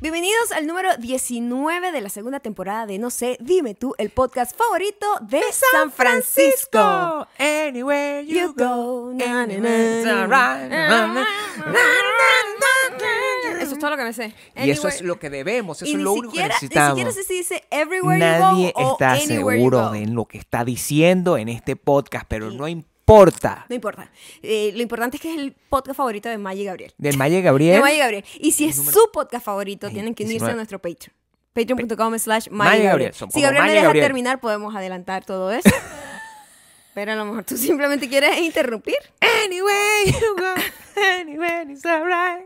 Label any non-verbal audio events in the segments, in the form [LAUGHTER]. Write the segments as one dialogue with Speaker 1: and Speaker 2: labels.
Speaker 1: Bienvenidos al número 19 de la segunda temporada de No sé, dime tú, el podcast favorito de, San Francisco.
Speaker 2: Anywhere
Speaker 1: You
Speaker 2: you
Speaker 1: go,
Speaker 2: go.
Speaker 1: na, na, na,
Speaker 2: anywhere, it's
Speaker 1: na,
Speaker 2: alright,
Speaker 1: na,
Speaker 2: na,
Speaker 1: na,
Speaker 2: na, na, na, na, na.
Speaker 1: Eso es todo lo que me sé.
Speaker 2: Y eso
Speaker 1: Anywhere-
Speaker 2: es lo que debemos,
Speaker 1: Y
Speaker 2: eso es
Speaker 1: ni
Speaker 2: lo único que
Speaker 1: siquiera- Ni siquiera
Speaker 2: necesitamos.
Speaker 1: sé si dice everywhere
Speaker 2: Nadie
Speaker 1: you go o
Speaker 2: está
Speaker 1: anywhere you
Speaker 2: seguro
Speaker 1: go.
Speaker 2: de lo que está diciendo en este podcast, pero no importa.
Speaker 1: No importa. Eh, lo importante es que es el podcast favorito de Maggie Gabriel.
Speaker 2: De Maya
Speaker 1: De
Speaker 2: Gabriel,
Speaker 1: Maggie Gabriel. Y si es su podcast favorito,
Speaker 2: Ay,
Speaker 1: tienen que unirse
Speaker 2: 19.
Speaker 1: a nuestro Patreon. Patreon.com slash
Speaker 2: Maggie
Speaker 1: Maggie Gabriel.
Speaker 2: Gabriel. Son
Speaker 1: Si
Speaker 2: como
Speaker 1: Gabriel me
Speaker 2: Maggie
Speaker 1: deja
Speaker 2: Gabriel.
Speaker 1: terminar, podemos adelantar todo
Speaker 2: [LAUGHS]
Speaker 1: eso. Pero a lo mejor tú simplemente quieres interrumpir.
Speaker 2: Anywhere you go, anywhere it's alright.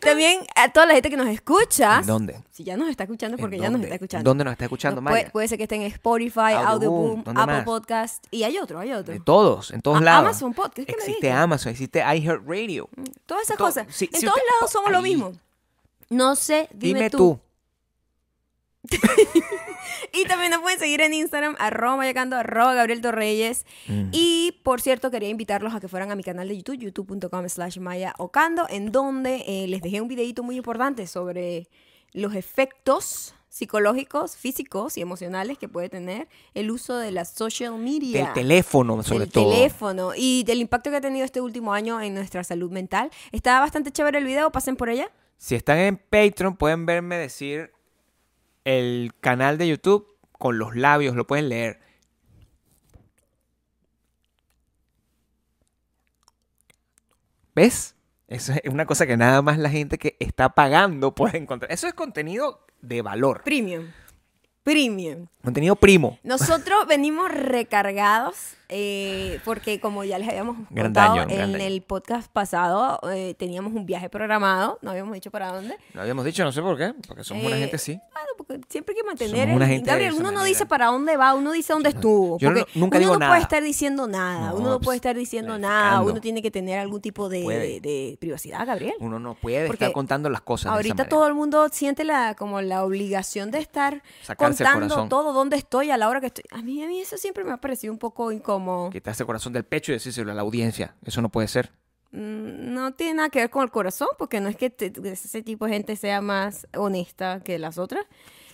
Speaker 1: También a toda la gente que nos escucha.
Speaker 2: ¿En dónde?
Speaker 1: Si ya nos está escuchando,
Speaker 2: ¿En
Speaker 1: porque ya nos
Speaker 2: dónde?
Speaker 1: está escuchando.
Speaker 2: ¿Dónde nos está escuchando,
Speaker 1: Nos puede,
Speaker 2: Maya?
Speaker 1: puede ser que esté en Spotify,
Speaker 2: Audioboom,
Speaker 1: Audioboom, Apple
Speaker 2: ¿dónde más?
Speaker 1: Podcast. Y hay otro, hay otro.
Speaker 2: De todos, en todos
Speaker 1: A-
Speaker 2: lados.
Speaker 1: Amazon Podcast, ¿qué me
Speaker 2: Existe
Speaker 1: dije?
Speaker 2: Amazon, existe iHeartRadio.
Speaker 1: Todas esas
Speaker 2: Todo-
Speaker 1: cosas.
Speaker 2: sí,
Speaker 1: en
Speaker 2: sí,
Speaker 1: todos
Speaker 2: usted-
Speaker 1: lados somos lo
Speaker 2: ahí.
Speaker 1: mismo. No sé, dime,
Speaker 2: Dime
Speaker 1: tú.
Speaker 2: tú.
Speaker 1: Y también nos pueden seguir en Instagram, arroba mayacando, arroba Gabriel Torreyes. Y por cierto, quería invitarlos a que fueran a mi canal de YouTube, youtube.com slash mayaocando, en donde eh, les dejé un videito muy importante sobre los efectos psicológicos, físicos y emocionales que puede tener el uso de la social media.
Speaker 2: Del teléfono, sobre
Speaker 1: del
Speaker 2: todo.
Speaker 1: teléfono y del impacto que ha tenido este último año en nuestra salud mental. Está bastante chévere el video, pasen por allá.
Speaker 2: Si están en Patreon, pueden verme decir el canal de YouTube con los labios, lo pueden leer. ¿Ves? Eso es una cosa que nada más la gente que está pagando puede encontrar. Eso es contenido de valor,
Speaker 1: Premium. Premium.
Speaker 2: contenido primo.
Speaker 1: Nosotros venimos recargados eh, porque como ya les habíamos
Speaker 2: Gran
Speaker 1: contado
Speaker 2: daño, gran
Speaker 1: en
Speaker 2: daño.
Speaker 1: el podcast pasado eh, teníamos un viaje programado, no habíamos dicho para dónde.
Speaker 2: Lo habíamos dicho, no sé por qué, porque somos una
Speaker 1: Eh,
Speaker 2: gente así.
Speaker 1: Bueno, porque siempre hay que mantener
Speaker 2: Somos una
Speaker 1: el-
Speaker 2: gente de
Speaker 1: Gabriel,
Speaker 2: esa
Speaker 1: uno no
Speaker 2: manera.
Speaker 1: dice para dónde va, uno dice dónde estuvo.
Speaker 2: yo no-
Speaker 1: porque
Speaker 2: nunca
Speaker 1: uno
Speaker 2: digo
Speaker 1: no puede
Speaker 2: nada.
Speaker 1: estar diciendo nada,
Speaker 2: No,
Speaker 1: uno no
Speaker 2: pues,
Speaker 1: puede estar diciendo nada,
Speaker 2: planificando.
Speaker 1: uno tiene que tener algún tipo de,
Speaker 2: Puede.
Speaker 1: de privacidad, Gabriel.
Speaker 2: Uno no puede
Speaker 1: Porque
Speaker 2: estar contando las cosas. de esa
Speaker 1: Ahorita
Speaker 2: manera.
Speaker 1: todo el mundo siente la como la obligación de estar
Speaker 2: Sacarse el
Speaker 1: contando
Speaker 2: corazón.
Speaker 1: todo dónde estoy a la hora que estoy. A mí a mí eso siempre me ha parecido un poco incómodo.
Speaker 2: Quitarse el corazón del pecho y decírselo a la audiencia. Eso no puede ser.
Speaker 1: Mm, No tiene nada que ver con el corazón, porque no es que te- ese tipo de gente sea más honesta que las otras.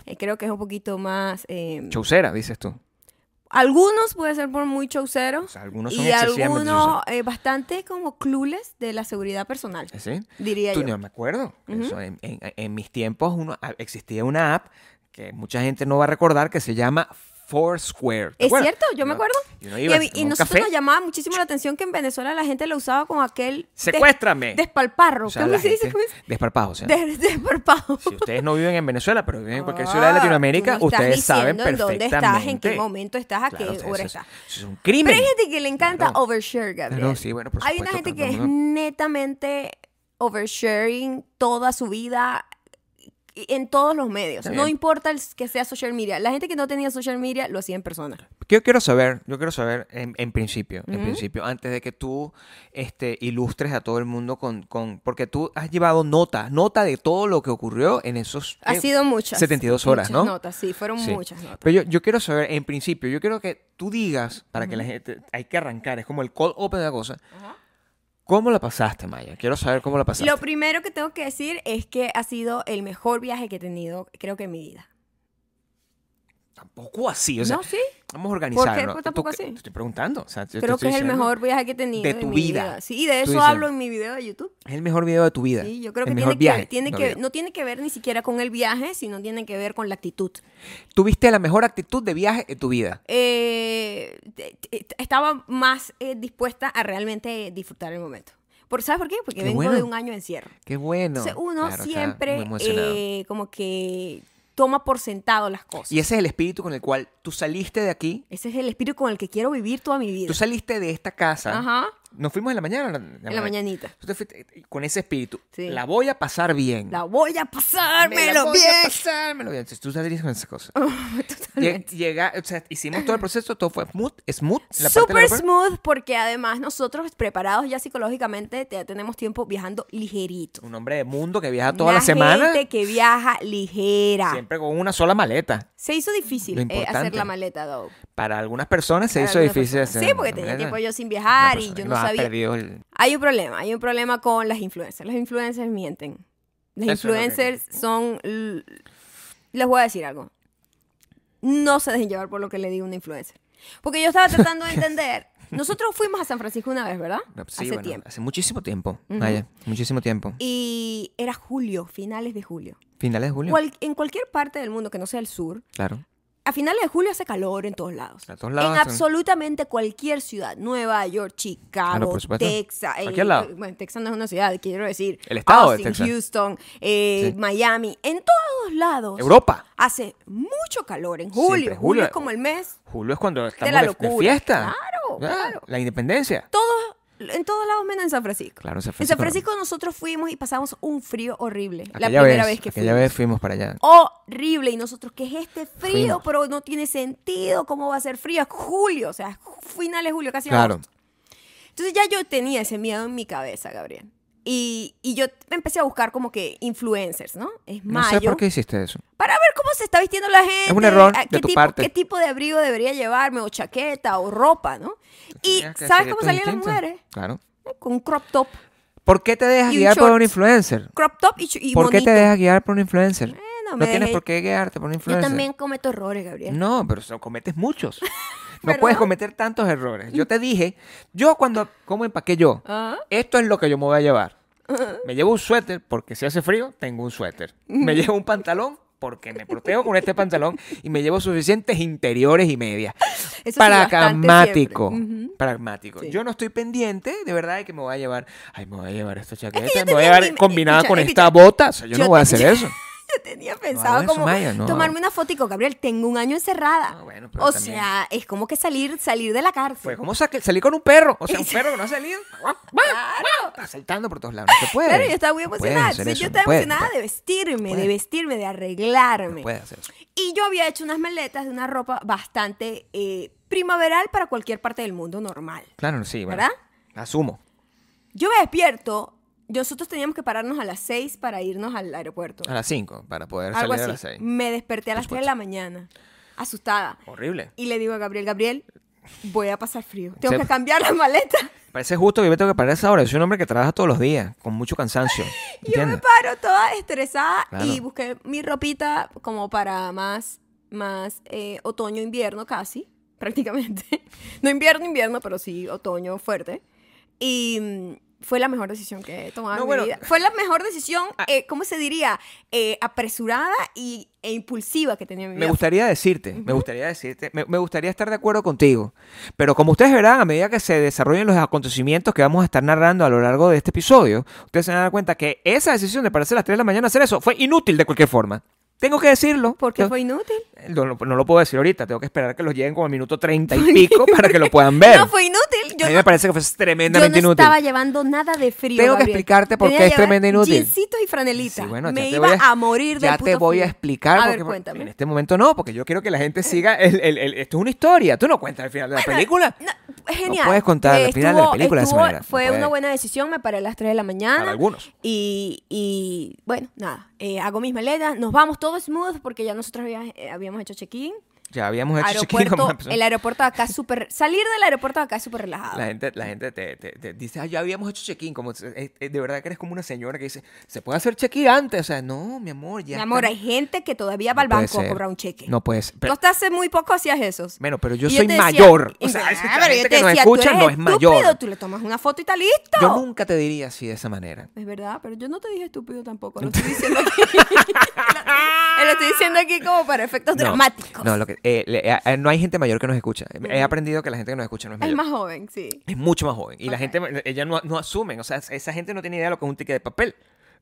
Speaker 1: Eh, creo que es un poquito más. eh,
Speaker 2: Chaucera, dices tú.
Speaker 1: Ah. algunos puede ser por muy
Speaker 2: O
Speaker 1: chauceros
Speaker 2: sea, algunos son
Speaker 1: y
Speaker 2: excesivamente
Speaker 1: algunos eh, bastante como clules de la seguridad personal,
Speaker 2: chauceros. ¿Eh, ¿Sí?
Speaker 1: diría
Speaker 2: Tú
Speaker 1: yo.
Speaker 2: no me acuerdo.
Speaker 1: Ujú.
Speaker 2: Eso, en, en- en mis tiempos uno, a- existía una app que mucha gente no va a recordar que se llama Foursquare. ¿Te
Speaker 1: Es
Speaker 2: acuerdas?
Speaker 1: cierto, yo me
Speaker 2: Uno-
Speaker 1: acuerdo.
Speaker 2: Y, uno
Speaker 1: Y,
Speaker 2: iba,
Speaker 1: a
Speaker 2: se
Speaker 1: mí- y
Speaker 2: tomaba un
Speaker 1: nosotros
Speaker 2: café,
Speaker 1: nos llamaba muchísimo la atención que en Venezuela la gente lo usaba con aquel des-
Speaker 2: ¡Secuéstrame!
Speaker 1: desparparro.
Speaker 2: O sea,
Speaker 1: ¿Cómo
Speaker 2: la
Speaker 1: se dice?
Speaker 2: gente-
Speaker 1: ¿Cómo es?
Speaker 2: Desparpajo, o sea.
Speaker 1: Des- [LAUGHS] desparpajo.
Speaker 2: si ustedes no viven en Venezuela, pero viven en cualquier
Speaker 1: Ah,
Speaker 2: ciudad de
Speaker 1: tú
Speaker 2: Latinoamérica,
Speaker 1: no estás
Speaker 2: ustedes saben
Speaker 1: diciendo en dónde
Speaker 2: perfectamente.
Speaker 1: estás, en qué momento estás, a
Speaker 2: Claro,
Speaker 1: qué
Speaker 2: o sea,
Speaker 1: hora
Speaker 2: eso es-
Speaker 1: estás.
Speaker 2: eso es un
Speaker 1: Pero
Speaker 2: crimen.
Speaker 1: hay gente que le encanta
Speaker 2: Claro.
Speaker 1: overshare, Gabriel.
Speaker 2: Claro, sí, bueno, por
Speaker 1: hay una
Speaker 2: supuesto,
Speaker 1: gente
Speaker 2: todo
Speaker 1: que
Speaker 2: el
Speaker 1: es
Speaker 2: mundo-
Speaker 1: netamente oversharing toda su vida y- en todos los medios.
Speaker 2: Está
Speaker 1: No
Speaker 2: bien.
Speaker 1: importa el- que sea social media. La gente que no tenía social media lo hacía en persona.
Speaker 2: Yo quiero saber, yo quiero saber en, en principio, en
Speaker 1: Ujú.
Speaker 2: principio, antes de que tú este, ilustres a todo el mundo con, con, porque tú has llevado nota, nota de todo lo que ocurrió en esos...
Speaker 1: Ha
Speaker 2: eh,
Speaker 1: sido muchas.
Speaker 2: 72 horas,
Speaker 1: muchas
Speaker 2: ¿no?
Speaker 1: notas, sí, fueron
Speaker 2: Sí.
Speaker 1: muchas notas.
Speaker 2: Pero yo, yo quiero saber, en principio, yo quiero que tú digas, para que la gente, hay que arrancar, es como el call open de la cosa, ¿cómo la pasaste, Maya? Quiero saber cómo la pasaste.
Speaker 1: Lo primero que tengo que decir es que ha sido el mejor viaje que he tenido, creo que en mi vida.
Speaker 2: Tampoco así, o sea,
Speaker 1: no, sí,
Speaker 2: vamos a organizarnos.
Speaker 1: pues, tampoco
Speaker 2: Tú-
Speaker 1: así?
Speaker 2: Te estoy preguntando. o sea, yo te
Speaker 1: creo que
Speaker 2: estoy
Speaker 1: es el
Speaker 2: diciendo,
Speaker 1: mejor viaje que he tenido.
Speaker 2: de tu
Speaker 1: mi
Speaker 2: vida.
Speaker 1: Sí, y de eso
Speaker 2: Estoy
Speaker 1: hablo
Speaker 2: diciendo.
Speaker 1: en mi video de YouTube.
Speaker 2: Es el mejor video de tu vida.
Speaker 1: Sí, yo creo que
Speaker 2: el mejor
Speaker 1: tiene
Speaker 2: viaje,
Speaker 1: que, tiene
Speaker 2: no
Speaker 1: que
Speaker 2: video.
Speaker 1: no tiene que ver ni siquiera con el viaje, sino tiene que ver con la actitud.
Speaker 2: Tuviste la mejor actitud de viaje de tu vida.
Speaker 1: Eh, te- te- estaba más eh, dispuesta a realmente disfrutar el momento. Por, ¿Sabes por qué? Porque
Speaker 2: Qué
Speaker 1: vengo
Speaker 2: bueno.
Speaker 1: de un año de encierro.
Speaker 2: Qué bueno.
Speaker 1: Entonces uno
Speaker 2: Claro, está muy
Speaker 1: siempre
Speaker 2: emocionado.
Speaker 1: eh, como que toma por sentado las cosas.
Speaker 2: y ese es el espíritu con el cual tú saliste de aquí,
Speaker 1: Ese es el espíritu con el que quiero vivir toda mi vida.
Speaker 2: tú saliste de esta casa.
Speaker 1: Ajá.
Speaker 2: Nos fuimos en la mañana. o la-
Speaker 1: En la mañanita.
Speaker 2: Tú te fuiste eh, con ese espíritu.
Speaker 1: Sí.
Speaker 2: La voy a pasar bien.
Speaker 1: La voy a
Speaker 2: Mm. Me la
Speaker 1: pasármelo
Speaker 2: voy a
Speaker 1: bien.
Speaker 2: pasármelo bien. Entonces, tú saliste con
Speaker 1: [LAUGHS]
Speaker 2: esa cosa. Lle-
Speaker 1: Totalmente.
Speaker 2: Llega, o sea, hicimos todo el proceso, todo fue smooth, smooth. la parte de la
Speaker 1: Super
Speaker 2: ropa.
Speaker 1: smooth porque además nosotros preparados ya psicológicamente ya tenemos tiempo viajando ligerito.
Speaker 2: Un hombre de mundo que viaja toda
Speaker 1: Una
Speaker 2: la semana,
Speaker 1: gente que viaja ligera.
Speaker 2: siempre con una sola maleta.
Speaker 1: Se hizo difícil
Speaker 2: Lo
Speaker 1: eh, hacer
Speaker 2: importante.
Speaker 1: la maleta, though.
Speaker 2: Para algunas personas se
Speaker 1: Para
Speaker 2: hizo
Speaker 1: algunas
Speaker 2: difícil.
Speaker 1: personas.
Speaker 2: hacer
Speaker 1: Sí, porque
Speaker 2: la
Speaker 1: tenía
Speaker 2: maleta.
Speaker 1: tiempo yo sin
Speaker 2: Una
Speaker 1: viajar y
Speaker 2: persona
Speaker 1: yo
Speaker 2: que
Speaker 1: no
Speaker 2: ha
Speaker 1: sabía.
Speaker 2: perdido el-
Speaker 1: Hay un problema, hay un problema con las influencers. Las influencers mienten. Los
Speaker 2: Eso es lo que-
Speaker 1: influencers son... l- Les voy a decir algo. No se dejen llevar por lo que le diga un influencer. Porque yo estaba tratando
Speaker 2: [LAUGHS]
Speaker 1: de entender. Nosotros fuimos a San Francisco una vez, ¿verdad?
Speaker 2: No, pues sí,
Speaker 1: Hace
Speaker 2: bueno,
Speaker 1: tiempo.
Speaker 2: Hace muchísimo tiempo, Maya, muchísimo tiempo.
Speaker 1: Y era julio, finales de julio.
Speaker 2: Finales de julio.
Speaker 1: Cual- en cualquier parte del mundo que no sea el sur,
Speaker 2: Claro.
Speaker 1: a finales de julio hace calor en todos lados.
Speaker 2: A todos lados
Speaker 1: en
Speaker 2: hacen-
Speaker 1: absolutamente cualquier ciudad. Nueva York,
Speaker 2: Claro,
Speaker 1: Chicago,
Speaker 2: Ah, por supuesto.
Speaker 1: Texas. eh,
Speaker 2: Cualquier lado.
Speaker 1: bueno, Texas no es una ciudad, quiero decir.
Speaker 2: El estado de
Speaker 1: Austin,
Speaker 2: Texas.
Speaker 1: Houston, eh,
Speaker 2: Sí.
Speaker 1: Miami. En todos lados.
Speaker 2: Europa.
Speaker 1: Hace mucho calor en
Speaker 2: Siempre,
Speaker 1: julio. julio.
Speaker 2: julio-
Speaker 1: es como el mes.
Speaker 2: Julio es cuando estamos
Speaker 1: la
Speaker 2: de- de,
Speaker 1: locura.
Speaker 2: fiesta.
Speaker 1: Claro,
Speaker 2: Ya,
Speaker 1: claro.
Speaker 2: La independencia.
Speaker 1: Todos, en todos lados menos en San Francisco.
Speaker 2: Claro, San
Speaker 1: en San
Speaker 2: Francisco.
Speaker 1: Francisco nosotros fuimos y pasamos un frío horrible.
Speaker 2: Aquella
Speaker 1: la primera vez, que
Speaker 2: aquella
Speaker 1: fuimos.
Speaker 2: vez fuimos para allá.
Speaker 1: horrible. Y nosotros, que es este frío?
Speaker 2: Fuimos.
Speaker 1: Pero no tiene sentido. ¿Cómo va a ser frío? Es julio, o sea, es ju- finales de julio, casi
Speaker 2: claro.
Speaker 1: agosto. Entonces ya yo tenía ese miedo en mi cabeza, Gabriel. Y, y yo empecé a buscar como que influencers, ¿no? Es
Speaker 2: No
Speaker 1: mayo.
Speaker 2: sé por qué hiciste eso.
Speaker 1: Para ver cómo se está vistiendo la gente.
Speaker 2: un error
Speaker 1: a-
Speaker 2: de
Speaker 1: qué
Speaker 2: tu
Speaker 1: tipo,
Speaker 2: parte.
Speaker 1: ¿Qué tipo de abrigo debería llevarme? O chaqueta, o ropa, ¿no? Y
Speaker 2: Tenías que
Speaker 1: ¿sabes
Speaker 2: hacer
Speaker 1: cómo
Speaker 2: esto
Speaker 1: salían las
Speaker 2: distinto.
Speaker 1: mujeres?
Speaker 2: Claro.
Speaker 1: Con un crop top.
Speaker 2: ¿Por qué te dejas
Speaker 1: Y un
Speaker 2: guiar por
Speaker 1: short.
Speaker 2: un influencer?
Speaker 1: Crop top y, chu- y
Speaker 2: ¿Por qué te
Speaker 1: bonito.
Speaker 2: dejas guiar por un influencer?
Speaker 1: Bueno,
Speaker 2: no
Speaker 1: me
Speaker 2: tienes
Speaker 1: dejé-
Speaker 2: por qué guiarte por un
Speaker 1: Yo
Speaker 2: influencer.
Speaker 1: también cometo errores, Gabriel.
Speaker 2: No, pero so-
Speaker 1: [LAUGHS]
Speaker 2: cometes muchos. No
Speaker 1: ¿Verdad?
Speaker 2: puedes cometer tantos errores. Yo te dije, yo cuando, ¿cómo empaqué yo?
Speaker 1: Ajá.
Speaker 2: Esto es lo que yo me voy a llevar.
Speaker 1: Ah.
Speaker 2: Me llevo un suéter porque si hace frío, tengo un suéter. Me llevo un pantalón porque me protejo con este pantalón y me llevo suficientes interiores y medias.
Speaker 1: [LAUGHS] Eso sí, bastante
Speaker 2: Pragmático.
Speaker 1: siempre.
Speaker 2: Pragmático. Yo no estoy pendiente de verdad de que me voy a llevar, ay, me voy a llevar esta
Speaker 1: yo
Speaker 2: chaqueta, me voy a
Speaker 1: tenía
Speaker 2: llevar
Speaker 1: mi-
Speaker 2: combinada
Speaker 1: escucha,
Speaker 2: con
Speaker 1: escucha.
Speaker 2: esta bota. O sea, yo,
Speaker 1: Yo
Speaker 2: no voy a
Speaker 1: te-
Speaker 2: hacer eso.
Speaker 1: Yo tenía pensado
Speaker 2: eso,
Speaker 1: como
Speaker 2: Maya, no.
Speaker 1: tomarme una fotico, Gabriel, tengo un año encerrada.
Speaker 2: Ah, bueno, pero
Speaker 1: o
Speaker 2: también- Pues,
Speaker 1: sea, es como que salir, salir de la cárcel.
Speaker 2: Fue como saque- salí con un perro. O
Speaker 1: [LAUGHS]
Speaker 2: sea, un perro que no ha salido. [LAUGHS]
Speaker 1: Claro.
Speaker 2: Está saltando por todos lados. No se puede.
Speaker 1: Claro, yo estaba muy
Speaker 2: No puedes
Speaker 1: emocionada.
Speaker 2: hacer
Speaker 1: Sí,
Speaker 2: eso,
Speaker 1: yo
Speaker 2: no
Speaker 1: estaba
Speaker 2: puedes, no
Speaker 1: emocionada de
Speaker 2: puedes.
Speaker 1: vestirme, de
Speaker 2: puedes.
Speaker 1: vestirme, de arreglarme.
Speaker 2: No puedes hacer eso.
Speaker 1: y yo había hecho unas maletas de una ropa bastante eh, primaveral para cualquier parte del mundo normal.
Speaker 2: Claro, sí. Bueno,
Speaker 1: ¿Verdad?
Speaker 2: Asumo.
Speaker 1: Yo me despierto, nosotros teníamos que pararnos a las 6 para irnos al aeropuerto.
Speaker 2: A las 5 Ah, para poder
Speaker 1: Algo
Speaker 2: salir a
Speaker 1: así.
Speaker 2: las 6.
Speaker 1: Me desperté a las 3 de
Speaker 2: supuesto.
Speaker 1: la mañana, asustada.
Speaker 2: Horrible.
Speaker 1: Y le digo a Gabriel, Gabriel, voy a pasar frío. Tengo
Speaker 2: Sí.
Speaker 1: que cambiar la maleta. [LAUGHS]
Speaker 2: Parece justo que yo me tengo que parar a esa hora. Yo soy un hombre que trabaja todos los días, con mucho cansancio.
Speaker 1: [LAUGHS] Yo me
Speaker 2: ¿Entiendes?
Speaker 1: paro toda estresada y
Speaker 2: Claro.
Speaker 1: busqué mi ropita como para más, más eh, otoño, invierno casi, [LAUGHS] prácticamente. No invierno, invierno, pero sí otoño fuerte. Y mm, fue la mejor decisión que he tomado
Speaker 2: No,
Speaker 1: en mi
Speaker 2: bueno. Ah.
Speaker 1: vida. Fue la mejor decisión, eh, ¿cómo se diría? Eh, apresurada y, e impulsiva que tenía en mi
Speaker 2: Me
Speaker 1: vida.
Speaker 2: gustaría decirte, me gustaría decirte, me, me gustaría estar de acuerdo contigo. Pero como ustedes verán, a medida que se desarrollen los acontecimientos que vamos a estar narrando a lo largo de este episodio, ustedes se van a dar cuenta que esa decisión de pararse a las 3 de la mañana a hacer eso fue inútil de cualquier forma. Tengo que decirlo.
Speaker 1: Porque
Speaker 2: Tengo-
Speaker 1: fue inútil.
Speaker 2: No, lo- no lo puedo decir ahorita, tengo que esperar que los lleguen como al minuto
Speaker 1: [LAUGHS]
Speaker 2: 30 y pico para que lo puedan ver.
Speaker 1: No, fue inútil. Yo
Speaker 2: a mí
Speaker 1: no-
Speaker 2: me parece que fue
Speaker 1: Yo no
Speaker 2: tremendamente inútil.
Speaker 1: estaba llevando nada de frío.
Speaker 2: Tengo que
Speaker 1: Gabriel.
Speaker 2: explicarte por
Speaker 1: Tenía
Speaker 2: qué
Speaker 1: que
Speaker 2: es
Speaker 1: llevar
Speaker 2: tremendo inútil.
Speaker 1: Jeansito y franelita.
Speaker 2: Sí, bueno, ya
Speaker 1: me
Speaker 2: te
Speaker 1: iba
Speaker 2: voy
Speaker 1: a, morir de
Speaker 2: Ya te voy a explicar.
Speaker 1: A
Speaker 2: porque
Speaker 1: ver, cuéntame.
Speaker 2: En este momento no, porque yo quiero que la gente siga. el- el- el- esto es una historia. Tú no cuentas el final de la película.
Speaker 1: No, genial.
Speaker 2: puedes contar el final de la película de esa
Speaker 1: estuvo-
Speaker 2: manera, no
Speaker 1: Fue una
Speaker 2: puedes.
Speaker 1: buena decisión. Me paré a las 3 de la mañana.
Speaker 2: Para algunos.
Speaker 1: Y, y, bueno, nada. eh, hago mis maletas. Nos vamos todos smooth porque ya nosotros había- eh, habíamos hecho check-in.
Speaker 2: Ya habíamos hecho check-in como
Speaker 1: Aeropuerto,
Speaker 2: una persona.
Speaker 1: el aeropuerto de acá es súper. Salir del aeropuerto de acá es súper relajado.
Speaker 2: La gente, la gente te, te- te dice, ah, ya habíamos hecho check-in. Como, eh, eh, de verdad que eres como una señora que dice, ¿se puede hacer check-in antes? O sea, no, mi amor, ya.
Speaker 1: Mi amor,
Speaker 2: están-
Speaker 1: hay gente que todavía va al
Speaker 2: No puede
Speaker 1: banco a
Speaker 2: ser.
Speaker 1: cobrar un cheque.
Speaker 2: No puedes.
Speaker 1: Tú hasta hace muy poco hacías esos.
Speaker 2: Bueno, pero yo
Speaker 1: Y
Speaker 2: soy
Speaker 1: te decía-
Speaker 2: mayor.
Speaker 1: y
Speaker 2: O sea,
Speaker 1: bueno,
Speaker 2: es que la
Speaker 1: pero yo
Speaker 2: gente
Speaker 1: te
Speaker 2: que nos
Speaker 1: decía, tú
Speaker 2: escucha
Speaker 1: eres
Speaker 2: no es
Speaker 1: estúpido,
Speaker 2: mayor.
Speaker 1: Tú le tomas una foto y está listo.
Speaker 2: Yo nunca te diría así de esa manera.
Speaker 1: Es verdad, pero yo no te dije estúpido tampoco.
Speaker 2: [LAUGHS]
Speaker 1: Lo estoy diciendo aquí. [LAUGHS] lo, estoy- lo estoy diciendo aquí como para efectos dramáticos.
Speaker 2: No, lo que, eh, le- eh, eh, no hay gente mayor que nos escucha. He aprendido que la gente que nos escucha no
Speaker 1: es
Speaker 2: es mayor.
Speaker 1: más joven, sí.
Speaker 2: Es mucho más joven. Y la
Speaker 1: Ok.
Speaker 2: gente, ella no, no asumen. O sea, esa gente no tiene idea de lo que es un ticket de papel.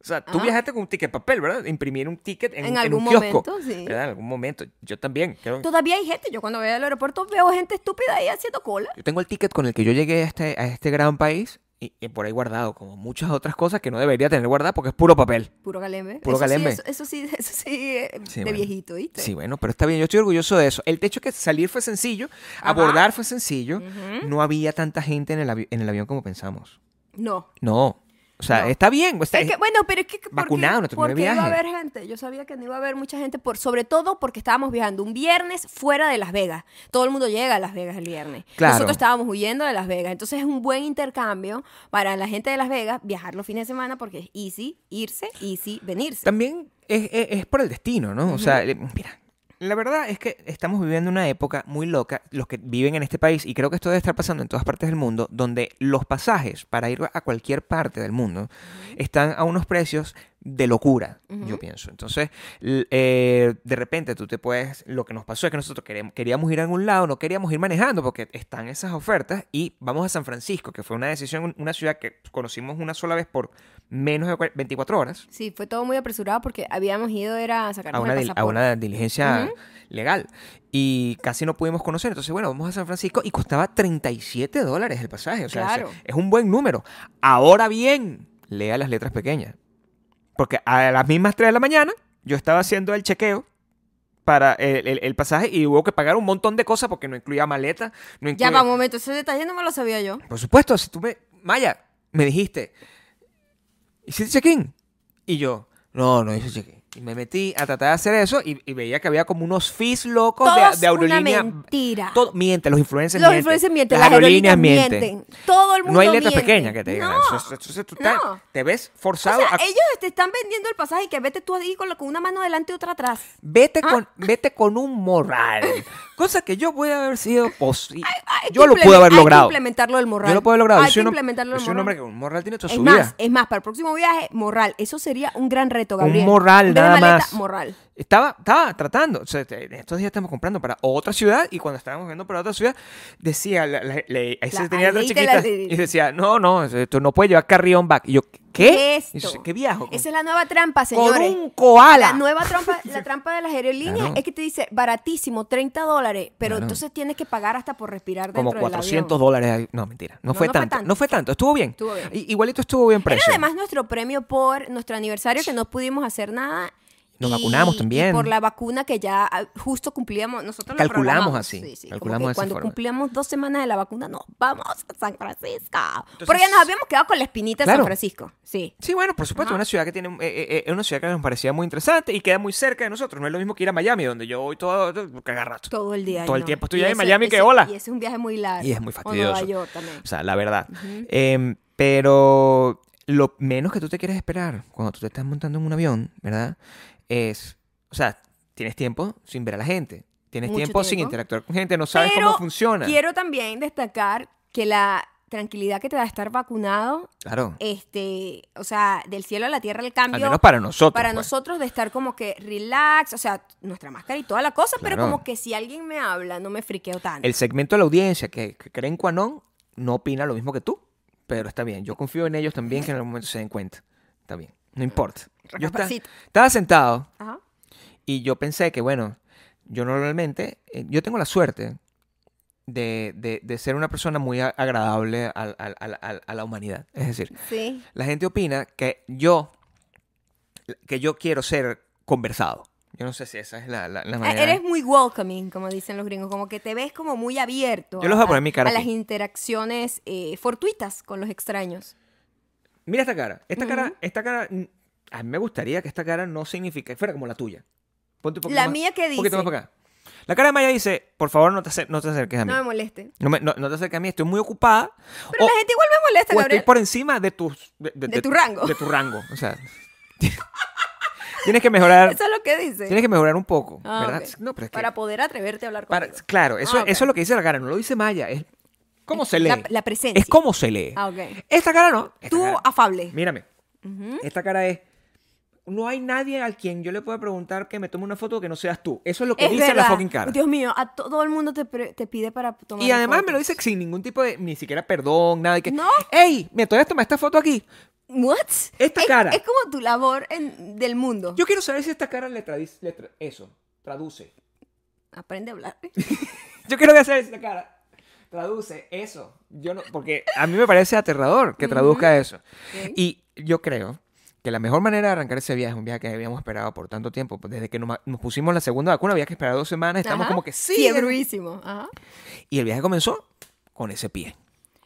Speaker 2: O sea, tú
Speaker 1: Ajá.
Speaker 2: viajaste con un ticket de papel, ¿verdad? Imprimir un ticket en,
Speaker 1: Ah. En
Speaker 2: en
Speaker 1: algún
Speaker 2: un kiosco.
Speaker 1: momento, sí.
Speaker 2: ¿verdad? En algún momento. Yo también. creo-
Speaker 1: Todavía hay gente. Yo cuando voy al aeropuerto veo gente estúpida ahí haciendo cola.
Speaker 2: Yo tengo el ticket con el que yo llegué a este, a este gran país y, y por ahí guardado, como muchas otras cosas que no debería tener guardadas porque es puro papel.
Speaker 1: Puro galembe.
Speaker 2: Puro
Speaker 1: eso
Speaker 2: galembe.
Speaker 1: Sí, eso, eso sí, eso sí, eh,
Speaker 2: Sí,
Speaker 1: de
Speaker 2: bueno.
Speaker 1: viejito, ¿viste?
Speaker 2: Sí, bueno, pero está bien, yo estoy orgulloso de eso. El techo que salir fue sencillo,
Speaker 1: Ajá.
Speaker 2: abordar fue sencillo, no había tanta gente en el, avi- en el avión como pensamos.
Speaker 1: No.
Speaker 2: No, O sea,
Speaker 1: No.
Speaker 2: está bien. o sea,
Speaker 1: Es que, bueno, pero es que ¿por qué-
Speaker 2: Vacunado, no terminó el
Speaker 1: porque iba a
Speaker 2: viaje.
Speaker 1: haber gente. Yo sabía que no iba a haber mucha gente, por, sobre todo porque estábamos viajando un viernes fuera de Las Vegas. Todo el mundo llega a Las Vegas el viernes.
Speaker 2: Claro.
Speaker 1: Nosotros estábamos huyendo de Las Vegas. Entonces es un buen intercambio para la gente de Las Vegas viajar los fines de semana porque es easy irse, easy venirse.
Speaker 2: También es, es- es por el destino, ¿no? O sea, le- mira, la verdad es que estamos viviendo una época muy loca, los que viven en este país, y creo que esto debe estar pasando en todas partes del mundo, donde los pasajes para ir a cualquier parte del mundo están a unos precios de locura, yo pienso. Entonces, l- eh, de repente tú te puedes, lo que nos pasó es que nosotros querem- queríamos ir a algún lado, no queríamos ir manejando porque están esas ofertas y vamos a San Francisco, que fue una decisión, una ciudad que conocimos una sola vez por menos de cua- 24 horas
Speaker 1: Sí, fue todo muy apresurado porque habíamos ido era a sacar
Speaker 2: a una, dil- a una diligencia legal. Y casi no pudimos conocer. Entonces, bueno, vamos a San Francisco y costaba 37 dólares el pasaje. O sea,
Speaker 1: Claro.
Speaker 2: es, es un buen número. Ahora bien, lea las letras pequeñas. Porque a las mismas 3 de la mañana yo estaba haciendo el chequeo para el, el- el pasaje y hubo que pagar un montón de cosas porque no incluía maleta. No
Speaker 1: Ya
Speaker 2: incluía...
Speaker 1: va un momento, ese detalle no me lo sabía yo.
Speaker 2: Por supuesto, si tú me... Maya, me dijiste, ¿hiciste check-in? Y yo, no, no hice check-in. Y me metí a tratar de hacer eso y, y veía que había como unos fees locos
Speaker 1: Todo
Speaker 2: de,
Speaker 1: es
Speaker 2: de aerolínea.
Speaker 1: una mentira.
Speaker 2: Todo, mienten, los influencers
Speaker 1: Los
Speaker 2: mienten.
Speaker 1: influencers mienten, las aerolíneas mienten. Todo el
Speaker 2: No
Speaker 1: mundo
Speaker 2: hay letras
Speaker 1: miente.
Speaker 2: pequeñas que te digan
Speaker 1: No,
Speaker 2: eso. Eso- eso- eso- tú estás-
Speaker 1: no.
Speaker 2: te ves
Speaker 1: O
Speaker 2: forzado
Speaker 1: sea,
Speaker 2: a...
Speaker 1: ellos te están vendiendo el pasaje que vete tú ahí con, la- con una mano delante y otra atrás.
Speaker 2: Vete,
Speaker 1: Ah.
Speaker 2: con, vete con un moral. Cosa que yo voy a haber sido posible.
Speaker 1: Hay que
Speaker 2: Yo lo pude
Speaker 1: implemen-
Speaker 2: haber
Speaker 1: Hay
Speaker 2: logrado.
Speaker 1: que implementarlo el morral.
Speaker 2: Yo lo pude haber logrado.
Speaker 1: Hay
Speaker 2: Yo soy
Speaker 1: que
Speaker 2: un hom-
Speaker 1: implementarlo
Speaker 2: yo
Speaker 1: el
Speaker 2: soy un hombre
Speaker 1: morral.
Speaker 2: que un morral tiene toda
Speaker 1: Es
Speaker 2: su
Speaker 1: más,
Speaker 2: vida.
Speaker 1: es más, para el próximo viaje, morral. Eso sería un gran reto,
Speaker 2: Un
Speaker 1: Gabriel.
Speaker 2: morral
Speaker 1: Vender
Speaker 2: nada
Speaker 1: maleta,
Speaker 2: más.
Speaker 1: Morral.
Speaker 2: Estaba, estaba tratando. O sea, te- en estos días estamos comprando para otra ciudad y cuando estábamos viendo para otra ciudad, decía, la, la- la- ahí se
Speaker 1: La-
Speaker 2: tenía
Speaker 1: ahí
Speaker 2: dos
Speaker 1: te la-
Speaker 2: chiquitas y decía, no, no, esto no puede llevar carry on back. Y yo, ¿qué?
Speaker 1: Esto.
Speaker 2: Y yo, ¿Qué viajo? Con,
Speaker 1: Esa es la nueva trampa,
Speaker 2: con
Speaker 1: señores.
Speaker 2: un koala.
Speaker 1: La nueva
Speaker 2: [LAUGHS]
Speaker 1: trampa, la trampa de las aerolíneas
Speaker 2: Claro.
Speaker 1: es que te dice baratísimo, 30 dólares, pero
Speaker 2: Claro.
Speaker 1: entonces tienes que pagar hasta por respirar dentro
Speaker 2: Como
Speaker 1: del
Speaker 2: 400
Speaker 1: avión.
Speaker 2: dólares. ahí. No, mentira. No, fue, tanto, No fue tanto. Estuvo bien.
Speaker 1: Estuvo bien.
Speaker 2: I- igualito estuvo bien
Speaker 1: Era
Speaker 2: precio.
Speaker 1: además nuestro premio por nuestro aniversario que no pudimos hacer nada.
Speaker 2: Nos vacunamos también.
Speaker 1: y por la vacuna que ya ah, justo cumplíamos. Nosotros lo
Speaker 2: Calculamos
Speaker 1: programamos.
Speaker 2: así,
Speaker 1: Sí, sí, como
Speaker 2: calculamos
Speaker 1: que
Speaker 2: de esa
Speaker 1: cuando
Speaker 2: forma.
Speaker 1: cumplíamos dos semanas de la vacuna, nos vamos a San Francisco. Porque nos habíamos quedado con la espinita de
Speaker 2: Claro.
Speaker 1: San Francisco. Sí.
Speaker 2: Sí, bueno, por supuesto,
Speaker 1: Ajá.
Speaker 2: una ciudad que tiene eh, eh, eh, una ciudad que nos parecía muy interesante y queda muy cerca de nosotros. No es lo mismo que ir a Miami, donde yo voy todo, todo cagarrato.
Speaker 1: Todo el día.
Speaker 2: Todo
Speaker 1: ay,
Speaker 2: el
Speaker 1: no.
Speaker 2: tiempo estoy
Speaker 1: Y
Speaker 2: ahí en
Speaker 1: ese-
Speaker 2: Miami, que
Speaker 1: ese-
Speaker 2: hola.
Speaker 1: Y ese es un viaje muy largo.
Speaker 2: Y es muy
Speaker 1: O
Speaker 2: fastidioso.
Speaker 1: Nueva York también.
Speaker 2: O sea, la verdad. Em, pero lo menos que tú te quieres esperar cuando tú te estás montando en un avión, ¿verdad? Es, o sea, tienes tiempo sin ver a la gente. Tienes
Speaker 1: Mucho
Speaker 2: tiempo, sin
Speaker 1: tiempo.
Speaker 2: interactuar con gente, no sabes
Speaker 1: Pero
Speaker 2: cómo funciona.
Speaker 1: Quiero también destacar que la tranquilidad que te da estar vacunado,
Speaker 2: Claro.
Speaker 1: este, o sea, del cielo a la tierra el
Speaker 2: Al
Speaker 1: cambio
Speaker 2: menos para nosotros.
Speaker 1: para
Speaker 2: pues.
Speaker 1: nosotros de estar como que relax, o sea, nuestra máscara y toda la cosa, pero
Speaker 2: Claro.
Speaker 1: como que si alguien me habla, no me friqueo tanto.
Speaker 2: El segmento de la audiencia que, que creen Quanon no opina lo mismo que tú. Pero está bien. Yo confío en ellos también que en algún momento se den cuenta. Está bien. No importa. Yo esta-
Speaker 1: Recapacita.
Speaker 2: estaba sentado
Speaker 1: Ajá.
Speaker 2: Y yo pensé que, bueno, yo normalmente, eh, yo tengo la suerte de, de- de ser una persona muy a- agradable al- al- al- al- a la humanidad. Es decir,
Speaker 1: Sí. E,
Speaker 2: la gente opina que yo, que yo quiero ser conversado. Yo no sé si esa es la, la- la
Speaker 1: Ah,
Speaker 2: manera.
Speaker 1: Eres muy welcoming, como dicen los gringos, como que te ves como muy abierto.
Speaker 2: Yo les voy a poner mi cara
Speaker 1: A
Speaker 2: aquí.
Speaker 1: las interacciones eh, fortuitas con los extraños.
Speaker 2: Mira esta cara. Esta cara, esta cara, mm, a mí me gustaría que esta cara no signifique, que fuera como la tuya. Ponte un poquito
Speaker 1: La
Speaker 2: más-
Speaker 1: mía que
Speaker 2: un poquito más
Speaker 1: dice-
Speaker 2: para acá. La cara de Maya dice, por favor, no te, acer- no te acerques a mí.
Speaker 1: No me moleste.
Speaker 2: No, me- no- no te acerques a mí, estoy muy ocupada.
Speaker 1: Pero
Speaker 2: O-
Speaker 1: la gente igual me molesta,
Speaker 2: o estoy
Speaker 1: Gabriel.
Speaker 2: por encima de tus de,
Speaker 1: De tu rango.
Speaker 2: de tu rango o sea [LAUGHS] tienes que mejorar
Speaker 1: Eso es lo que dice.
Speaker 2: tienes que mejorar un poco
Speaker 1: Ah,
Speaker 2: verdad
Speaker 1: ok.
Speaker 2: no pero es que
Speaker 1: Para poder atreverte a hablar
Speaker 2: para-
Speaker 1: conmigo.
Speaker 2: claro eso,
Speaker 1: Ah, ok.
Speaker 2: eso es lo que dice la cara no lo dice Maya es cómo
Speaker 1: Es
Speaker 2: se lee
Speaker 1: la- la presencia.
Speaker 2: es cómo se lee
Speaker 1: Ah, ok.
Speaker 2: esta cara no esta
Speaker 1: Tú
Speaker 2: cara-
Speaker 1: afable.
Speaker 2: mírame esta cara es no hay nadie al quien yo le pueda preguntar que me tome una foto que no seas tú eso es lo que
Speaker 1: Es
Speaker 2: dice la
Speaker 1: verdad.
Speaker 2: fucking cara
Speaker 1: Dios mío, a todo el mundo te, pre- te pide para tomar
Speaker 2: Y además me lo dice sin ningún tipo de, ni siquiera perdón, nada de que,
Speaker 1: No.
Speaker 2: ¡Ey! Me todavía tomar esta foto aquí.
Speaker 1: ¿What?
Speaker 2: Esta
Speaker 1: es,
Speaker 2: cara.
Speaker 1: Es como tu labor en- del mundo.
Speaker 2: Yo quiero saber si esta cara le traduce. le tra- eso, traduce.
Speaker 1: Aprende a hablar.
Speaker 2: Yo quiero saber si esta cara traduce eso. Yo no, porque a mí me parece aterrador que traduzca eso.
Speaker 1: Ok.
Speaker 2: Y yo creo que la mejor manera de arrancar ese viaje, un viaje que habíamos esperado por tanto tiempo, pues, desde que nos, nos pusimos la segunda vacuna, había que esperar dos semanas, estamos
Speaker 1: Ajá.
Speaker 2: como que sí.
Speaker 1: Fiebruísimo. Ajá.
Speaker 2: Y el viaje comenzó con ese pie.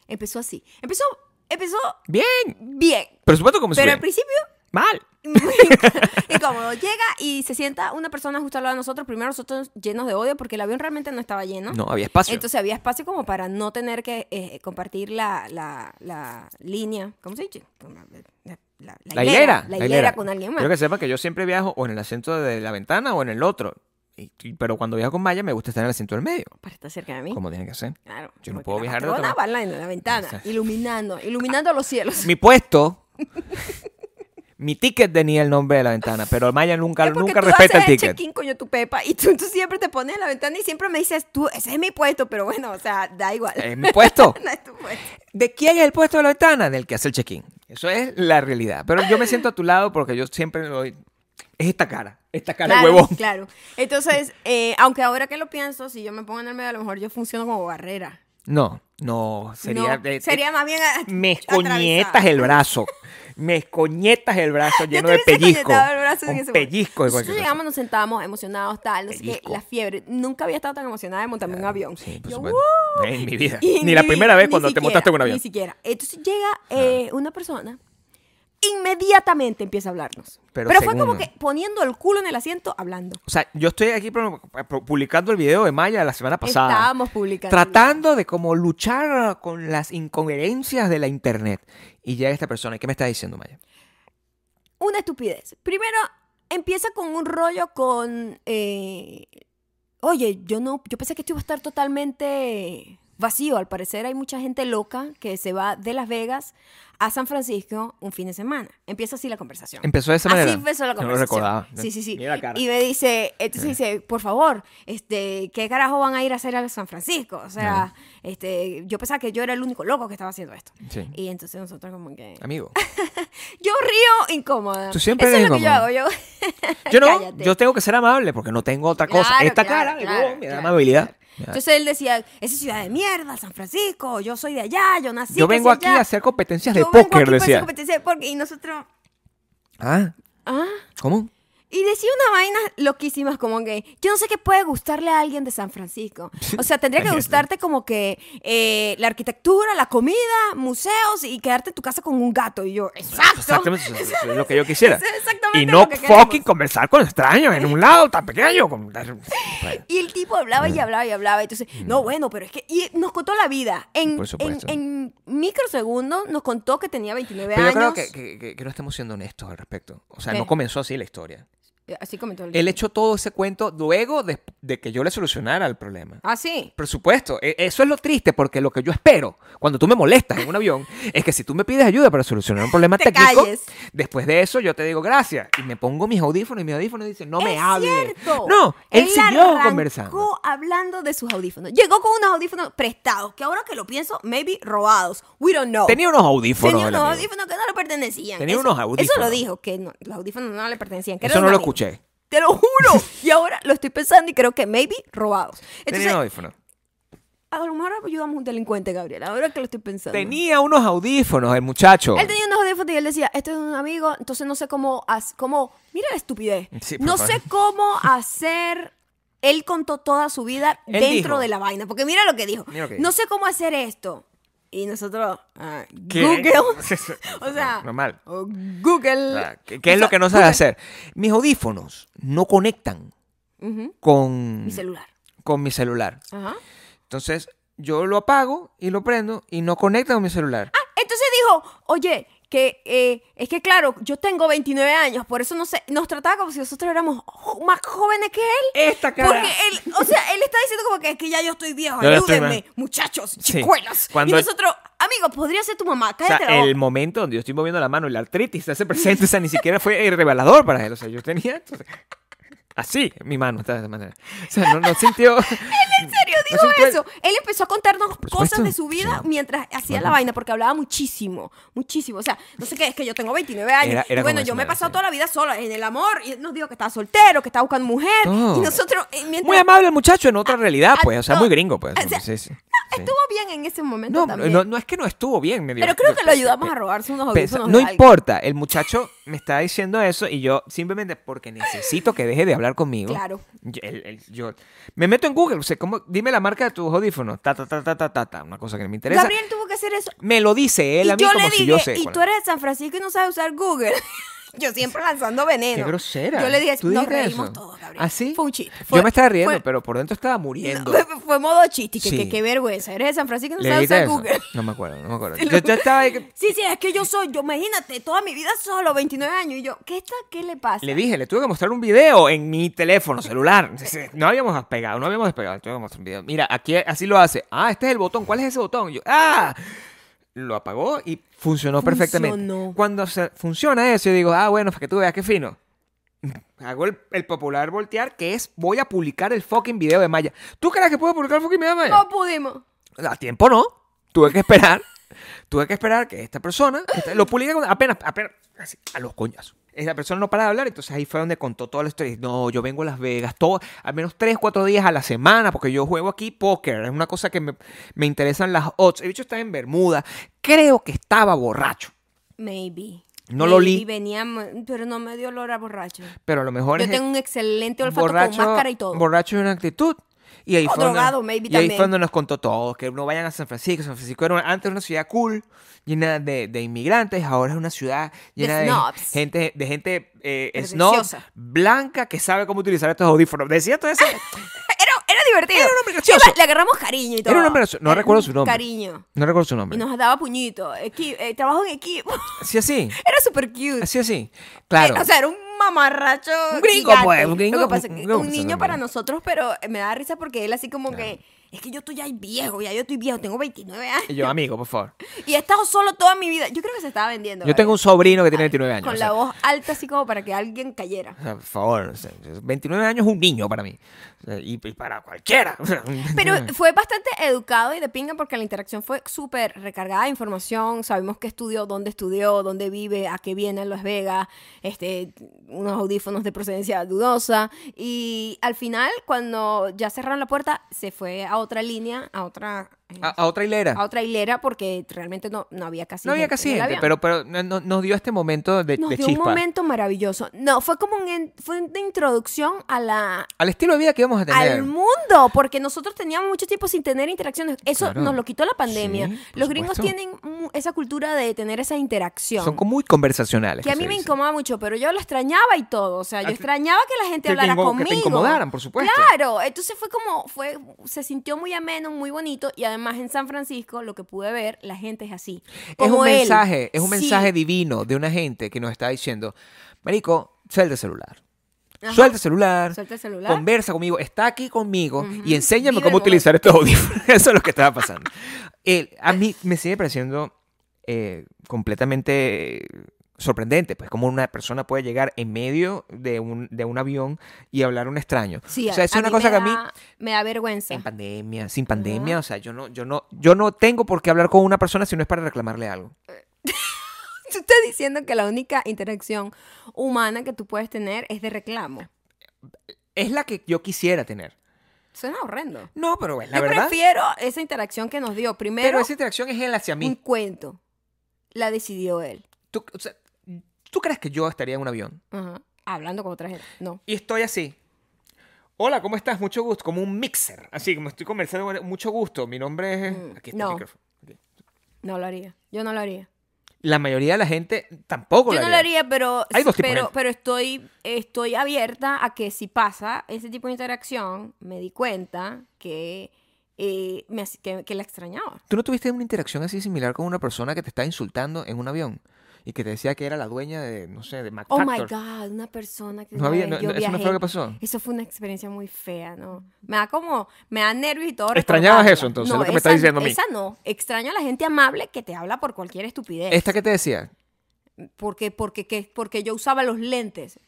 Speaker 1: Empezó así. Empezó, empezó
Speaker 2: Bien.
Speaker 1: bien.
Speaker 2: Pero supuesto como
Speaker 1: Pero al principio,
Speaker 2: Mal.
Speaker 1: [LAUGHS] incómodo. Llega y se sienta una persona justo al lado de nosotros. Primero nosotros llenos de odio porque el avión realmente no estaba lleno.
Speaker 2: No, había espacio.
Speaker 1: Entonces había espacio como para no tener que eh, compartir la, la, la línea. ¿Cómo se dice? La, la- la
Speaker 2: la hilera.
Speaker 1: La hilera, con alguien más.
Speaker 2: Quiero que sepa que yo siempre viajo o en el asiento de la ventana o en el otro. Y- y- pero cuando viajo con Maya me gusta estar en el asiento del medio.
Speaker 1: Para estar cerca de mí.
Speaker 2: Como tiene que ser.
Speaker 1: Claro.
Speaker 2: Yo no
Speaker 1: porque
Speaker 2: puedo
Speaker 1: la
Speaker 2: viajar de
Speaker 1: patrona
Speaker 2: otra
Speaker 1: va en la ventana,
Speaker 2: [LAUGHS] Exacto.
Speaker 1: iluminando, iluminando los
Speaker 2: [LAUGHS]
Speaker 1: cielos.
Speaker 2: Mi puesto. mi ticket tenía el nombre de la ventana. Pero Maya nunca,
Speaker 1: Es porque
Speaker 2: nunca
Speaker 1: tú
Speaker 2: respeta el
Speaker 1: haces
Speaker 2: ticket.
Speaker 1: check-in, coño, tu pepa, y tú, tú siempre te pones en la ventana y siempre me dices, tú, ese es mi puesto, pero bueno, o sea, da igual.
Speaker 2: Es Eh, mi puesto.
Speaker 1: [LAUGHS] No es tu puesto.
Speaker 2: ¿De quién es el puesto de la ventana? Del que hace el check-in. Eso es la realidad. Pero yo me siento a tu lado porque yo siempre lo doy. Es esta cara. Esta cara de huevón.
Speaker 1: claro. Entonces, eh, aunque ahora que lo pienso, si yo me pongo en el medio, a lo mejor yo funciono como barrera.
Speaker 2: No, no. Sería.
Speaker 1: No,
Speaker 2: eh,
Speaker 1: sería más bien a- [LAUGHS]
Speaker 2: me
Speaker 1: atravesada.
Speaker 2: escoñetas el brazo. Me escoñetas el
Speaker 1: [LAUGHS]
Speaker 2: brazo
Speaker 1: Yo
Speaker 2: lleno de
Speaker 1: te hubiese
Speaker 2: pellizco.
Speaker 1: coñetado el brazo en
Speaker 2: Un
Speaker 1: ese momento.
Speaker 2: pellizco de
Speaker 1: Nosotros
Speaker 2: cualquier cosa.
Speaker 1: llegamos, nos sentamos emocionados, tal, no sé qué,
Speaker 2: Pellizco.
Speaker 1: la fiebre. Nunca había estado tan emocionada de montarme en un avión.
Speaker 2: Sí, por
Speaker 1: Yo, uh,
Speaker 2: supuesto. En mi vida.
Speaker 1: Y
Speaker 2: Ni la
Speaker 1: ni-
Speaker 2: primera vez
Speaker 1: ni
Speaker 2: cuando te
Speaker 1: siquiera,
Speaker 2: montaste en un avión. Ah.
Speaker 1: Ni siquiera. Entonces llega eh, una persona, inmediatamente empieza a hablarnos.
Speaker 2: Pero
Speaker 1: Pero, fue como
Speaker 2: segundo.
Speaker 1: que poniendo el culo en el asiento, hablando.
Speaker 2: O sea, yo estoy aquí pro- pro- publicando el video de Maya la semana pasada.
Speaker 1: Estábamos publicando.
Speaker 2: Tratando de como luchar con las incoherencias de la internet. Y llega esta persona. ¿y ¿Qué me está diciendo, Maya?
Speaker 1: Una estupidez. Primero, empieza con un rollo con. eh, Oye, yo no. Yo pensé que esto iba a estar totalmente vacío. Al parecer hay mucha gente loca que se va de Las Vegas a San Francisco un fin de semana. Empieza así la conversación.
Speaker 2: Empezó de Em, esa manera.
Speaker 1: Así empezó la
Speaker 2: No lo
Speaker 1: conversación.
Speaker 2: recordaba.
Speaker 1: Sí, sí, sí.
Speaker 2: Mira la cara.
Speaker 1: Y me dice, entonces dice, por favor, este, ¿qué carajo van a ir a hacer a San Francisco? O sea, este, yo pensaba que yo era el único loco que estaba haciendo esto.
Speaker 2: Sí.
Speaker 1: Y entonces nosotros como que...
Speaker 2: Amigo.
Speaker 1: Yo río incómoda.
Speaker 2: Tú siempre
Speaker 1: Eso es
Speaker 2: eres
Speaker 1: lo que yo
Speaker 2: incómoda.
Speaker 1: hago. Yo,
Speaker 2: Yo no,
Speaker 1: Cállate.
Speaker 2: yo tengo que ser amable porque no tengo otra cosa.
Speaker 1: Claro,
Speaker 2: Esta
Speaker 1: claro,
Speaker 2: cara de
Speaker 1: claro,
Speaker 2: huevón me da
Speaker 1: claro,
Speaker 2: amabilidad.
Speaker 1: claro. Entonces él decía, esa ciudad de mierda, San Francisco, yo soy de allá, yo nací.
Speaker 2: yo vengo
Speaker 1: crecí
Speaker 2: aquí
Speaker 1: allá.
Speaker 2: a hacer competencias
Speaker 1: Yo
Speaker 2: de
Speaker 1: vengo aquí
Speaker 2: póker,
Speaker 1: para hacer
Speaker 2: decía.
Speaker 1: competencia de póker. Y nosotros,
Speaker 2: Ah,
Speaker 1: ah,
Speaker 2: ¿cómo?
Speaker 1: Y decía unas vainas loquísimas como que yo no sé qué puede gustarle a alguien de San Francisco. O sea, tendría
Speaker 2: [LAUGHS]
Speaker 1: que gustarte como que eh, la arquitectura, la comida, museos y quedarte en tu casa con un gato. Y yo, exacto.
Speaker 2: Exactamente, eso es lo que yo quisiera.
Speaker 1: Eso es exactamente
Speaker 2: y no
Speaker 1: lo que queremos.
Speaker 2: fucking conversar con extraños en un lado tan pequeño. como- Bueno,
Speaker 1: Y el tipo hablaba
Speaker 2: Mm.
Speaker 1: y hablaba y hablaba. Entonces, no, bueno, pero es que. Y nos contó la vida. En,
Speaker 2: Por supuesto.
Speaker 1: en, en microsegundos nos contó que tenía 29
Speaker 2: Pero yo
Speaker 1: años.
Speaker 2: creo que, que- que- que no estamos siendo honestos al respecto. O sea,
Speaker 1: ¿Qué?
Speaker 2: no comenzó así la historia.
Speaker 1: Eh, Así comentó el.
Speaker 2: Él echó todo ese cuento luego de, de que yo le solucionara el problema.
Speaker 1: Ah, sí.
Speaker 2: Por supuesto, e- eso es lo triste, porque lo que yo espero cuando tú me molestas en un avión
Speaker 1: [LAUGHS]
Speaker 2: es que si tú me pides ayuda para solucionar un problema
Speaker 1: Te
Speaker 2: técnico,
Speaker 1: calles.
Speaker 2: después de eso yo te digo gracias y me pongo mis audífonos y mis audífonos dicen no me
Speaker 1: ¡Es
Speaker 2: hables.
Speaker 1: cierto!
Speaker 2: No, él, siguió
Speaker 1: arrancó
Speaker 2: conversando.
Speaker 1: hablando de sus audífonos. Llegó con unos audífonos prestados, que ahora que lo pienso, maybe robados. We don't know.
Speaker 2: Tenía unos audífonos.
Speaker 1: Tenía
Speaker 2: el
Speaker 1: unos
Speaker 2: amigo.
Speaker 1: audífonos que no le pertenecían.
Speaker 2: Tenía
Speaker 1: Eso-
Speaker 2: unos
Speaker 1: Eso
Speaker 2: audífonos.
Speaker 1: lo dijo, que no, los audífonos no le pertenecían. que
Speaker 2: Eso
Speaker 1: era
Speaker 2: no
Speaker 1: un
Speaker 2: lo
Speaker 1: amigo.
Speaker 2: escuché.
Speaker 1: Te lo juro. y ahora lo estoy pensando y creo que maybe robados.
Speaker 2: Tenía
Speaker 1: Entonces,
Speaker 2: unos audífonos.
Speaker 1: a lo mejor ayudamos a un delincuente, Gabriel. Ahora que lo estoy pensando.
Speaker 2: Tenía unos audífonos el muchacho.
Speaker 1: Él tenía unos audífonos y él decía, esto es un amigo, entonces no sé cómo, haz- cómo mira la estupidez.
Speaker 2: Sí, por
Speaker 1: no
Speaker 2: favor.
Speaker 1: sé cómo hacer... Él contó toda su vida
Speaker 2: Él
Speaker 1: dentro
Speaker 2: dijo-
Speaker 1: de la vaina, porque mira lo que dijo.
Speaker 2: Mira lo que
Speaker 1: No sé cómo hacer esto. Y nosotros, ah,
Speaker 2: ¿Qué?
Speaker 1: Google, [LAUGHS]
Speaker 2: [LAUGHS]
Speaker 1: o sea,
Speaker 2: Normal.
Speaker 1: o Google.
Speaker 2: O sea, ¿Qué, qué es lo que no sabe
Speaker 1: sabes
Speaker 2: hacer? Mis audífonos no conectan con,
Speaker 1: Mi celular.
Speaker 2: con mi celular.
Speaker 1: Ajá.
Speaker 2: Entonces, yo lo apago y lo prendo y no conecta con mi celular.
Speaker 1: Ah, Entonces dijo, oye, que eh, es que claro, yo tengo 29 años, por eso no sé, nos trataba como si nosotros éramos jo- más jóvenes que él.
Speaker 2: Esta Eh, cara.
Speaker 1: Porque él, o sea, él está diciendo como que es que ya yo estoy viejo,
Speaker 2: Yo ya estoy
Speaker 1: ayúdenme, muchachos,
Speaker 2: Sí.
Speaker 1: chicuelas.
Speaker 2: Cuando-
Speaker 1: Y nosotros, amigo, podría ser tu mamá,
Speaker 2: O sea,
Speaker 1: cállate la
Speaker 2: el
Speaker 1: boca.
Speaker 2: momento donde yo estoy moviendo la mano y la artritis se hace presente, o sea, ni siquiera fue eh, revelador para él. O sea, yo tenía entonces, así mi mano, está de esa manera. O sea, no, no sintió.
Speaker 1: ¿En serio
Speaker 2: no
Speaker 1: dijo
Speaker 2: sintió-
Speaker 1: eso? Él empezó a contarnos cosas
Speaker 2: supuesto.
Speaker 1: de su vida
Speaker 2: Sí.
Speaker 1: mientras hacía la vaina, porque hablaba muchísimo, muchísimo. O sea, no sé qué, es que yo tengo 29 años.
Speaker 2: Era- era
Speaker 1: y bueno,
Speaker 2: como
Speaker 1: yo me he
Speaker 2: esa
Speaker 1: pasado
Speaker 2: manera, sí.
Speaker 1: toda la vida sola en el amor. Y él nos dijo que estaba soltero, que estaba buscando mujer.
Speaker 2: Todo.
Speaker 1: Y nosotros, eh, mientras
Speaker 2: Muy amable el muchacho en otra realidad,
Speaker 1: Ah,
Speaker 2: pues. O sea,
Speaker 1: no.
Speaker 2: muy gringo, pues.
Speaker 1: O sea,
Speaker 2: Sí, sí. sí.
Speaker 1: estuvo bien en ese momento
Speaker 2: No,
Speaker 1: también.
Speaker 2: no, no es que no estuvo bien, me dio-
Speaker 1: pero creo que lo
Speaker 2: pe-
Speaker 1: ayudamos
Speaker 2: pe-
Speaker 1: a robarse unos
Speaker 2: pensa-
Speaker 1: audífonos.
Speaker 2: no
Speaker 1: de alguien.
Speaker 2: importa, el muchacho me está diciendo eso y yo simplemente porque necesito que deje de hablar conmigo.
Speaker 1: Claro.
Speaker 2: Yo, el- el- yo- me meto en Google, o sea, ¿cómo? dime la marca de tus audífonos. Ta, ta, ta, ta, ta, ta, ta, una cosa que no me interesa.
Speaker 1: Gabriel tuvo que hacer eso.
Speaker 2: me lo dice él a
Speaker 1: y
Speaker 2: mí
Speaker 1: yo
Speaker 2: como
Speaker 1: le
Speaker 2: si yo
Speaker 1: dije,
Speaker 2: sé.
Speaker 1: y
Speaker 2: cuál
Speaker 1: tú
Speaker 2: es".
Speaker 1: eres de San Francisco y no sabes usar Google. [LAUGHS] yo siempre lanzando veneno.
Speaker 2: Qué grosera.
Speaker 1: Yo le dije,
Speaker 2: ¿Tú
Speaker 1: nos
Speaker 2: dijiste
Speaker 1: reímos
Speaker 2: eso?
Speaker 1: todos, Gabriel.
Speaker 2: ¿Ah, sí?
Speaker 1: Fue un chiste.
Speaker 2: yo
Speaker 1: Fue-
Speaker 2: me estaba riendo,
Speaker 1: fue-
Speaker 2: pero por dentro estaba muriendo.
Speaker 1: Fue, fue modo chiste, que,
Speaker 2: Sí.
Speaker 1: que- qué vergüenza. Eres de San Francisco y no
Speaker 2: ¿Le
Speaker 1: sabes
Speaker 2: dijiste
Speaker 1: usar
Speaker 2: eso?
Speaker 1: Google. [LAUGHS]
Speaker 2: No me acuerdo, no me acuerdo. Yo, yo estaba ahí que-
Speaker 1: Sí, sí, es que yo soy, yo imagínate, toda mi vida solo, 29 años. Y yo, ¿qué está? ¿Qué le pasa?
Speaker 2: Le dije, le tuve que mostrar un video en mi teléfono celular. [LAUGHS] No habíamos despegado, no habíamos despegado. Le tuve que mostrar un video. Mira, aquí así lo hace. Ah, este es el botón. ¿Cuál es ese botón? Yo, ¡ah! Lo apagó y funcionó, perfectamente.
Speaker 1: Funcionó.
Speaker 2: Cuando se- funciona eso, yo digo, ah, bueno, para que tú veas qué fino. [LAUGHS] Hago el, el popular voltear, que es voy a publicar el fucking video de Maya. ¿Tú crees que puedo publicar el fucking video de Maya?
Speaker 1: No pudimos.
Speaker 2: A tiempo no. Tuve que esperar. [LAUGHS] Tuve que esperar que esta persona esta- lo publique cuando- apenas, apenas, así, a los coñazos. Esa persona no para de hablar, entonces ahí fue donde contó toda la historia. No, yo vengo a Las Vegas todo, al menos 3, 4 días a la semana, porque yo juego aquí póker. Es una cosa que me, me interesan las odds. El bicho está en Bermuda. Creo que estaba borracho,
Speaker 1: Maybe.
Speaker 2: No lo
Speaker 1: Maybe
Speaker 2: li-
Speaker 1: veníamos, pero no me dio olor a borracho.
Speaker 2: pero a lo mejor
Speaker 1: Yo
Speaker 2: es
Speaker 1: tengo un excelente olfato con máscara y todo.
Speaker 2: Borracho y una actitud. Y ahí,
Speaker 1: O
Speaker 2: fue donde-
Speaker 1: drogado, maybe,
Speaker 2: y ahí
Speaker 1: también.
Speaker 2: fue donde nos contó todo, que no vayan a San Francisco. San Francisco era una- antes una ciudad cool, llena de, de inmigrantes, ahora es una ciudad llena de,
Speaker 1: snobs.
Speaker 2: gente, de gente eh, snob,
Speaker 1: Pretenciosa.
Speaker 2: blanca que sabe cómo utilizar estos audífonos. Decía todo eso.
Speaker 1: Era, era divertido.
Speaker 2: Era un hombre gracioso.
Speaker 1: Iba- le agarramos cariño y todo.
Speaker 2: Era un hombre gracioso. No
Speaker 1: Era
Speaker 2: recuerdo
Speaker 1: un
Speaker 2: su nombre.
Speaker 1: Cariño.
Speaker 2: No recuerdo su
Speaker 1: Y
Speaker 2: nombre.
Speaker 1: nos daba puñito. Equi- eh, trabajo en equipo. [LAUGHS]
Speaker 2: Así, así.
Speaker 1: era súper cute. Eh,
Speaker 2: Así, así. Claro.
Speaker 1: O sea, era un mamarracho.
Speaker 2: Un gringo,
Speaker 1: gigante.
Speaker 2: pues, un gringo,
Speaker 1: Lo que pasa es
Speaker 2: un
Speaker 1: que
Speaker 2: gringo,
Speaker 1: un
Speaker 2: pues,
Speaker 1: niño
Speaker 2: también.
Speaker 1: para nosotros, pero me da risa porque él así como que. Es que yo estoy ya viejo, ya yo estoy viejo, tengo 29 años.
Speaker 2: y yo, amigo,
Speaker 1: [LAUGHS]
Speaker 2: por favor.
Speaker 1: Y he estado solo toda mi vida. Yo creo que se estaba vendiendo.
Speaker 2: Yo tengo un sobrino que tiene 29 años.
Speaker 1: Con
Speaker 2: o sea,
Speaker 1: la voz alta así como para que alguien cayera.
Speaker 2: o sea, por favor, o sea, 29 años es un niño para mí. O sea, Y, y para cualquiera. [LAUGHS]
Speaker 1: Pero fue bastante educado y de pinga porque la interacción fue súper recargada de información. Sabemos qué estudió, dónde estudió, dónde vive, a qué viene en Las Vegas, este, unos audífonos de procedencia dudosa. Y al final, cuando ya cerraron la puerta, se fue a otra línea, a otra, eh,
Speaker 2: A, a otra hilera.
Speaker 1: a otra hilera porque realmente no, no había casi
Speaker 2: Ah. no había
Speaker 1: gente
Speaker 2: casi
Speaker 1: en el
Speaker 2: gente,
Speaker 1: avión.
Speaker 2: pero, pero no- no- nos dio este momento de,
Speaker 1: Nos
Speaker 2: de
Speaker 1: dio
Speaker 2: chispa.
Speaker 1: un momento maravilloso. No, fue como un en- fue una introducción a la,
Speaker 2: Al estilo de vida que íbamos a tener.
Speaker 1: al mundo, porque nosotros teníamos mucho tiempo sin tener interacciones. Eso
Speaker 2: Claro.
Speaker 1: nos lo quitó la pandemia.
Speaker 2: Sí, por
Speaker 1: Los gringos
Speaker 2: supuesto.
Speaker 1: tienen mu- esa cultura de tener esa interacción.
Speaker 2: Son como muy conversacionales.
Speaker 1: que a
Speaker 2: se
Speaker 1: mí me
Speaker 2: dice.
Speaker 1: incomoda mucho, pero yo lo extrañaba y todo. O sea,
Speaker 2: Ah,
Speaker 1: yo
Speaker 2: que-
Speaker 1: extrañaba que la gente
Speaker 2: que te
Speaker 1: hablara
Speaker 2: inco- que te
Speaker 1: conmigo.
Speaker 2: incomodaran, por supuesto.
Speaker 1: Claro, entonces fue como, fue, se sintió muy ameno, muy bonito. Y además en San Francisco, lo que pude ver, la gente es así.
Speaker 2: Es
Speaker 1: como
Speaker 2: un
Speaker 1: él.
Speaker 2: mensaje, es un
Speaker 1: Sí.
Speaker 2: mensaje divino de una gente que nos está diciendo, Marico, suelta el celular.
Speaker 1: Ajá.
Speaker 2: Suelta el celular.
Speaker 1: Suelta el celular.
Speaker 2: Conversa conmigo, está aquí conmigo y enséñame
Speaker 1: Vive el
Speaker 2: cómo utilizar estos audífonos. [LAUGHS] Eso es lo que estaba pasando. El- a mí me sigue pareciendo eh, completamente eh, sorprendente, pues como una persona puede llegar en medio de un, de un avión y hablar a un extraño.
Speaker 1: Sí,
Speaker 2: o sea,
Speaker 1: a-
Speaker 2: es
Speaker 1: a
Speaker 2: una
Speaker 1: mí me
Speaker 2: cosa que a mí
Speaker 1: da- Me da vergüenza.
Speaker 2: en pandemia, sin pandemia, o sea, yo no, yo no, yo no tengo por qué hablar con una persona si no es para reclamarle algo.
Speaker 1: Tú estás diciendo que la única interacción humana que tú puedes tener es de reclamo.
Speaker 2: Es la que yo quisiera tener.
Speaker 1: Suena horrendo.
Speaker 2: No, pero es la
Speaker 1: Yo
Speaker 2: verdad.
Speaker 1: prefiero esa interacción que nos dio.
Speaker 2: Pero
Speaker 1: Primero,
Speaker 2: esa interacción es él hacia
Speaker 1: un
Speaker 2: mí.
Speaker 1: cuento. La decidió él.
Speaker 2: Tú, o sea, ¿tú crees que yo estaría en un avión
Speaker 1: Ajá. Hablando con otra gente. No.
Speaker 2: y estoy así? Hola, ¿cómo estás? Mucho gusto. Como un mixer. Así, como estoy conversando. con- Mucho gusto. Mi nombre es...
Speaker 1: Mm,
Speaker 2: Aquí está el
Speaker 1: no.
Speaker 2: micrófono. Ok.
Speaker 1: No lo haría. Yo no lo haría.
Speaker 2: La mayoría de la gente tampoco
Speaker 1: Yo no lo haría, pero,
Speaker 2: Hay dos tipos de
Speaker 1: pero,
Speaker 2: gente.
Speaker 1: pero estoy, estoy abierta a que si pasa ese tipo de interacción, me di cuenta que, eh, me, hac- que, que la extrañaba.
Speaker 2: ¿Tú no tuviste una interacción así similar con una persona que te está insultando en un avión? Y que te decía que era la dueña de, no sé, de
Speaker 1: Oh
Speaker 2: McFactor.
Speaker 1: my God, una persona que
Speaker 2: No
Speaker 1: una
Speaker 2: había-
Speaker 1: vez
Speaker 2: no-
Speaker 1: yo
Speaker 2: no, eso no fue lo
Speaker 1: viajé.
Speaker 2: que pasó.
Speaker 1: Eso fue una experiencia muy fea, ¿no? Me da como, me da nervios y todo.
Speaker 2: ¿Extrañabas
Speaker 1: recordarla.
Speaker 2: eso, entonces, lo que me
Speaker 1: esa-
Speaker 2: estás diciendo a mí?
Speaker 1: Esa no. Extraño a la gente amable que te habla por cualquier estupidez.
Speaker 2: ¿Esta que te decía?
Speaker 1: Porque, porque, que, porque yo usaba los lentes.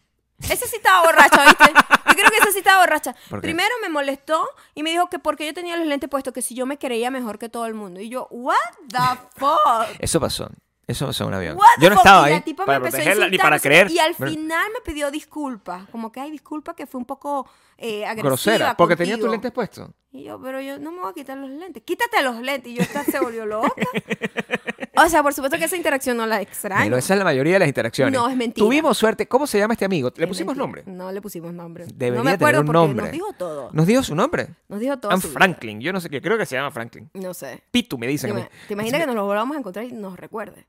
Speaker 1: Esa sí estaba borracha,
Speaker 2: [LAUGHS]
Speaker 1: ¿viste? Yo creo que esa sí estaba borracha.
Speaker 2: ¿Por qué?
Speaker 1: Primero me molestó y me dijo que porque yo tenía los lentes puestos, que si yo me creía mejor que todo el mundo. Y yo, what the fuck?
Speaker 2: Eso pasó. Eso no es un avión.
Speaker 1: What the
Speaker 2: Yo no
Speaker 1: fuck?
Speaker 2: estaba
Speaker 1: Y la
Speaker 2: ahí
Speaker 1: tipa me
Speaker 2: para
Speaker 1: empezó a
Speaker 2: protegerla ni para
Speaker 1: insultar, no sé
Speaker 2: creer.
Speaker 1: qué, Y al
Speaker 2: Bueno,
Speaker 1: final me pidió disculpas. Como que, ay, disculpa que fue un poco eh, agresiva.
Speaker 2: grosera, porque tenía tus
Speaker 1: contigo".
Speaker 2: lentes puestos.
Speaker 1: Y yo, pero yo no me voy a quitar los lentes. Quítate los lentes. Y yo, esta se volvió
Speaker 2: [LAUGHS]
Speaker 1: loca. O sea, por supuesto que esa interacción no la extraño.
Speaker 2: Pero esa es la mayoría de las interacciones.
Speaker 1: No, es mentira.
Speaker 2: Tuvimos suerte. ¿Cómo se llama este amigo? ¿Le
Speaker 1: Es
Speaker 2: pusimos
Speaker 1: mentira.
Speaker 2: nombre?
Speaker 1: No le pusimos nombre.
Speaker 2: Debería
Speaker 1: no me acuerdo
Speaker 2: tener un
Speaker 1: porque
Speaker 2: nombre.
Speaker 1: nos dijo todo.
Speaker 2: ¿Nos dijo su nombre?
Speaker 1: Nos dijo todo.
Speaker 2: Anne
Speaker 1: su vida.
Speaker 2: Franklin. Yo no sé qué. Creo que se llama Franklin.
Speaker 1: No sé.
Speaker 2: Pitu, me dicen
Speaker 1: ¿Te,
Speaker 2: a mí.
Speaker 1: ima- te imaginas que nos lo volvamos a encontrar y nos recuerde?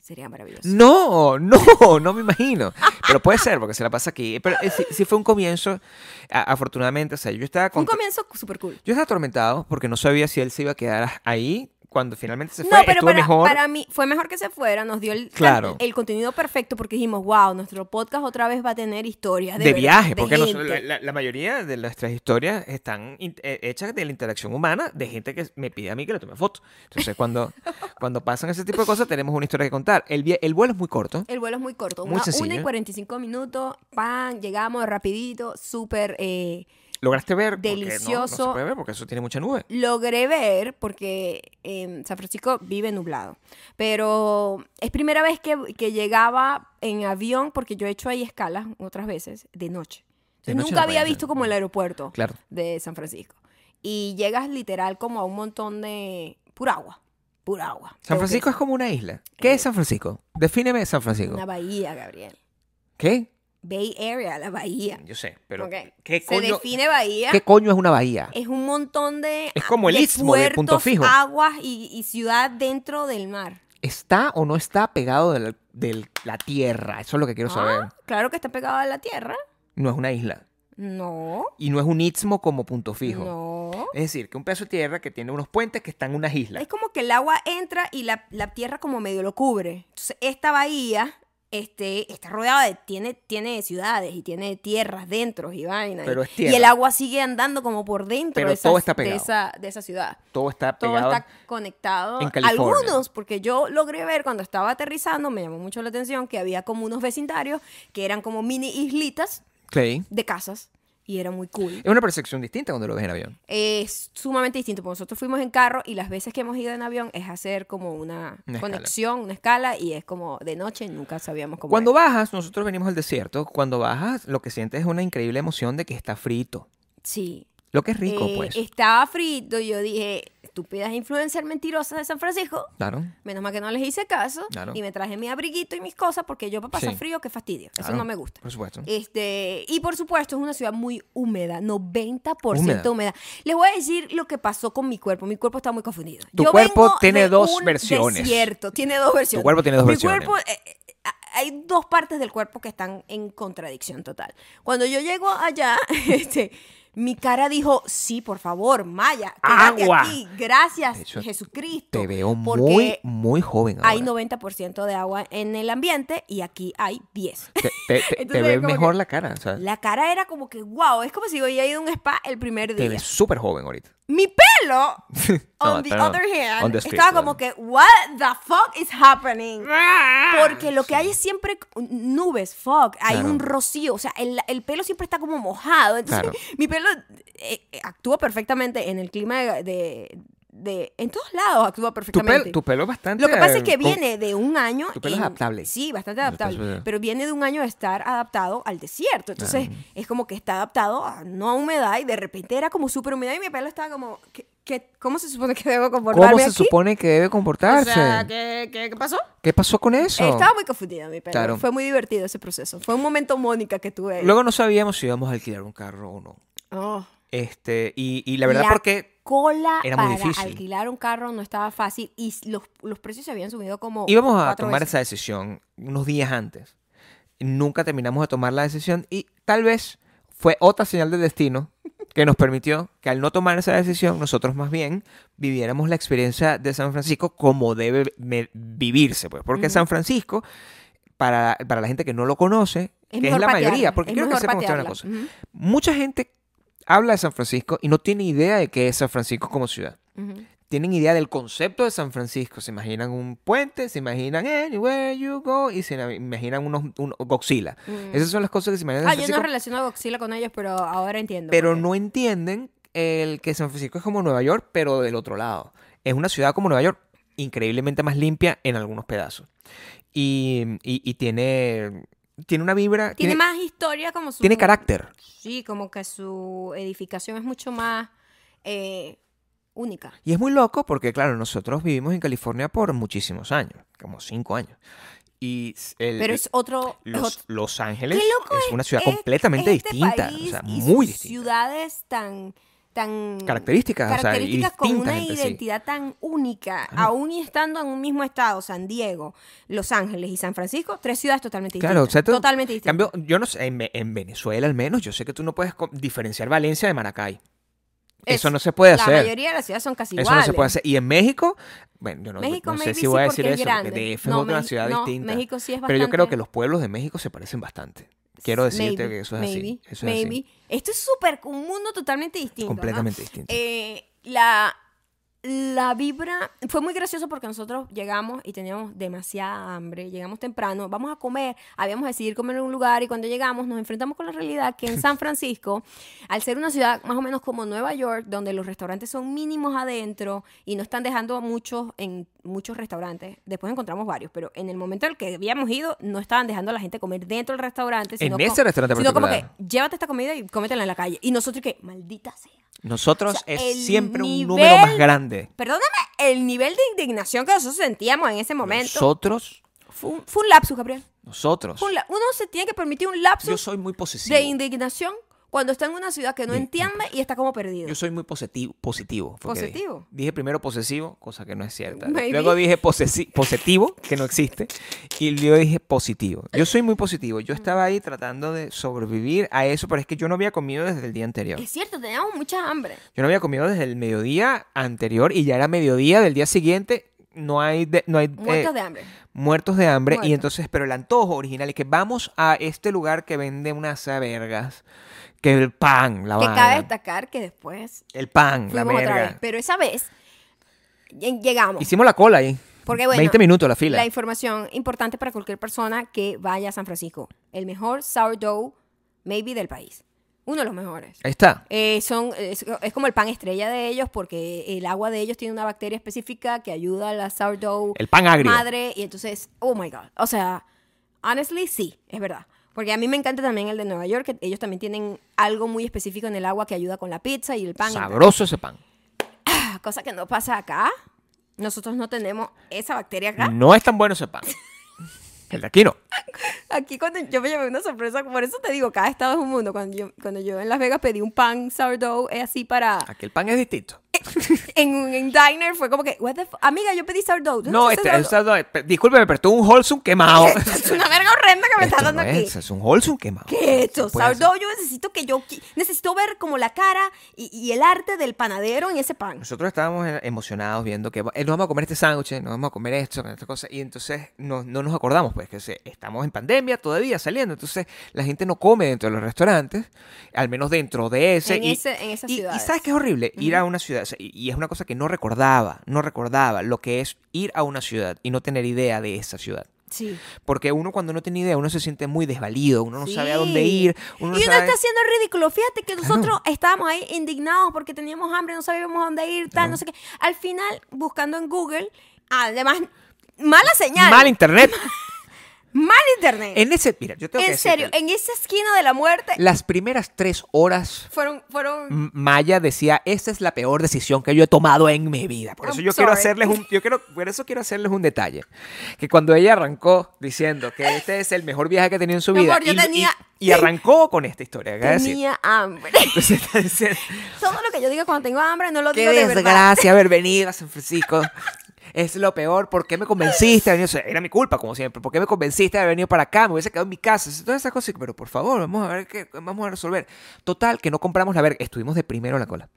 Speaker 1: Sería maravilloso.
Speaker 2: No, no, no me imagino. Pero puede ser, porque se la pasa aquí. Pero eh, sí, sí fue un comienzo, a- afortunadamente. O sea, yo estaba
Speaker 1: Fue
Speaker 2: con...
Speaker 1: un comienzo súper cool.
Speaker 2: Yo estaba atormentado porque no sabía si él se iba a quedar ahí. Cuando finalmente se
Speaker 1: No,
Speaker 2: fue,
Speaker 1: pero
Speaker 2: estuvo
Speaker 1: para,
Speaker 2: mejor.
Speaker 1: para mí fue mejor que se fuera, nos dio el,
Speaker 2: Claro.
Speaker 1: el contenido perfecto porque dijimos, wow, nuestro podcast otra vez va a tener historias de,
Speaker 2: de,
Speaker 1: verdad,
Speaker 2: viaje,
Speaker 1: de
Speaker 2: porque nos-
Speaker 1: gente".
Speaker 2: la, la- la mayoría de nuestras historias están in- eh, hechas de la interacción humana de gente que me pide a mí que le tome fotos.
Speaker 1: [LAUGHS]
Speaker 2: Entonces, cuando, cuando pasan ese tipo de cosas, tenemos una historia que contar. El, via- el vuelo es muy corto.
Speaker 1: El vuelo es muy corto,
Speaker 2: Muy
Speaker 1: una,
Speaker 2: sencillo. ¿eh?
Speaker 1: una y 45 minutos, pan, llegamos rapidito, súper... eh,
Speaker 2: Lograste ver. porque no- No,
Speaker 1: Delicioso.
Speaker 2: se puede ver porque eso tiene mucha nube.
Speaker 1: logré ver, porque eh, San Francisco vive nublado, pero es primera vez que, que llegaba en avión, porque yo he hecho ahí escalas otras veces, de noche.
Speaker 2: De
Speaker 1: Entonces,
Speaker 2: noche
Speaker 1: nunca
Speaker 2: no
Speaker 1: había
Speaker 2: puedes,
Speaker 1: visto
Speaker 2: no.
Speaker 1: como el aeropuerto
Speaker 2: Claro.
Speaker 1: de San Francisco. Y llegas literal como a un montón de... pura agua, pura agua.
Speaker 2: San
Speaker 1: Tengo que- Eh,
Speaker 2: Francisco es como una isla. ¿Qué es San Francisco? Defíneme San Francisco.
Speaker 1: Una bahía, Gabriel.
Speaker 2: ¿Qué?
Speaker 1: Bay Area, la bahía.
Speaker 2: Yo sé, pero.
Speaker 1: Eh, Ok.
Speaker 2: ¿qué,
Speaker 1: Se
Speaker 2: coño,
Speaker 1: define bahía.
Speaker 2: ¿Qué coño es una bahía?
Speaker 1: Es un montón de...
Speaker 2: Es como el istmo de
Speaker 1: puertos,
Speaker 2: Punto Fijo.
Speaker 1: aguas y- y ciudad dentro del mar.
Speaker 2: ¿Está o no está pegado de la, del- la tierra? Eso es lo que quiero
Speaker 1: Ah,
Speaker 2: saber.
Speaker 1: Claro que está pegado a la tierra.
Speaker 2: No es una isla.
Speaker 1: No.
Speaker 2: Y no es un istmo como punto fijo.
Speaker 1: No.
Speaker 2: Es decir, que un pedazo de tierra que tiene unos puentes que están en unas islas.
Speaker 1: Es como que el agua entra y la, la tierra como medio lo cubre. Entonces, esta bahía este, está rodeada de. Tiene, tiene ciudades y tiene tierras dentro y vainas.
Speaker 2: Pero es
Speaker 1: Y-
Speaker 2: tierra.
Speaker 1: Y el agua sigue andando como por dentro
Speaker 2: Pero
Speaker 1: de,
Speaker 2: todo
Speaker 1: esas-
Speaker 2: está pegado.
Speaker 1: de esa, de esa ciudad.
Speaker 2: Todo está
Speaker 1: Todo
Speaker 2: pegado.
Speaker 1: está conectado.
Speaker 2: en California.
Speaker 1: Algunos, porque yo logré ver cuando estaba aterrizando, me llamó mucho la atención que había como unos vecindarios que eran como mini islitas
Speaker 2: Sí.
Speaker 1: de casas y era muy cool.
Speaker 2: Es una percepción distinta cuando lo ves en avión.
Speaker 1: es sumamente distinto. porque Nosotros fuimos en carro y las veces que hemos ido en avión es hacer como una,
Speaker 2: Una escala.
Speaker 1: conexión, una escala y es como de noche nunca sabíamos cómo.
Speaker 2: Cuando
Speaker 1: era.
Speaker 2: bajas, nosotros venimos al desierto, cuando bajas lo que sientes es una increíble emoción de que está frito.
Speaker 1: Sí.
Speaker 2: Lo que es rico,
Speaker 1: Eh,
Speaker 2: pues.
Speaker 1: Estaba frito y yo dije, estúpidas influencer mentirosas de San Francisco.
Speaker 2: Claro.
Speaker 1: Menos mal que no les hice caso
Speaker 2: Claro.
Speaker 1: y me traje mi abriguito y mis cosas porque yo para pasar
Speaker 2: Sí.
Speaker 1: frío, qué fastidio. Eso
Speaker 2: claro,
Speaker 1: no me gusta.
Speaker 2: Por supuesto.
Speaker 1: Este, y por supuesto, es una ciudad muy húmeda, 90%
Speaker 2: Húmeda.
Speaker 1: húmeda. Les voy a decir lo que pasó con mi cuerpo. Mi cuerpo está muy confundido.
Speaker 2: Tu
Speaker 1: Yo
Speaker 2: cuerpo
Speaker 1: vengo
Speaker 2: tiene
Speaker 1: de
Speaker 2: dos
Speaker 1: un
Speaker 2: versiones.
Speaker 1: Desierto, tiene dos versiones.
Speaker 2: cuerpo tiene dos
Speaker 1: Mi
Speaker 2: versiones.
Speaker 1: cuerpo, eh, eh, a- hay dos partes del cuerpo que están en contradicción total. Cuando yo llego allá, [LAUGHS] este, mi cara dijo, sí, por favor, Maya, quédate
Speaker 2: Agua.
Speaker 1: aquí. Gracias,
Speaker 2: De hecho,
Speaker 1: Jesucristo.
Speaker 2: Te veo muy,
Speaker 1: porque
Speaker 2: muy joven ahora.
Speaker 1: hay 90% de agua en el ambiente y aquí hay 10.
Speaker 2: Te, te,
Speaker 1: [LAUGHS]
Speaker 2: te- te
Speaker 1: Entonces,
Speaker 2: ves
Speaker 1: como que-
Speaker 2: mejor la cara. o sea,
Speaker 1: La cara era como que, wow, es como si yo hubiera ido a un spa el primer
Speaker 2: te
Speaker 1: día.
Speaker 2: ves súper joven ahorita.
Speaker 1: Mi pelo,
Speaker 2: [LAUGHS] No,
Speaker 1: on the
Speaker 2: perdón,
Speaker 1: other hand,
Speaker 2: on the street,
Speaker 1: estaba como que, what the fuck is happening? Porque lo que hay es siempre c- nubes, fuck, hay
Speaker 2: Claro.
Speaker 1: un rocío, o sea, el, el pelo siempre está como mojado. Entonces,
Speaker 2: Claro.
Speaker 1: [LAUGHS] mi pelo eh, eh, actúa perfectamente en el clima de... de- de- en todos lados actúa
Speaker 2: Tu,
Speaker 1: perfectamente.
Speaker 2: pelo tu pelo es bastante...
Speaker 1: Lo que pasa es
Speaker 2: eh,
Speaker 1: que
Speaker 2: con-
Speaker 1: viene de un año.
Speaker 2: Tu pelo es adaptable.
Speaker 1: Sí, bastante
Speaker 2: Lo que pasa
Speaker 1: adaptable.
Speaker 2: es-
Speaker 1: Pero viene de un año de estar adaptado al desierto. Entonces, es como que está adaptado a no a humedad y de repente era como súper humedad y mi pelo estaba como. ¿qué, qué- cómo se supone que debo comportarme?
Speaker 2: ¿Cómo se
Speaker 1: aquí?
Speaker 2: supone que debe
Speaker 1: O
Speaker 2: comportarse?
Speaker 1: sea, ¿qué, qué, qué pasó?
Speaker 2: ¿Qué pasó con eso?
Speaker 1: Estaba muy confundida mi pelo.
Speaker 2: Claro.
Speaker 1: Fue muy divertido ese proceso. Fue un momento Mónica que tuve. ahí.
Speaker 2: Luego no sabíamos si íbamos a alquilar un carro o no.
Speaker 1: Oh.
Speaker 2: Este, y, y la verdad porque
Speaker 1: cola
Speaker 2: era
Speaker 1: para
Speaker 2: muy difícil.
Speaker 1: alquilar un carro no estaba fácil y los, los precios se habían subido como
Speaker 2: íbamos a
Speaker 1: cuatro
Speaker 2: tomar
Speaker 1: veces.
Speaker 2: esa decisión unos días antes. Nunca terminamos de tomar la decisión y tal vez fue otra señal del destino que nos permitió que al no tomar esa decisión nosotros más bien viviéramos la experiencia de San Francisco como debe me- vivirse, pues, porque San Francisco para, para la gente que no lo conoce,
Speaker 1: Es
Speaker 2: que es
Speaker 1: mejor
Speaker 2: la mayoría,
Speaker 1: patearla,
Speaker 2: porque
Speaker 1: es
Speaker 2: quiero que
Speaker 1: mejor
Speaker 2: sepan ustedes una
Speaker 1: patearla.
Speaker 2: cosa.
Speaker 1: Ujú.
Speaker 2: Mucha gente habla de San Francisco y no tiene idea de qué es San Francisco como ciudad.
Speaker 1: Ujú.
Speaker 2: Tienen idea del concepto de San Francisco. Se imaginan un puente, se imaginan anywhere you go y se na- imaginan unos, un Godzilla. Esas son las cosas que se imaginan de
Speaker 1: Mm. Ah,
Speaker 2: San
Speaker 1: yo no pues.
Speaker 2: Francisco.
Speaker 1: relaciono a Godzilla con ellos, pero ahora entiendo.
Speaker 2: pero
Speaker 1: por qué.
Speaker 2: no entienden el que San Francisco es como Nueva York, pero del otro lado. Es una ciudad como Nueva York, increíblemente más limpia en algunos pedazos. Y, y- y tiene, tiene una vibra.
Speaker 1: Tiene más historia como su...
Speaker 2: tiene carácter.
Speaker 1: Sí, como que su edificación es mucho más eh, única.
Speaker 2: Y es muy loco porque, claro, nosotros vivimos en California por muchísimos años, como cinco años. Y el-
Speaker 1: Pero es otro... es
Speaker 2: Eh, los,
Speaker 1: otro-
Speaker 2: Los Ángeles
Speaker 1: Qué loco
Speaker 2: es una ciudad
Speaker 1: es-
Speaker 2: completamente
Speaker 1: este
Speaker 2: distinta,
Speaker 1: país
Speaker 2: o sea,
Speaker 1: y
Speaker 2: muy
Speaker 1: sus
Speaker 2: distinta.
Speaker 1: ciudades tan... tan
Speaker 2: Características, o sea, y
Speaker 1: características con
Speaker 2: distintas
Speaker 1: una
Speaker 2: entre sí. Ah,
Speaker 1: identidad tan única, aún y estando en un mismo estado, San Diego, Los Ángeles y San Francisco, tres ciudades totalmente distintas.
Speaker 2: Claro, o sea, tú-
Speaker 1: totalmente distintas.
Speaker 2: Cambio, yo no sé, en, Ve- en Venezuela al menos, yo sé que tú no puedes co- diferenciar Valencia de Maracay. Eso
Speaker 1: Es-
Speaker 2: no se puede hacer.
Speaker 1: La mayoría de las ciudades son casi
Speaker 2: Eso
Speaker 1: iguales.
Speaker 2: no se puede hacer. Y en México, bueno, yo no,
Speaker 1: México,
Speaker 2: no sé
Speaker 1: maybe
Speaker 2: si
Speaker 1: sí,
Speaker 2: voy a
Speaker 1: porque
Speaker 2: decir
Speaker 1: es
Speaker 2: eso,
Speaker 1: grande.
Speaker 2: porque DF
Speaker 1: No,
Speaker 2: es otra
Speaker 1: Meji-
Speaker 2: ciudad
Speaker 1: no,
Speaker 2: distinta.
Speaker 1: México sí es
Speaker 2: Pero yo creo
Speaker 1: bastante-
Speaker 2: que los pueblos de México se parecen bastante. Quiero decirte
Speaker 1: Maybe,
Speaker 2: que eso es así.
Speaker 1: maybe,
Speaker 2: Eso es así.
Speaker 1: maybe. Esto es súper, un mundo totalmente distinto. ¿no?
Speaker 2: Completamente distinto.
Speaker 1: Eh, la, la vibra fue muy gracioso porque nosotros llegamos y teníamos demasiada hambre. Llegamos temprano, vamos a comer, habíamos decidido comer en un lugar y cuando llegamos nos enfrentamos con la realidad que
Speaker 2: [LAUGHS]
Speaker 1: en San Francisco, al ser una ciudad más o menos como Nueva York, donde los restaurantes son mínimos adentro y no están dejando muchos en muchos restaurantes. Después encontramos varios, pero en el momento en el que habíamos ido no estaban dejando a la gente comer dentro del restaurante, sino
Speaker 2: En ese
Speaker 1: co-
Speaker 2: restaurante
Speaker 1: sino como que
Speaker 2: particular.
Speaker 1: llévate esta comida y cómetela en la calle. Y nosotros que maldita sea.
Speaker 2: Nosotros
Speaker 1: O sea, el
Speaker 2: es siempre un número más
Speaker 1: nivel-
Speaker 2: grande.
Speaker 1: Perdóname el nivel de indignación que nosotros sentíamos en ese momento.
Speaker 2: Nosotros,
Speaker 1: fue, un, fue un lapsus, Gabriel.
Speaker 2: nosotros.
Speaker 1: Fue un la- Uno se tiene que permitir un
Speaker 2: Yo
Speaker 1: lapsus
Speaker 2: soy muy posesivo.
Speaker 1: de indignación cuando está en una ciudad que no
Speaker 2: De-
Speaker 1: entiende y está como perdido.
Speaker 2: Yo soy muy positivo. Positivo. fue que dije.
Speaker 1: Positivo.
Speaker 2: Dije. primero posesivo, cosa que no es cierta.
Speaker 1: Maybe.
Speaker 2: Luego dije posesi- positivo, que no existe. Y yo dije positivo. Yo soy muy positivo. Yo estaba ahí tratando de sobrevivir a eso, pero es que yo no había comido desde el día anterior.
Speaker 1: Es cierto, teníamos mucha hambre.
Speaker 2: Yo no había comido desde el mediodía anterior y ya era mediodía del día siguiente. No hay, de- no hay eh,
Speaker 1: Muertos de hambre.
Speaker 2: muertos de hambre. Y
Speaker 1: Muertos.
Speaker 2: entonces, pero el antojo original es que vamos a este lugar que vende unas vergas. Que el pan, la
Speaker 1: que
Speaker 2: vaina.
Speaker 1: cabe destacar que después
Speaker 2: El pan, Ah, la
Speaker 1: fuimos otra vez.
Speaker 2: verga.
Speaker 1: Pero esa vez lleg- llegamos.
Speaker 2: Hicimos la cola ahí.
Speaker 1: Porque, bueno,
Speaker 2: 20 minutos la fila.
Speaker 1: La información importante para cualquier persona que vaya a San Francisco. El mejor sourdough, maybe, del país. Uno de los mejores.
Speaker 2: Ahí está.
Speaker 1: Eh, son, es, es como el pan estrella de ellos porque el agua de ellos tiene una bacteria específica que ayuda a la sourdough
Speaker 2: El pan agrio.
Speaker 1: madre y entonces, oh my god, o sea, honestly sí, es verdad. Porque a mí me encanta también el de Nueva York, que ellos también tienen algo muy específico en el agua que ayuda con la pizza y el pan. y tal.
Speaker 2: Sabroso ese pan.
Speaker 1: Cosa que no pasa acá. Nosotros no tenemos esa bacteria acá.
Speaker 2: No es tan bueno
Speaker 1: [LAUGHS]
Speaker 2: ese pan. El de aquí no.
Speaker 1: Aquí cuando yo me llevé una sorpresa, por eso te digo, cada estado es un mundo. Cuando yo, cuando yo en Las Vegas pedí un pan sourdough eh, así para...
Speaker 2: Aquí el pan es distinto.
Speaker 1: En un en diner fue como que, what the fu- amiga, yo pedí sourdough. ¿Tú
Speaker 2: No,
Speaker 1: haces
Speaker 2: este,
Speaker 1: sourdough?
Speaker 2: este- no, pe- discúlpeme, pero esto es un Holsum
Speaker 1: [LAUGHS]
Speaker 2: quemado.
Speaker 1: es una verga horrenda que me
Speaker 2: Esto
Speaker 1: estás dando
Speaker 2: no
Speaker 1: aquí.
Speaker 2: es, es un Holsum quemado.
Speaker 1: ¿Qué es
Speaker 2: No
Speaker 1: esto?
Speaker 2: se puede hacer.
Speaker 1: Sourdough, yo necesito que yo... qui- Necesito ver como la cara y, y el arte del panadero en ese pan.
Speaker 2: Nosotros estábamos eh, emocionados viendo que eh, nos vamos a comer este sándwich, nos vamos a comer esto, esta cosa, y entonces no, no nos acordamos, pues, que se- estamos en pandemia todavía saliendo, entonces la gente no come dentro de los restaurantes, al menos dentro de ese.
Speaker 1: En
Speaker 2: y,
Speaker 1: ese- en esas
Speaker 2: y- y
Speaker 1: ciudades.
Speaker 2: sabes que es horrible ir a una ciudad, o sea, y, y es una cosa que no recordaba, no recordaba lo que es ir a una ciudad y no tener idea de esa ciudad.
Speaker 1: Sí.
Speaker 2: Porque uno cuando no tiene idea, uno se siente muy desvalido, uno no sabe a dónde
Speaker 1: Sí.
Speaker 2: ir, uno no
Speaker 1: y uno
Speaker 2: sabe...
Speaker 1: está haciendo el ridículo. Fíjate que nosotros estábamos ahí indignados porque teníamos hambre, no sabíamos a dónde ir, tal, no sé qué. Al final, buscando en Google, además, mala señal.
Speaker 2: Mal internet.
Speaker 1: mal internet. En,
Speaker 2: En ese, mira, yo tengo que decirte
Speaker 1: serio, eh, en esa esquina de la muerte
Speaker 2: Las primeras tres horas
Speaker 1: fueron... fueron
Speaker 2: M- Maya decía, esta es la peor decisión que yo he tomado en mi vida. Por
Speaker 1: I'm
Speaker 2: eso yo quiero
Speaker 1: sorry.
Speaker 2: hacerles un, yo quiero, por eso quiero hacerles un detalle. Que cuando ella arrancó diciendo que este es el mejor viaje que ha tenido en su
Speaker 1: Mi
Speaker 2: vida.
Speaker 1: amor, yo
Speaker 2: y, lo- y-
Speaker 1: tenía-
Speaker 2: y arrancó con esta historia. ¿qué decir?
Speaker 1: tenía hambre. [LAUGHS]
Speaker 2: Entonces está diciendo,
Speaker 1: Todo lo que yo diga cuando tengo hambre no lo
Speaker 2: qué
Speaker 1: digo de verdad.
Speaker 2: desgracia haber venido a San Francisco. Es lo peor. ¿Por qué me convenciste? de venir? O sea, Era mi culpa, como siempre. ¿Por qué me convenciste de haber venido para acá? Me hubiese quedado en mi casa. Todas esas cosas. Pero por favor, vamos a ver qué vamos a resolver. Total, que no compramos la verga. Estuvimos de primero en la cola.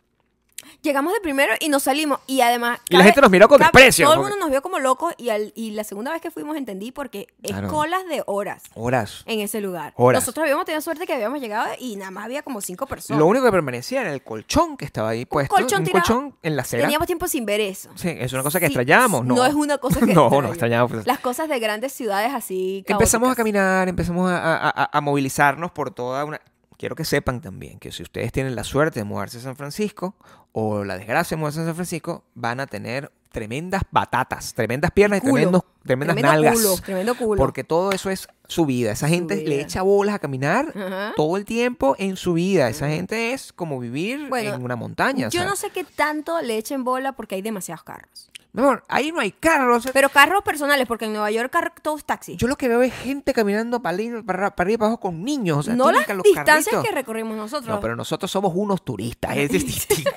Speaker 1: Llegamos de primero y nos salimos. Y además...
Speaker 2: Y la gente nos miró con desprecio,
Speaker 1: Todo el
Speaker 2: como
Speaker 1: mundo nos vio como locos y, al- y la segunda vez que fuimos entendí porque es
Speaker 2: Claro.
Speaker 1: colas de horas.
Speaker 2: Horas.
Speaker 1: en ese lugar.
Speaker 2: Horas.
Speaker 1: Nosotros habíamos tenido suerte que habíamos llegado y nada más había como cinco personas.
Speaker 2: Lo único que permanecía era el colchón que estaba ahí puesto.
Speaker 1: colchón
Speaker 2: un
Speaker 1: tirado.
Speaker 2: colchón en la acera.
Speaker 1: Teníamos tiempo sin ver eso.
Speaker 2: Sí, es una cosa que
Speaker 1: Sí,
Speaker 2: extrañábamos, ¿no?
Speaker 1: No es una
Speaker 2: [LAUGHS]
Speaker 1: cosa que
Speaker 2: No,
Speaker 1: extraño.
Speaker 2: no extrañábamos. pues.
Speaker 1: Las cosas de grandes ciudades así.
Speaker 2: Empezamos
Speaker 1: caóticas.
Speaker 2: a caminar, empezamos a, a- a- a movilizarnos por toda una... Quiero que sepan también que si ustedes tienen la suerte de mudarse a San Francisco o la desgracia de mudarse a San Francisco, van a tener tremendas batatas, tremendas piernas y
Speaker 1: Culo.
Speaker 2: tremendos, tremendas
Speaker 1: Tremendo
Speaker 2: nalgas.
Speaker 1: culo, tremendo culo.
Speaker 2: Porque todo eso es su vida. Esa gente le
Speaker 1: vida.
Speaker 2: echa bolas a caminar
Speaker 1: Ajá.
Speaker 2: todo el tiempo en su vida. Esa gente es como vivir
Speaker 1: Bueno,
Speaker 2: en una montaña.
Speaker 1: Yo no
Speaker 2: ¿sabes?
Speaker 1: sé qué tanto le echen bola porque hay demasiados carros.
Speaker 2: Mi amor, ahí no hay carros.
Speaker 1: Pero carros personales, porque en Nueva York car- todo es taxi.
Speaker 2: Yo lo que veo es gente caminando para arriba para, para arriba y para abajo con niños. O sea,
Speaker 1: no
Speaker 2: tienen
Speaker 1: las
Speaker 2: que los
Speaker 1: distancias
Speaker 2: carritos.
Speaker 1: que recorrimos nosotros.
Speaker 2: No, pero nosotros somos unos turistas, es distinto.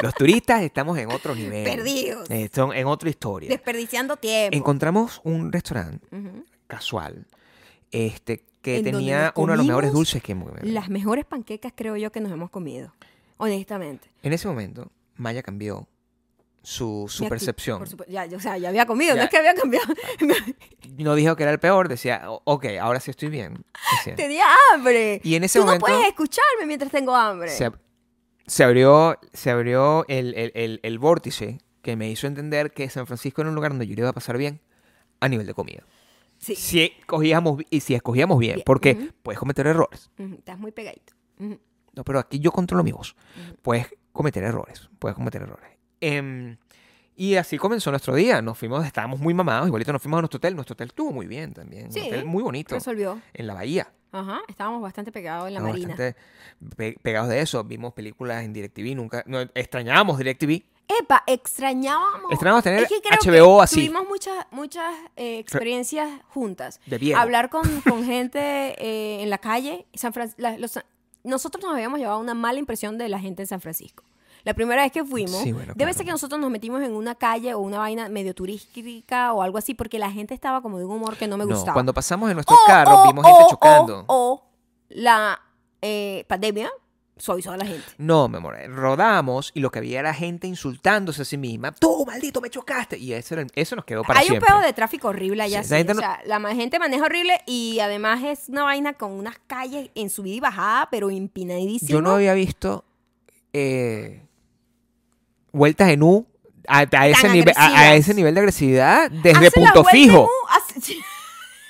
Speaker 2: Los turistas estamos en otro nivel.
Speaker 1: Perdidos.
Speaker 2: Eh, son en otra historia.
Speaker 1: Desperdiciando tiempo.
Speaker 2: Encontramos un restaurante
Speaker 1: Ujú.
Speaker 2: casual este, que
Speaker 1: En donde
Speaker 2: tenía
Speaker 1: nos
Speaker 2: uno de los mejores
Speaker 1: comimos
Speaker 2: dulces que hemos
Speaker 1: Las mejores panquecas creo yo que nos hemos comido. Honestamente.
Speaker 2: En ese momento, Maya cambió su, su
Speaker 1: Mi acti-
Speaker 2: percepción.
Speaker 1: por supu- ya, yo- o sea, ya había comido,
Speaker 2: Ya.
Speaker 1: no es que había
Speaker 2: [LAUGHS]
Speaker 1: cambiado.
Speaker 2: No dijo que era el peor, decía, "O- ok, ahora sí estoy bien. decía.
Speaker 1: Tenía hambre.
Speaker 2: Y en ese
Speaker 1: Tú
Speaker 2: momento-
Speaker 1: no puedes escucharme mientras tengo hambre.
Speaker 2: se, ab- se abrió, se abrió el, el- el- el vórtice que me hizo entender que San Francisco era un lugar donde yo le iba a pasar bien a nivel de comida.
Speaker 1: Sí.
Speaker 2: Si cogíamos y si escogíamos bien,
Speaker 1: Bien,
Speaker 2: porque
Speaker 1: ujú.
Speaker 2: puedes cometer errores.
Speaker 1: Ujú, Estás muy pegadito. Ujú.
Speaker 2: No, pero aquí yo controlo mi voz. Puedes cometer errores, puedes cometer errores. Em, y así comenzó nuestro día. Nos fuimos, estábamos muy mamados, igualito nos fuimos a nuestro hotel. Nuestro hotel estuvo muy bien también.
Speaker 1: Sí,
Speaker 2: un hotel muy bonito.
Speaker 1: Resolvió.
Speaker 2: En la bahía.
Speaker 1: Ajá. Estábamos bastante pegados en la
Speaker 2: Estamos
Speaker 1: marina.
Speaker 2: bastante pe- pegados de eso. Vimos películas en DirecTV, nunca. No, extrañábamos DirecTV.
Speaker 1: Epa, extrañábamos.
Speaker 2: Extrañábamos tener
Speaker 1: Es que creo
Speaker 2: HBO
Speaker 1: que
Speaker 2: así.
Speaker 1: Tuvimos muchas, muchas eh, experiencias juntas.
Speaker 2: De viejo.
Speaker 1: Hablar con, con gente eh, en la calle. San Fran- la- los- nosotros nos habíamos llevado una mala impresión de la gente en San Francisco. La primera vez que fuimos,
Speaker 2: Sí, bueno,
Speaker 1: debe
Speaker 2: claro.
Speaker 1: ser que nosotros nos metimos en una calle o una vaina medio turística o algo así, porque la gente estaba como de un humor que no me
Speaker 2: No,
Speaker 1: gustaba. Oh,
Speaker 2: cuando pasamos en nuestro
Speaker 1: O,
Speaker 2: carro,
Speaker 1: o,
Speaker 2: vimos gente
Speaker 1: o,
Speaker 2: chocando.
Speaker 1: O, o la eh, pandemia suavizó a la gente.
Speaker 2: No, mi amor, rodamos y lo que había era gente insultándose a sí misma. Tú, maldito, me chocaste. Y eso, era el- eso nos quedó para
Speaker 1: Hay
Speaker 2: siempre.
Speaker 1: un pedo de tráfico horrible allá.
Speaker 2: Sí,
Speaker 1: Sí,
Speaker 2: la gente
Speaker 1: o
Speaker 2: no-
Speaker 1: sea, la ma- gente maneja horrible y además es una vaina con unas calles en subida y bajada, pero empinadísima.
Speaker 2: Yo no había visto eh, vueltas en U a, a ese nivel, a- a,
Speaker 1: agresivas.
Speaker 2: ese nivel de agresividad
Speaker 1: Hace
Speaker 2: desde
Speaker 1: la
Speaker 2: punto
Speaker 1: vuelta en
Speaker 2: fijo.
Speaker 1: U, hace- [LAUGHS] sí,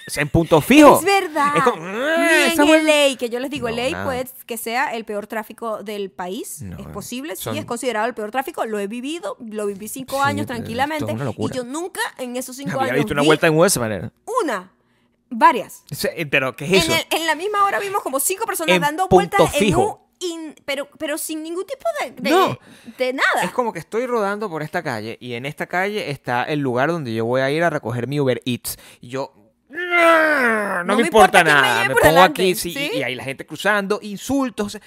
Speaker 2: O sea, en punto fijo.
Speaker 1: Es verdad.
Speaker 2: Es como, "Ah, esa
Speaker 1: Ni en
Speaker 2: vuelta-".
Speaker 1: LA, que yo les digo,
Speaker 2: No,
Speaker 1: LA
Speaker 2: nada.
Speaker 1: pues que sea el peor tráfico del país.
Speaker 2: No,
Speaker 1: es posible, sí,
Speaker 2: son-
Speaker 1: es considerado el peor tráfico. Lo he vivido, lo viví cinco
Speaker 2: Sí,
Speaker 1: años
Speaker 2: pero esto es
Speaker 1: tranquilamente.
Speaker 2: una
Speaker 1: Y
Speaker 2: locura.
Speaker 1: yo nunca en esos cinco
Speaker 2: Había
Speaker 1: años
Speaker 2: visto una
Speaker 1: vi
Speaker 2: vuelta en U de esa manera.
Speaker 1: una, varias.
Speaker 2: O sea, eh, Pero, ¿qué
Speaker 1: En,
Speaker 2: es eso?
Speaker 1: el- en la misma hora vimos como cinco personas
Speaker 2: En
Speaker 1: dando
Speaker 2: punto
Speaker 1: vueltas en un...
Speaker 2: fijo.
Speaker 1: in- pero, pero sin ningún tipo de, de,
Speaker 2: No.
Speaker 1: de nada.
Speaker 2: Es como que estoy rodando por esta calle y en esta calle está el lugar donde yo voy a ir a recoger mi Uber Eats. Y yo. No,
Speaker 1: No
Speaker 2: me
Speaker 1: me
Speaker 2: importa,
Speaker 1: importa quién me
Speaker 2: nada.
Speaker 1: lleve
Speaker 2: Me,
Speaker 1: por
Speaker 2: pongo
Speaker 1: delante,
Speaker 2: aquí sí,
Speaker 1: ¿sí?
Speaker 2: y, y hay la gente cruzando, insultos.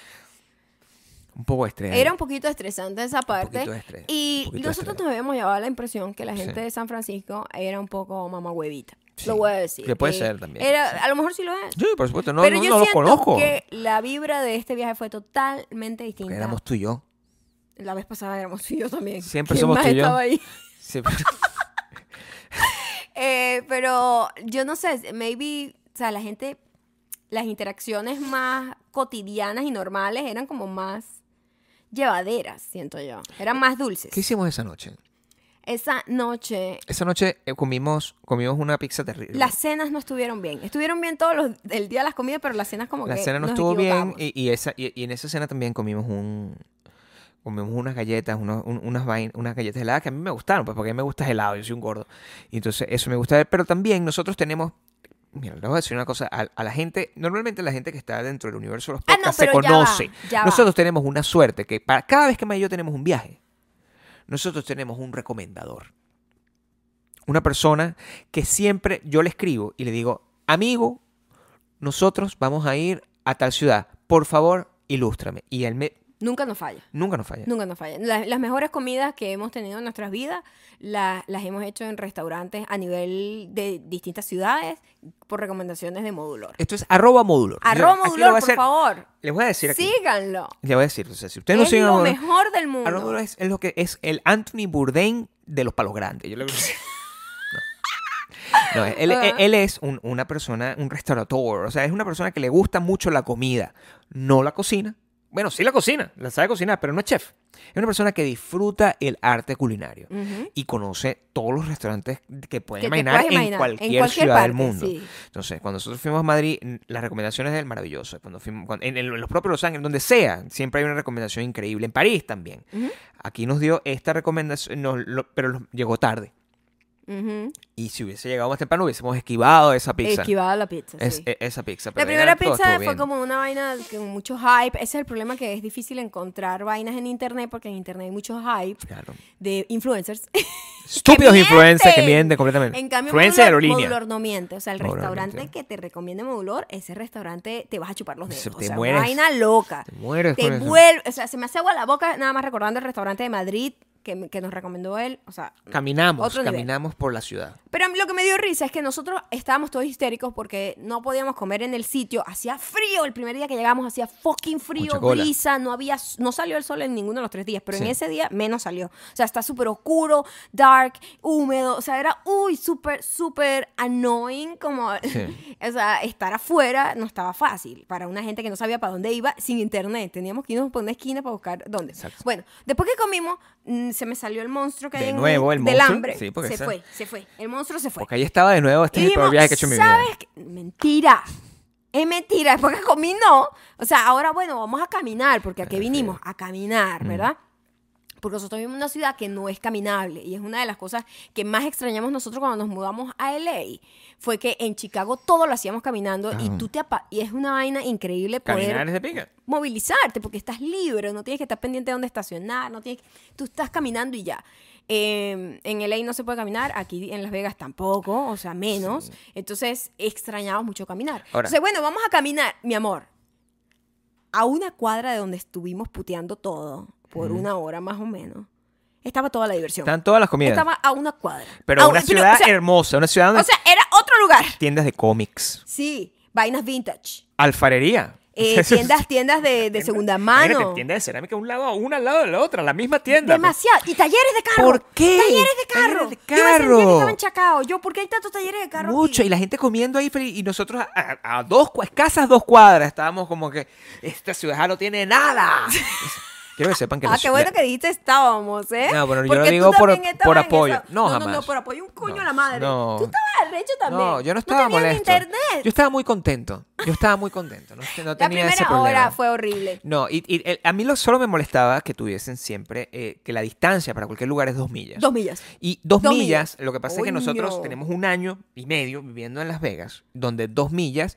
Speaker 2: Un poco estresante.
Speaker 1: Era un poquito estresante esa parte.
Speaker 2: poquito de estrés, un
Speaker 1: y
Speaker 2: poquito de
Speaker 1: nosotros
Speaker 2: estrés.
Speaker 1: nos habíamos llevado la impresión que la gente
Speaker 2: Sí.
Speaker 1: de San Francisco era un poco mamá huevita.
Speaker 2: Sí,
Speaker 1: Lo voy a decir.
Speaker 2: que puede
Speaker 1: Eh,
Speaker 2: ser también,
Speaker 1: Era, A lo mejor sí lo es.
Speaker 2: Sí, por supuesto, no,
Speaker 1: pero
Speaker 2: no,
Speaker 1: yo
Speaker 2: no los
Speaker 1: siento
Speaker 2: conozco.
Speaker 1: que la vibra de este viaje fue totalmente
Speaker 2: Porque
Speaker 1: distinta.
Speaker 2: éramos tú y yo.
Speaker 1: La vez pasada éramos tú y yo también.
Speaker 2: Siempre
Speaker 1: ¿Quién
Speaker 2: somos
Speaker 1: más
Speaker 2: tú y yo.
Speaker 1: estaba ahí?
Speaker 2: Sí. [LAUGHS]
Speaker 1: Eh, pero yo no sé, maybe, o sea, la gente, las interacciones más cotidianas y normales eran como más llevaderas, siento yo. Eran más dulces.
Speaker 2: ¿Qué hicimos esa noche?
Speaker 1: Esa noche
Speaker 2: Esa noche eh, comimos, comimos una pizza terrible.
Speaker 1: las cenas no estuvieron bien. Estuvieron bien todos los, el día de las comidas, pero las cenas como
Speaker 2: La
Speaker 1: que
Speaker 2: cena no
Speaker 1: nos
Speaker 2: estuvo bien
Speaker 1: equivocamos.
Speaker 2: y, y esa, y, y en esa cena también comimos un comimos unas galletas, unos- un- unas, vain- unas galletas heladas que a mí me gustaron, pues porque a mí me gusta el helado, yo soy un gordo. Y entonces eso me gusta, pero también nosotros tenemos, mira, les voy a decir una cosa, a, a la gente, normalmente la gente que está dentro del universo de los
Speaker 1: Ah, no,
Speaker 2: podcasts se
Speaker 1: pero ya va,
Speaker 2: conoce.
Speaker 1: ya va.
Speaker 2: nosotros tenemos una suerte que para cada vez que Maya y yo tenemos un viaje, nosotros tenemos un recomendador. Una persona que siempre yo le escribo y le digo, amigo, nosotros vamos a ir a tal ciudad. Por favor, ilústrame. Y él me...
Speaker 1: Nunca nos falla.
Speaker 2: Nunca nos falla.
Speaker 1: Nunca nos falla. La- Las, mejores comidas que hemos tenido en nuestras vidas la- las hemos hecho en restaurantes a nivel de distintas ciudades por recomendaciones de Modulor.
Speaker 2: Esto es arroba modulor.
Speaker 1: Arroba
Speaker 2: Yo aquí
Speaker 1: Modulor,
Speaker 2: lo voy a
Speaker 1: por
Speaker 2: hacer-
Speaker 1: favor.
Speaker 2: Les voy a decir aquí.
Speaker 1: Síganlo.
Speaker 2: Les voy a decir. O sea, si ustedes no
Speaker 1: es
Speaker 2: siguen
Speaker 1: lo
Speaker 2: a Modulor-
Speaker 1: mejor del mundo.
Speaker 2: Arnold Modulor es, es lo que es el Anthony Bourdain de los palos grandes. Yo le-
Speaker 1: [LAUGHS]
Speaker 2: No. No, él,
Speaker 1: Ajá.
Speaker 2: él- él es un- una persona, un restaurador, o sea, es una persona que le gusta mucho la comida, no la cocina, Bueno, sí la cocina, la sabe cocinar, pero no es chef. Es una persona que disfruta el arte culinario
Speaker 1: Ujú.
Speaker 2: y conoce todos los restaurantes que
Speaker 1: Que
Speaker 2: pueden
Speaker 1: te
Speaker 2: imaginar,
Speaker 1: puedes imaginar,
Speaker 2: en
Speaker 1: en
Speaker 2: cualquier,
Speaker 1: cualquier
Speaker 2: ciudad
Speaker 1: parte,
Speaker 2: del mundo.
Speaker 1: sí.
Speaker 2: Entonces, cuando nosotros fuimos a Madrid, n- las recomendaciones del maravilloso. Cuando fuimos, cuando- en, el- en los propios Los Ángeles, donde sea, siempre hay una recomendación increíble. En París también.
Speaker 1: Ujú.
Speaker 2: Aquí nos dio esta recomendación, nos lo- pero nos llegó tarde.
Speaker 1: Ujú.
Speaker 2: Y si hubiese llegado más temprano, hubiésemos esquivado esa pizza.
Speaker 1: Esquivada la pizza.
Speaker 2: Es-
Speaker 1: sí.
Speaker 2: e- esa pizza.
Speaker 1: La
Speaker 2: pero
Speaker 1: primera
Speaker 2: era- todo
Speaker 1: pizza fue
Speaker 2: estuvo bien.
Speaker 1: como una vaina con mucho hype. Ese es el problema que es difícil encontrar vainas en internet porque en internet hay mucho hype
Speaker 2: Claro.
Speaker 1: de influencers.
Speaker 2: Estúpidos
Speaker 1: mienten!
Speaker 2: influencers que mienten
Speaker 1: [LAUGHS]
Speaker 2: completamente.
Speaker 1: en cambio,
Speaker 2: Influencia de
Speaker 1: Modulor,
Speaker 2: aerolínea.
Speaker 1: Modulor no miente. O sea, el
Speaker 2: Modulor no
Speaker 1: restaurante
Speaker 2: miente.
Speaker 1: que te recomiende Modulor, ese restaurante te vas a chupar los dedos.
Speaker 2: Se-
Speaker 1: o
Speaker 2: te
Speaker 1: sea,
Speaker 2: mueres.
Speaker 1: una vaina loca.
Speaker 2: Te mueres con
Speaker 1: Te
Speaker 2: eso.
Speaker 1: vuelve, o sea, se me hace agua la boca nada más recordando el restaurante de Madrid que, me- que nos recomendó él. O sea,
Speaker 2: Caminamos,
Speaker 1: Otro nivel.
Speaker 2: caminamos por la ciudad.
Speaker 1: pero a mí lo que me dio risa es que nosotros estábamos todos histéricos porque no podíamos comer en el sitio. Hacía frío. El primer día que llegamos hacía fucking
Speaker 2: Mucha
Speaker 1: frío,
Speaker 2: cola.
Speaker 1: brisa, no había, no salió el sol en ninguno de los tres días, pero
Speaker 2: Sí.
Speaker 1: en ese día menos salió. O sea, está súper oscuro, dark, húmedo. O sea, era uy, súper, súper annoying. Como,
Speaker 2: Sí.
Speaker 1: [LAUGHS] o sea, estar afuera no estaba fácil para una gente que no sabía para dónde iba sin internet. Teníamos que irnos por una esquina para buscar dónde.
Speaker 2: Exacto.
Speaker 1: Bueno, después que comimos, mm, se me salió el monstruo que
Speaker 2: De
Speaker 1: hay en
Speaker 2: nuevo el
Speaker 1: del
Speaker 2: monstruo.
Speaker 1: hambre.
Speaker 2: Sí, porque
Speaker 1: se
Speaker 2: esa-
Speaker 1: fue, se fue. El monstruo se fue.
Speaker 2: Porque ahí estaba de nuevo este
Speaker 1: Y
Speaker 2: es el peor
Speaker 1: dijimos,
Speaker 2: viaje que he hecho en mi vida.
Speaker 1: ¿sabes qué? Mentira. Es mentira, es porque comí no. O sea, ahora bueno, vamos a caminar, porque aquí vinimos a caminar,
Speaker 2: Mm.
Speaker 1: ¿verdad? Porque nosotros vivimos en una ciudad que no es caminable y es una de las cosas que más extrañamos nosotros cuando nos mudamos a LA. Fue que en Chicago todo lo hacíamos caminando y
Speaker 2: Claro.
Speaker 1: tú te apa- y es una vaina increíble poder
Speaker 2: Caminar es de pica.
Speaker 1: movilizarte porque estás libre, no tienes que estar pendiente de dónde estacionar, no tienes que- tú estás caminando y ya. Eh, en LA no se puede caminar, aquí en Las Vegas tampoco, o sea, menos. Entonces, extrañamos mucho caminar.
Speaker 2: Ahora-
Speaker 1: Entonces, bueno, vamos a caminar, mi amor, a una cuadra de donde estuvimos puteando todo por una hora más o menos. Estaba toda la diversión.
Speaker 2: Están todas las comidas.
Speaker 1: Estaba a una cuadra.
Speaker 2: Pero
Speaker 1: A
Speaker 2: una
Speaker 1: o
Speaker 2: ciudad
Speaker 1: sea,
Speaker 2: hermosa, una ciudad donde
Speaker 1: o sea, era otro lugar.
Speaker 2: tiendas de cómics,
Speaker 1: Sí, vainas
Speaker 2: [LAUGHS]
Speaker 1: vintage.
Speaker 2: alfarería. [LAUGHS]
Speaker 1: eh, tiendas, tiendas de, de segunda mano.
Speaker 2: Imagínate, Tiendas de cerámica un lado, una al lado de la otra, la misma tienda. pues.
Speaker 1: Demasiado. Y talleres de carro.
Speaker 2: ¿Por qué?
Speaker 1: Talleres de
Speaker 2: Talleres
Speaker 1: carro. Yo me sentía
Speaker 2: de carro.
Speaker 1: que estaba enchacado. Yo, ¿por qué hay tantos talleres de carro?
Speaker 2: Mucho, y
Speaker 1: aquí?
Speaker 2: la gente comiendo ahí feliz. Y nosotros a, a- a dos, cua- escasas dos cuadras estábamos como que esta ciudad no tiene
Speaker 1: [LAUGHS]
Speaker 2: nada. Quiero que sepan que
Speaker 1: Ah,
Speaker 2: la
Speaker 1: qué
Speaker 2: ciudad-
Speaker 1: bueno que dijiste estábamos, ¿eh?
Speaker 2: No, pero yo
Speaker 1: Porque
Speaker 2: lo
Speaker 1: tú
Speaker 2: digo por-
Speaker 1: también estabas
Speaker 2: por
Speaker 1: en
Speaker 2: apoyo.
Speaker 1: esa-
Speaker 2: No,
Speaker 1: no,
Speaker 2: jamás.
Speaker 1: por apoyo. Un coño
Speaker 2: No,
Speaker 1: a la madre.
Speaker 2: no.
Speaker 1: Tú estabas arrecho también.
Speaker 2: No, yo no estaba
Speaker 1: tenías
Speaker 2: molesto.
Speaker 1: internet.
Speaker 2: Yo estaba muy contento. Yo estaba muy contento. No, no
Speaker 1: la
Speaker 2: tenía ese
Speaker 1: primera
Speaker 2: problema.
Speaker 1: hora fue horrible.
Speaker 2: No, y, y el- a mí lo solo me molestaba que tuviesen siempre eh, que la distancia para cualquier lugar es dos millas.
Speaker 1: Dos millas.
Speaker 2: y dos,
Speaker 1: dos
Speaker 2: millas,
Speaker 1: millas.
Speaker 2: lo que pasa es que
Speaker 1: Coño.
Speaker 2: nosotros tenemos un año y medio viviendo en Las Vegas, donde dos millas,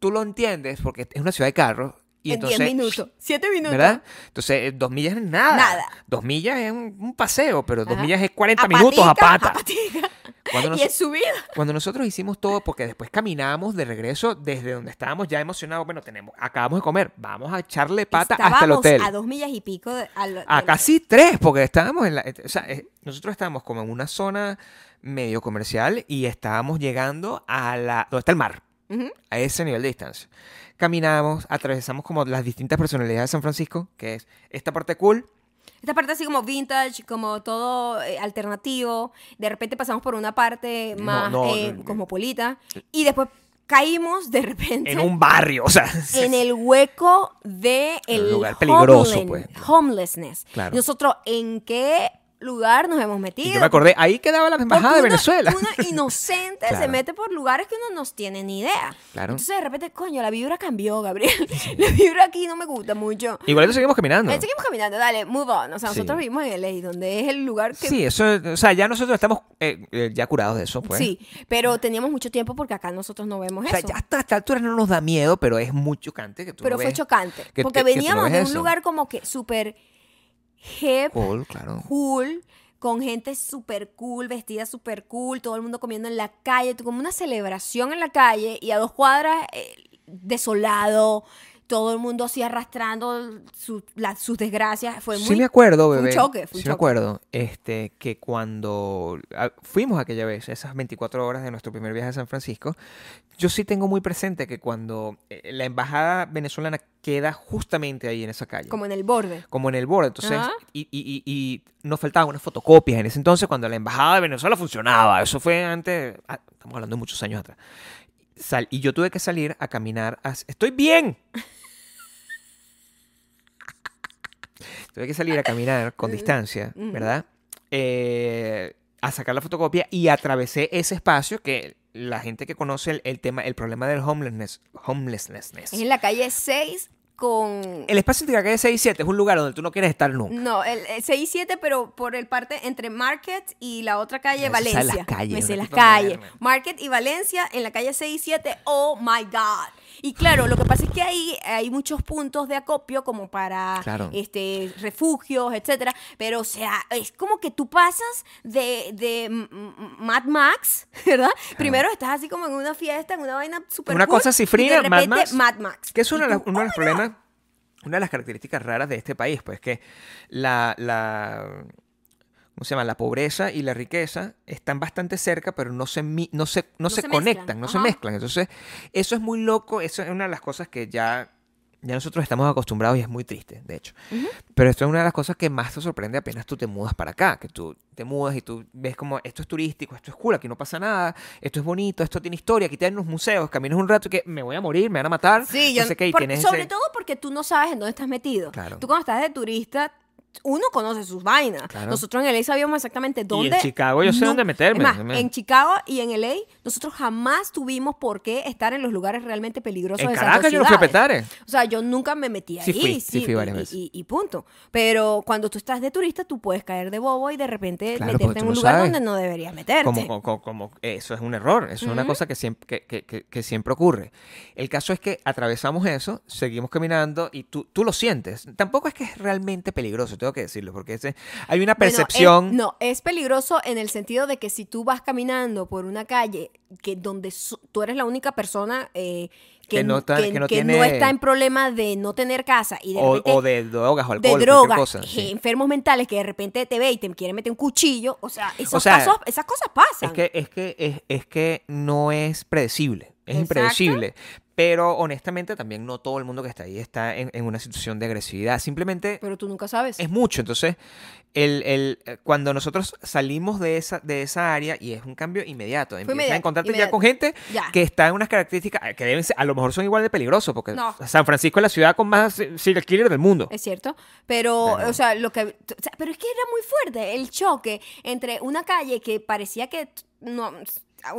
Speaker 2: tú lo entiendes porque es una ciudad de carros. Y
Speaker 1: en
Speaker 2: entonces,
Speaker 1: diez minutos. Siete minutos.
Speaker 2: ¿Verdad? Entonces, eh, dos millas es nada.
Speaker 1: Nada.
Speaker 2: Dos millas es un, un paseo, pero dos
Speaker 1: Ajá.
Speaker 2: millas es 40
Speaker 1: A
Speaker 2: minutos a
Speaker 1: patica,
Speaker 2: pata.
Speaker 1: a patica.
Speaker 2: Cuando nos-
Speaker 1: Y en subida.
Speaker 2: cuando nosotros hicimos todo, porque después caminábamos de regreso desde donde estábamos ya emocionados, bueno, tenemos, acabamos de comer, vamos a echarle pata hasta el
Speaker 1: Estábamos
Speaker 2: hotel.
Speaker 1: a dos millas y pico. de- al- del-
Speaker 2: A casi tres, porque estábamos en la. O sea, eh, nosotros estábamos como en una zona medio comercial y estábamos llegando a la. donde está el mar,
Speaker 1: Ujú.
Speaker 2: a ese nivel de distancia. Caminamos, atravesamos como las distintas personalidades de San Francisco, que es esta parte cool,
Speaker 1: Esta parte así como vintage, como todo eh, alternativo. De repente pasamos por una parte
Speaker 2: No,
Speaker 1: más
Speaker 2: no,
Speaker 1: eh,
Speaker 2: no.
Speaker 1: cosmopolita. Y después caímos de repente
Speaker 2: en un barrio, o sea.
Speaker 1: [LAUGHS]
Speaker 2: [LAUGHS]
Speaker 1: en el hueco de el
Speaker 2: lugar peligroso,
Speaker 1: homeland-
Speaker 2: pues.
Speaker 1: homelessness.
Speaker 2: Claro.
Speaker 1: Nosotros, ¿en qué lugar nos hemos metido?
Speaker 2: Y yo me acordé, ahí quedaba la
Speaker 1: Porque
Speaker 2: embajada de
Speaker 1: uno-
Speaker 2: Venezuela.
Speaker 1: Uno inocente se
Speaker 2: Claro.
Speaker 1: mete por lugares que uno no tiene ni idea.
Speaker 2: [LAUGHS] Claro.
Speaker 1: Entonces de repente, coño, la vibra cambió, Gabriel. [LAUGHS] la vibra aquí no me gusta mucho.
Speaker 2: Igual seguimos caminando.
Speaker 1: Eh, seguimos caminando, dale, move on. O sea,
Speaker 2: Sí.
Speaker 1: nosotros vivimos en LA, donde es el lugar que.
Speaker 2: Sí, eso, o sea, ya nosotros estamos eh, eh, ya curados de eso, pues.
Speaker 1: Sí, pero teníamos mucho tiempo porque acá nosotros no vemos
Speaker 2: O sea,
Speaker 1: eso.
Speaker 2: ya hasta esta altura no nos da miedo, pero es muy chocante que tú
Speaker 1: pero
Speaker 2: lo
Speaker 1: fue
Speaker 2: ves.
Speaker 1: chocante.
Speaker 2: que-
Speaker 1: porque
Speaker 2: que- que tú
Speaker 1: veníamos
Speaker 2: ves
Speaker 1: de un
Speaker 2: eso.
Speaker 1: lugar como que súper hip,
Speaker 2: Cool, claro.
Speaker 1: cool, con gente súper cool, vestida súper cool, todo el mundo comiendo en la calle, tú- como una celebración en la calle y a dos cuadras eh, desolado, todo el mundo así arrastrando su- la- sus desgracias. Fue
Speaker 2: Sí
Speaker 1: muy
Speaker 2: me acuerdo,
Speaker 1: fue un
Speaker 2: bebé.
Speaker 1: choque, fue un
Speaker 2: sí
Speaker 1: choque.
Speaker 2: me acuerdo. Este, que cuando ah, fuimos aquella vez, esas 24 horas de nuestro primer viaje a San Francisco, yo sí tengo muy presente que cuando eh, la embajada venezolana queda justamente ahí en esa calle.
Speaker 1: como en el borde.
Speaker 2: como en el borde. Entonces,
Speaker 1: Ajá.
Speaker 2: y, y- y- y nos faltaban unas fotocopias en ese entonces cuando la embajada de Venezuela funcionaba. Eso fue antes, ah, estamos hablando de muchos años atrás. Sal- y yo tuve que salir a caminar. hacia- estoy bien. [LAUGHS] tuve que salir a caminar con distancia, ¿verdad? Eh, a sacar la fotocopia y atravesé ese espacio que la gente que conoce el, el tema, el problema del homelessness, homelessness.
Speaker 1: Es en la calle 6 con...
Speaker 2: El espacio entre la calle 6 y 7 es un lugar donde tú no quieres estar nunca.
Speaker 1: No, el, el 6 y 7, pero por el parte entre Market y la otra calle,
Speaker 2: Ya, se sabe
Speaker 1: Valencia.
Speaker 2: las calles,
Speaker 1: Me sé
Speaker 2: una
Speaker 1: las
Speaker 2: tipa
Speaker 1: calles.
Speaker 2: moderna.
Speaker 1: Market y Valencia en la calle 6 y 7, oh my God. Y claro, lo que pasa es que ahí hay muchos puntos de acopio como para
Speaker 2: Claro.
Speaker 1: este refugios, etcétera, pero o sea, es como que tú pasas de, de m- m- Mad Max, [LAUGHS] ¿verdad? Primero estás así como en una fiesta, en una vaina super
Speaker 2: Una
Speaker 1: cool,
Speaker 2: cosa así
Speaker 1: y de
Speaker 2: fría, Mad
Speaker 1: repente,
Speaker 2: Max.
Speaker 1: Mad Max.
Speaker 2: Que es uno
Speaker 1: Y
Speaker 2: de, las-
Speaker 1: tú,
Speaker 2: uno de los
Speaker 1: "Oh my God".
Speaker 2: problemas, una de las características raras de este país, pues que la, la, ¿cómo se llama? La pobreza y la riqueza están bastante cerca, pero no se, mi- no se, no se,
Speaker 1: se
Speaker 2: conectan,
Speaker 1: mezclan,
Speaker 2: no se
Speaker 1: ajá.
Speaker 2: mezclan. Entonces, eso es muy loco, eso es una de las cosas que ya, ya nosotros estamos acostumbrados y es muy triste, de hecho. Pero esto es una de las cosas que más te sorprende apenas tú te mudas para acá, que tú te mudas y tú ves como esto es turístico, esto es cool, aquí no pasa nada, esto es bonito, esto tiene historia, aquí tienen los museos, caminas un rato y que me voy a morir, me van a matar.
Speaker 1: Sí,
Speaker 2: no
Speaker 1: yo,
Speaker 2: sé qué, y
Speaker 1: por-
Speaker 2: tienes
Speaker 1: sobre
Speaker 2: ese-
Speaker 1: todo porque tú no sabes en dónde estás metido.
Speaker 2: Claro.
Speaker 1: Tú cuando estás de turista, uno conoce sus vainas.
Speaker 2: Claro.
Speaker 1: Nosotros en LA sabíamos exactamente dónde.
Speaker 2: Chicago yo sé dónde meterme,
Speaker 1: Es más,
Speaker 2: también.
Speaker 1: en Chicago y en LA, nosotros jamás tuvimos por qué estar en los lugares realmente peligrosos
Speaker 2: En
Speaker 1: de esas
Speaker 2: Caracas
Speaker 1: dos
Speaker 2: yo no eh. fui a
Speaker 1: ciudades.
Speaker 2: Petare.
Speaker 1: O sea, yo nunca me metí ahí.
Speaker 2: Sí fui, sí fui
Speaker 1: y-
Speaker 2: varias
Speaker 1: y-
Speaker 2: veces.
Speaker 1: Y, y punto. Pero cuando tú estás de turista, tú puedes caer de bobo y de repente
Speaker 2: Claro, porque
Speaker 1: meterte
Speaker 2: tú
Speaker 1: en un
Speaker 2: no
Speaker 1: lugar
Speaker 2: sabes.
Speaker 1: donde no deberías meterte.
Speaker 2: Como, como- como- como- eso es un error, eso es una cosa que siempre, que, que- que- que siempre ocurre. El caso es que atravesamos eso, seguimos caminando y tú, tú lo sientes. Tampoco es que es realmente peligroso, tengo que decirlo, porque ese- hay una
Speaker 1: Bueno, es-
Speaker 2: percepción...
Speaker 1: no, es peligroso en el sentido de que si tú vas caminando por una calle que donde so- tú eres la única persona eh, que,
Speaker 2: Que no está- que no tiene-
Speaker 1: está en problema de no tener casa y de
Speaker 2: o,
Speaker 1: repente
Speaker 2: o de drogas
Speaker 1: de
Speaker 2: o alcohol. cualquier
Speaker 1: drogas,
Speaker 2: cosa,
Speaker 1: eh,
Speaker 2: sí.
Speaker 1: enfermos mentales que de repente te ve y te quiere meter un cuchillo, o sea, esos
Speaker 2: O sea,
Speaker 1: casos- esas cosas pasan.
Speaker 2: Es que, es que, es, es que no es predecible, es
Speaker 1: Exacto.
Speaker 2: impredecible. Pero honestamente también no todo el mundo que está ahí está en, en una situación de agresividad. Simplemente
Speaker 1: pero tú nunca sabes.
Speaker 2: es mucho. Entonces, el, el- eh, cuando nosotros salimos de esa, de esa área, y es un cambio inmediato, empiezas
Speaker 1: inmediato,
Speaker 2: a encontrarte ya
Speaker 1: inmediato.
Speaker 2: con gente
Speaker 1: Ya.
Speaker 2: que está en unas características eh, que deben ser- a lo mejor son igual de peligrosos, porque
Speaker 1: No.
Speaker 2: San Francisco es la ciudad con más eh, serial killer del mundo.
Speaker 1: Es cierto, pero,
Speaker 2: Pero-
Speaker 1: o sea, lo que, o sea, pero es que era muy fuerte el choque entre una calle que parecía que t- no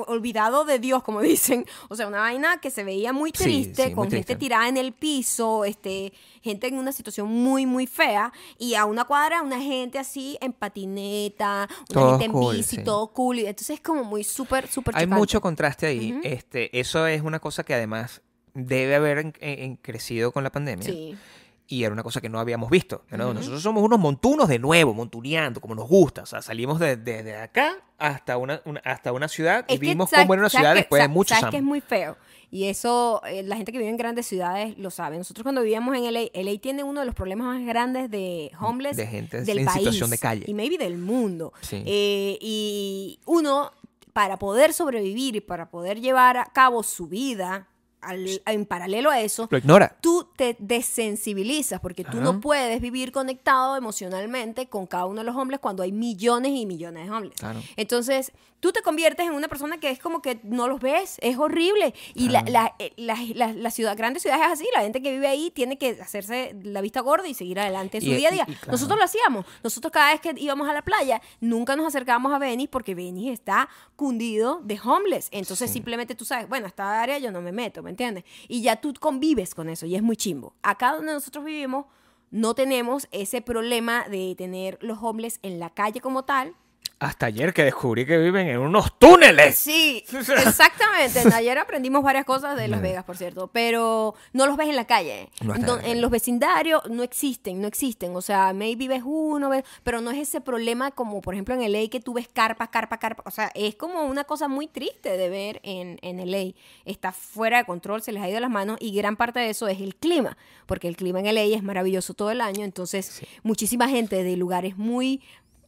Speaker 1: olvidado de Dios, como [LAUGHS] dicen, o sea, una vaina que se veía muy
Speaker 2: Sí,
Speaker 1: triste,
Speaker 2: sí, muy
Speaker 1: con
Speaker 2: triste.
Speaker 1: gente tirada en el piso, este, gente en una situación muy, muy fea, y a una cuadra una gente así en patineta, una
Speaker 2: Todo
Speaker 1: gente en
Speaker 2: cool,
Speaker 1: bici,
Speaker 2: sí.
Speaker 1: todo cool, y entonces es como muy súper, súper
Speaker 2: Hay
Speaker 1: chocante.
Speaker 2: mucho contraste ahí. este, eso es una cosa que además debe haber en- en- en- crecido con la pandemia.
Speaker 1: Sí.
Speaker 2: Y era una cosa que no habíamos visto. ¿no? Nosotros somos unos montunos de nuevo, montuneando, como nos gusta. O sea, salimos de- desde acá hasta una, una- hasta una ciudad y
Speaker 1: Es que,
Speaker 2: vimos
Speaker 1: ¿sabes-
Speaker 2: cómo era una
Speaker 1: sabes
Speaker 2: ciudad
Speaker 1: que-
Speaker 2: después de
Speaker 1: sa-
Speaker 2: muchos
Speaker 1: Sabes que es
Speaker 2: años.
Speaker 1: muy feo. Y eso, eh, la gente que vive en grandes ciudades lo sabe. Nosotros cuando vivíamos en LA, LA tiene uno de los problemas más grandes de homeless
Speaker 2: De gente
Speaker 1: del
Speaker 2: en
Speaker 1: país.
Speaker 2: situación de calle.
Speaker 1: Y maybe del mundo.
Speaker 2: Sí.
Speaker 1: Eh, y uno, para poder sobrevivir y para poder llevar a cabo su vida al- en paralelo a eso,
Speaker 2: Lo ignora.
Speaker 1: tú te desensibilizas porque tú
Speaker 2: Ajá.
Speaker 1: no puedes vivir conectado emocionalmente con cada uno de los hombres cuando hay millones y millones de hombres.
Speaker 2: Claro.
Speaker 1: Entonces, tú te conviertes en una persona que es como que no los ves, es horrible. Y la, la, eh, la- la- la ciudad, grandes ciudades es así, la gente que vive ahí tiene que hacerse la vista gorda y seguir adelante en su
Speaker 2: Y-
Speaker 1: día a
Speaker 2: y-
Speaker 1: día.
Speaker 2: y claro.
Speaker 1: Nosotros lo hacíamos. Nosotros cada vez que íbamos a la playa, nunca nos acercábamos a Venice porque Venice está cundido de homeless. Entonces, simplemente tú sabes, bueno, esta área yo no me meto, ¿me entiendes? Y ya tú convives con eso y es muy chimbo. Acá donde nosotros vivimos, no tenemos ese problema de tener los homeless en la calle como tal,
Speaker 2: Hasta ayer que descubrí que viven en unos túneles. [LAUGHS]
Speaker 1: Sí, exactamente. Ayer aprendimos varias cosas de Las Vegas, por cierto, pero no los ves en la calle.
Speaker 2: No están
Speaker 1: en,
Speaker 2: en la
Speaker 1: don- en
Speaker 2: calle.
Speaker 1: los vecindarios no existen, no existen. O sea, maybe ves uno, ves- pero no es ese problema como, por ejemplo, en LA que tú ves carpa, carpa, carpa. O sea, es como una cosa muy triste de ver en, en LA. Está fuera de control, se les ha ido las manos y gran parte de eso es el clima, porque el clima en LA es maravilloso todo el año. Entonces, muchísima gente de lugares muy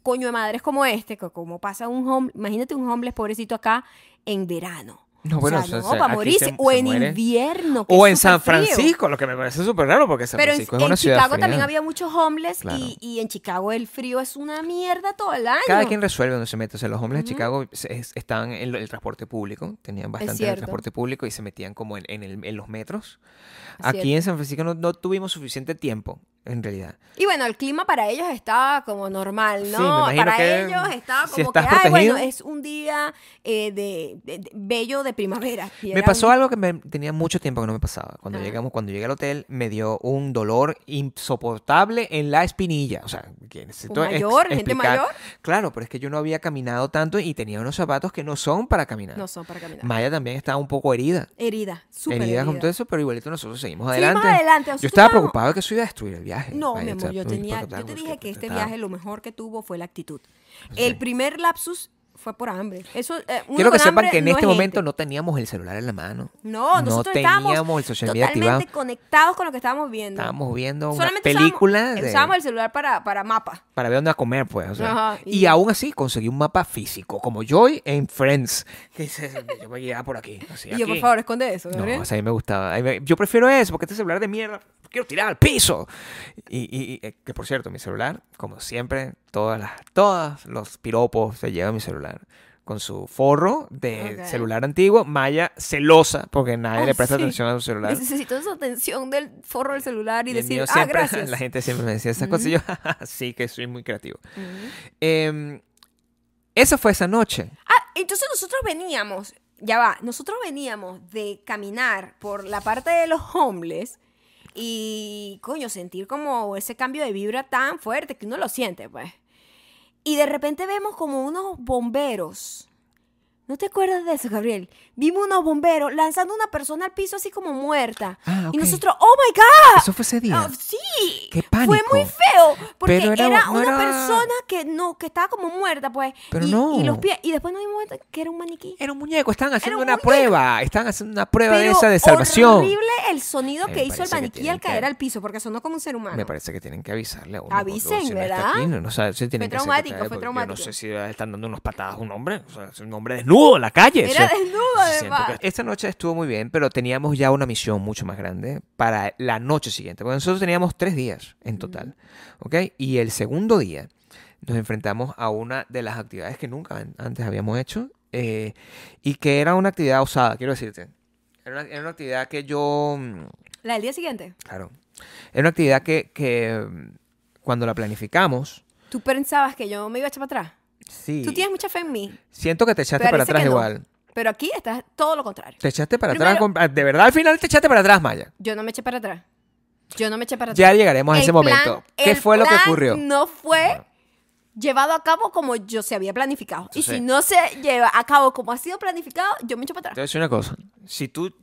Speaker 1: coño de madres como este, que como pasa un home, imagínate un homeless pobrecito acá en verano.
Speaker 2: No, bueno,
Speaker 1: o sea,
Speaker 2: o
Speaker 1: no,
Speaker 2: sea,
Speaker 1: para
Speaker 2: aquí
Speaker 1: morirse.
Speaker 2: se-
Speaker 1: o
Speaker 2: se
Speaker 1: en
Speaker 2: muere.
Speaker 1: invierno. que
Speaker 2: O
Speaker 1: es
Speaker 2: en San
Speaker 1: superfrío.
Speaker 2: Francisco, lo que me parece súper raro porque San
Speaker 1: Pero en,
Speaker 2: Francisco es
Speaker 1: en
Speaker 2: una ciudad
Speaker 1: Chicago también
Speaker 2: fría.
Speaker 1: había muchos homeless
Speaker 2: Claro.
Speaker 1: y, y en Chicago el frío es una mierda todo el año.
Speaker 2: Cada quien resuelve donde se mete. O sea, los hombres de Chicago se- es- estaban en lo- el transporte público, tenían bastante en el
Speaker 1: cierto.
Speaker 2: transporte público y se metían como en, en el- en los metros.
Speaker 1: Es
Speaker 2: Aquí
Speaker 1: cierto.
Speaker 2: en San Francisco no, no tuvimos suficiente tiempo en realidad.
Speaker 1: Y bueno, el clima para ellos estaba como normal,
Speaker 2: Sí, me
Speaker 1: ¿no?
Speaker 2: imagino
Speaker 1: para
Speaker 2: que
Speaker 1: ellos estaba
Speaker 2: si
Speaker 1: como que,
Speaker 2: estás
Speaker 1: ay, bueno,
Speaker 2: protegido".
Speaker 1: es un día eh, de, de- de- bello de primavera. Y
Speaker 2: Me
Speaker 1: era
Speaker 2: pasó
Speaker 1: un-
Speaker 2: algo que me tenía mucho tiempo que no me pasaba. Cuando
Speaker 1: Ah.
Speaker 2: llegamos, cuando llegué al hotel, me dio un dolor insoportable en la espinilla. O sea, que necesito
Speaker 1: ¿Un
Speaker 2: ex-
Speaker 1: mayor? ¿Gente
Speaker 2: explicar.
Speaker 1: mayor?
Speaker 2: Claro, pero es que yo no había caminado tanto y tenía unos zapatos que no son para caminar.
Speaker 1: No son para caminar.
Speaker 2: Maya también estaba un poco herida.
Speaker 1: herida, súper
Speaker 2: herida,
Speaker 1: herida.
Speaker 2: con todo eso, pero igualito nosotros seguimos
Speaker 1: Seguimos
Speaker 2: adelante.
Speaker 1: adelante, o sea,
Speaker 2: yo
Speaker 1: tú
Speaker 2: estaba
Speaker 1: estabas-
Speaker 2: preocupado de que eso iba a destruir el viaje.
Speaker 1: No,
Speaker 2: Maya,
Speaker 1: mi amor,
Speaker 2: estaba
Speaker 1: yo
Speaker 2: muy
Speaker 1: tenía,
Speaker 2: preocupado
Speaker 1: yo te
Speaker 2: porque
Speaker 1: dije que este
Speaker 2: estaba-
Speaker 1: viaje lo mejor que tuvo fue la actitud. El primer lapsus fue por hambre. Eso, eh, uno
Speaker 2: Quiero que
Speaker 1: con
Speaker 2: sepan
Speaker 1: hambre
Speaker 2: que en
Speaker 1: no es
Speaker 2: este momento
Speaker 1: gente.
Speaker 2: no teníamos el celular en la mano.
Speaker 1: No, nosotros
Speaker 2: teníamos
Speaker 1: estábamos
Speaker 2: el social media
Speaker 1: totalmente
Speaker 2: activado.
Speaker 1: conectados con lo que estábamos viendo.
Speaker 2: Estábamos viendo una
Speaker 1: Solamente usábamos-
Speaker 2: película
Speaker 1: usábamos,
Speaker 2: de-
Speaker 1: el celular para, para mapa.
Speaker 2: para ver dónde a comer, pues. o sea.
Speaker 1: Ajá,
Speaker 2: y...
Speaker 1: y-
Speaker 2: aún así conseguí un mapa físico, como Joy en Friends. [LAUGHS] Que dices, yo me guiaba por aquí. así,
Speaker 1: Y yo, por
Speaker 2: aquí.
Speaker 1: favor, esconde eso. Gabriel.
Speaker 2: No, o sea, a mí me gustaba. A mí me- Yo prefiero eso, porque este celular de mierda lo quiero tirar al piso. Y, y- y, eh, que por cierto, mi celular, como siempre, todas las, todos los piropos se lleva mi celular. Con su forro de
Speaker 1: Ok.
Speaker 2: celular antiguo, Maya celosa, porque nadie
Speaker 1: Ah,
Speaker 2: le presta
Speaker 1: sí.
Speaker 2: atención a su celular.
Speaker 1: Necesito esa atención del forro del celular y,
Speaker 2: el
Speaker 1: decir,
Speaker 2: mío
Speaker 1: ah,
Speaker 2: siempre- [LAUGHS]
Speaker 1: gracias.
Speaker 2: La gente siempre me decía esas cosas y yo, [LAUGHS] sí, que soy muy creativo.
Speaker 1: Ujú.
Speaker 2: Em, esa fue esa noche.
Speaker 1: Ah, entonces nosotros veníamos, ya va, nosotros veníamos de caminar por la parte de los homeless y, coño, sentir como ese cambio de vibra tan fuerte que uno lo siente, pues. Y de repente vemos como unos bomberos. ¿No te acuerdas de eso, Gabriel? Vimos unos bomberos lanzando a una persona al piso así como muerta.
Speaker 2: Ah, ok.
Speaker 1: Y nosotros, ¡oh, my God!
Speaker 2: Eso fue ese día.
Speaker 1: Ah, sí.
Speaker 2: Qué
Speaker 1: Fue
Speaker 2: pánico.
Speaker 1: muy feo porque
Speaker 2: Pero era-
Speaker 1: era,
Speaker 2: no
Speaker 1: una
Speaker 2: era-
Speaker 1: persona que no que estaba como muerta, pues.
Speaker 2: Pero
Speaker 1: y,
Speaker 2: no.
Speaker 1: y los pies y después nos dimos cuenta que era un maniquí.
Speaker 2: Era un muñeco, estaban haciendo
Speaker 1: un
Speaker 2: una
Speaker 1: muñeco.
Speaker 2: prueba. Estaban haciendo una prueba de
Speaker 1: Pero
Speaker 2: esa de salvación.
Speaker 1: horrible el sonido
Speaker 2: Me
Speaker 1: que hizo el
Speaker 2: parece que
Speaker 1: maniquí
Speaker 2: tienen
Speaker 1: al caer
Speaker 2: que-
Speaker 1: al piso porque sonó como un ser humano.
Speaker 2: Me parece que tienen que avisarle a uno. porque
Speaker 1: Avisen,
Speaker 2: si no está
Speaker 1: ¿verdad?
Speaker 2: aquí, no, no sabe si tienen
Speaker 1: Fue
Speaker 2: que hacer
Speaker 1: traumático,
Speaker 2: otra vez,
Speaker 1: fue
Speaker 2: porque Yo no
Speaker 1: traumático.
Speaker 2: sé si están dando unos patadas a un hombre. O sea, es un hombre desnudo en la calle. o
Speaker 1: Era
Speaker 2: sea,
Speaker 1: desnudo,
Speaker 2: siento
Speaker 1: además.
Speaker 2: que- Esta noche estuvo muy bien, pero teníamos ya una misión mucho más grande para la noche siguiente. Porque nosotros teníamos tres días en total. ¿Ok? Y el segundo día nos enfrentamos a una de las actividades que nunca an- antes habíamos hecho. eh, y que era una actividad osada, quiero decirte. Era una, era una actividad que yo. mm,
Speaker 1: La del día siguiente.
Speaker 2: Claro. Era una actividad que, que, mm, cuando la planificamos,
Speaker 1: Tú pensabas que yo me iba a echar para atrás.
Speaker 2: sí.
Speaker 1: Tú tienes mucha fe en mí.
Speaker 2: Siento que te echaste
Speaker 1: Parece
Speaker 2: para atrás
Speaker 1: que no.
Speaker 2: igual.
Speaker 1: Pero aquí estás todo lo contrario.
Speaker 2: Te echaste para atrás.
Speaker 1: Primero-
Speaker 2: con- ah, De verdad, al final te echaste para atrás, Maya.
Speaker 1: Yo no me eché para atrás. Yo no me eché para atrás.
Speaker 2: Ya llegaremos a
Speaker 1: El
Speaker 2: ese
Speaker 1: plan-
Speaker 2: momento. ¿Qué
Speaker 1: el
Speaker 2: fue lo que
Speaker 1: plan
Speaker 2: ocurrió?
Speaker 1: No fue llevado a cabo como yo se había planificado.
Speaker 2: Entonces-
Speaker 1: y si no se lleva a cabo como ha sido planificado, yo me echo para
Speaker 2: Te voy a
Speaker 1: atrás.
Speaker 2: decir una cosa. Si tú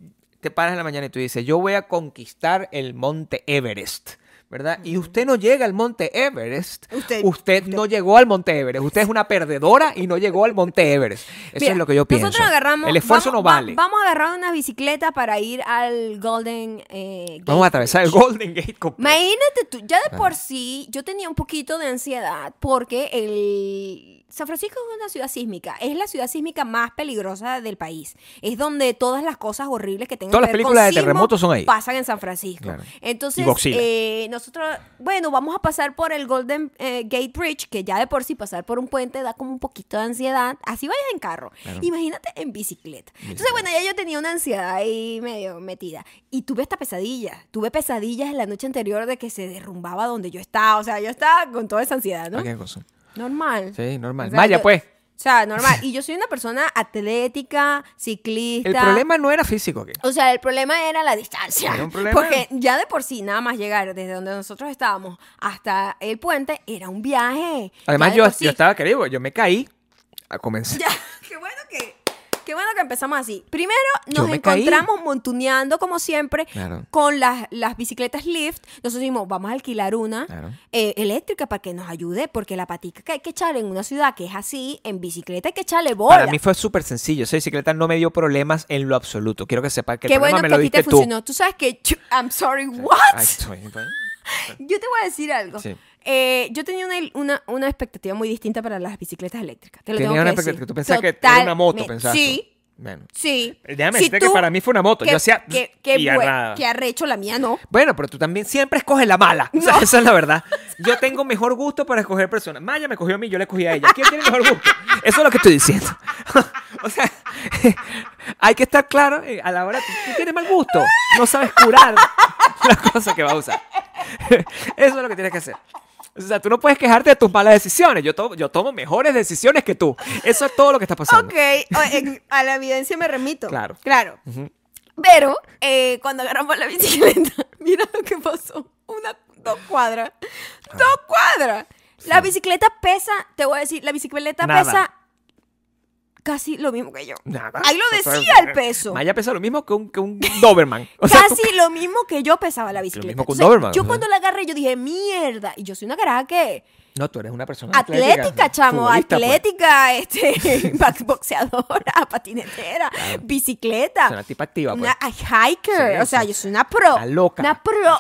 Speaker 2: te paras en la mañana y tú dices, yo voy a conquistar el monte Everest, ¿verdad? Y usted no llega al monte Everest. Usted,
Speaker 1: Usted-
Speaker 2: no llegó al monte Everest. Usted es una perdedora y no llegó al monte Everest. Eso
Speaker 1: Mira,
Speaker 2: es lo que yo pienso.
Speaker 1: Nosotros agarramos.
Speaker 2: el esfuerzo
Speaker 1: vamos-
Speaker 2: no
Speaker 1: va-
Speaker 2: vale.
Speaker 1: vamos a agarrar una bicicleta para ir al Golden eh, Gate
Speaker 2: Vamos a atravesar el
Speaker 1: Bridge.
Speaker 2: Golden Gate con
Speaker 1: Imagínate tú, ya de por sí yo tenía un poquito de ansiedad porque el San Francisco es una ciudad sísmica, es la ciudad sísmica más peligrosa del país. Es donde todas las cosas horribles que tengan
Speaker 2: Todas
Speaker 1: que
Speaker 2: las
Speaker 1: ver con
Speaker 2: películas de
Speaker 1: sismos
Speaker 2: terremotos son ahí.
Speaker 1: pasan en San Francisco.
Speaker 2: Claro. Y
Speaker 1: Entonces,
Speaker 2: Godzilla.
Speaker 1: eh, nosotros, bueno, vamos a pasar por el Golden eh, Gate Bridge, que ya de por sí pasar por un puente da como un poquito de ansiedad. Así vayas en carro. Imagínate en bicicleta. Entonces, bueno, ya yo tenía una ansiedad ahí medio metida. Y tuve esta pesadilla. Tuve pesadillas en la noche anterior de que se derrumbaba donde yo estaba. O sea, yo estaba con toda esa ansiedad, ¿no?
Speaker 2: Ah, qué cosa.
Speaker 1: Normal.
Speaker 2: Sí, normal.
Speaker 1: O sea,
Speaker 2: Maya,
Speaker 1: yo-
Speaker 2: pues.
Speaker 1: O sea,
Speaker 2: [LAUGHS]
Speaker 1: normal. Y yo soy una persona atlética, ciclista.
Speaker 2: El problema no era físico. ¿qué?
Speaker 1: O sea, el problema era la distancia.
Speaker 2: Era un problema.
Speaker 1: Porque ya de por sí, nada más llegar desde donde nosotros estábamos hasta el puente era un viaje.
Speaker 2: Además,
Speaker 1: Ya de
Speaker 2: yo,
Speaker 1: por sí-
Speaker 2: yo estaba querido, yo me caí a comenzar.
Speaker 1: Ya, [LAUGHS] qué bueno que. Qué bueno que empezamos así. Primero
Speaker 2: Yo
Speaker 1: nos
Speaker 2: me caí.
Speaker 1: encontramos montuneando, como siempre,
Speaker 2: Claro.
Speaker 1: con las, las bicicletas Lyft. Nosotros dijimos, vamos a alquilar una
Speaker 2: Claro.
Speaker 1: eh, eléctrica para que nos ayude, porque la patica que hay que echarle en una ciudad que es así, en bicicleta hay que echarle bola.
Speaker 2: Para mí fue súper sencillo. Esa bicicleta no me dio problemas en lo absoluto. Quiero que sepa que el
Speaker 1: qué
Speaker 2: problema
Speaker 1: bueno
Speaker 2: me
Speaker 1: que
Speaker 2: lo
Speaker 1: a ti
Speaker 2: diste
Speaker 1: te
Speaker 2: tú.
Speaker 1: funcionó. Tú sabes que... I'm sorry, what?
Speaker 2: Ay, estoy- bueno.
Speaker 1: [LAUGHS] Yo te voy a decir algo.
Speaker 2: Sí.
Speaker 1: Eh, yo tenía una, una, una expectativa muy distinta para las bicicletas eléctricas. Te lo
Speaker 2: Tenía
Speaker 1: tengo
Speaker 2: una
Speaker 1: que
Speaker 2: expectativa.
Speaker 1: decir.
Speaker 2: Tú pensabas que era una moto,
Speaker 1: Totalmente.
Speaker 2: pensaste.
Speaker 1: Sí,
Speaker 2: Bueno.
Speaker 1: sí.
Speaker 2: Déjame
Speaker 1: Si
Speaker 2: decirte que
Speaker 1: tú-
Speaker 2: para mí fue una moto.
Speaker 1: que-
Speaker 2: Yo hacía
Speaker 1: Que, que,
Speaker 2: y
Speaker 1: bue-
Speaker 2: agarraba.
Speaker 1: que arrecho la mía, no.
Speaker 2: Bueno, pero tú también siempre escoges la mala. O sea, esa es la verdad. Yo tengo mejor gusto para escoger personas. Maya me cogió a mí, yo le cogí a ella. ¿Quién tiene mejor gusto? Eso es lo que estoy diciendo. [LAUGHS] o sea, [LAUGHS] hay que estar [LAUGHS] claro eh, a la hora. Tú, tú tienes mal gusto. No sabes curar la cosa que vas a usar. [LAUGHS] Eso es lo que tienes que hacer. O sea, tú no puedes quejarte de tus malas decisiones. Yo, to- yo tomo mejores decisiones que tú. Eso es todo lo que está pasando.
Speaker 1: Ok, o- en- a la evidencia me remito.
Speaker 2: Claro.
Speaker 1: Claro. Pero eh, cuando agarramos la bicicleta, [LAUGHS] mira lo que pasó. Una, dos cuadras.
Speaker 2: Ah.
Speaker 1: Dos cuadras. La bicicleta pesa, te voy a decir, la bicicleta
Speaker 2: Nada.
Speaker 1: pesa casi lo mismo que yo.
Speaker 2: Nada.
Speaker 1: Ahí lo
Speaker 2: Eso
Speaker 1: decía
Speaker 2: es-
Speaker 1: el peso.
Speaker 2: Maya pesa lo mismo que un, que un [LAUGHS] Doberman. [LAUGHS] O sea, tú-
Speaker 1: Casi lo mismo que yo pesaba la bicicleta.
Speaker 2: mismo que un
Speaker 1: Entonces,
Speaker 2: Doberman,
Speaker 1: yo
Speaker 2: ¿no?
Speaker 1: cuando la agarré, yo dije, mierda. Y yo soy una caraja que...
Speaker 2: No, tú eres una persona
Speaker 1: Atlética, chamo,
Speaker 2: Ah, futbolista, pues.
Speaker 1: atlética, este, [LAUGHS] back- boxeadora, [LAUGHS] patinetera, bicicleta.
Speaker 2: Es una tipa activa, pues.
Speaker 1: Una a hiker,
Speaker 2: Sí,
Speaker 1: o sea,
Speaker 2: sí.
Speaker 1: yo soy una pro.
Speaker 2: Una loca.
Speaker 1: Una pro.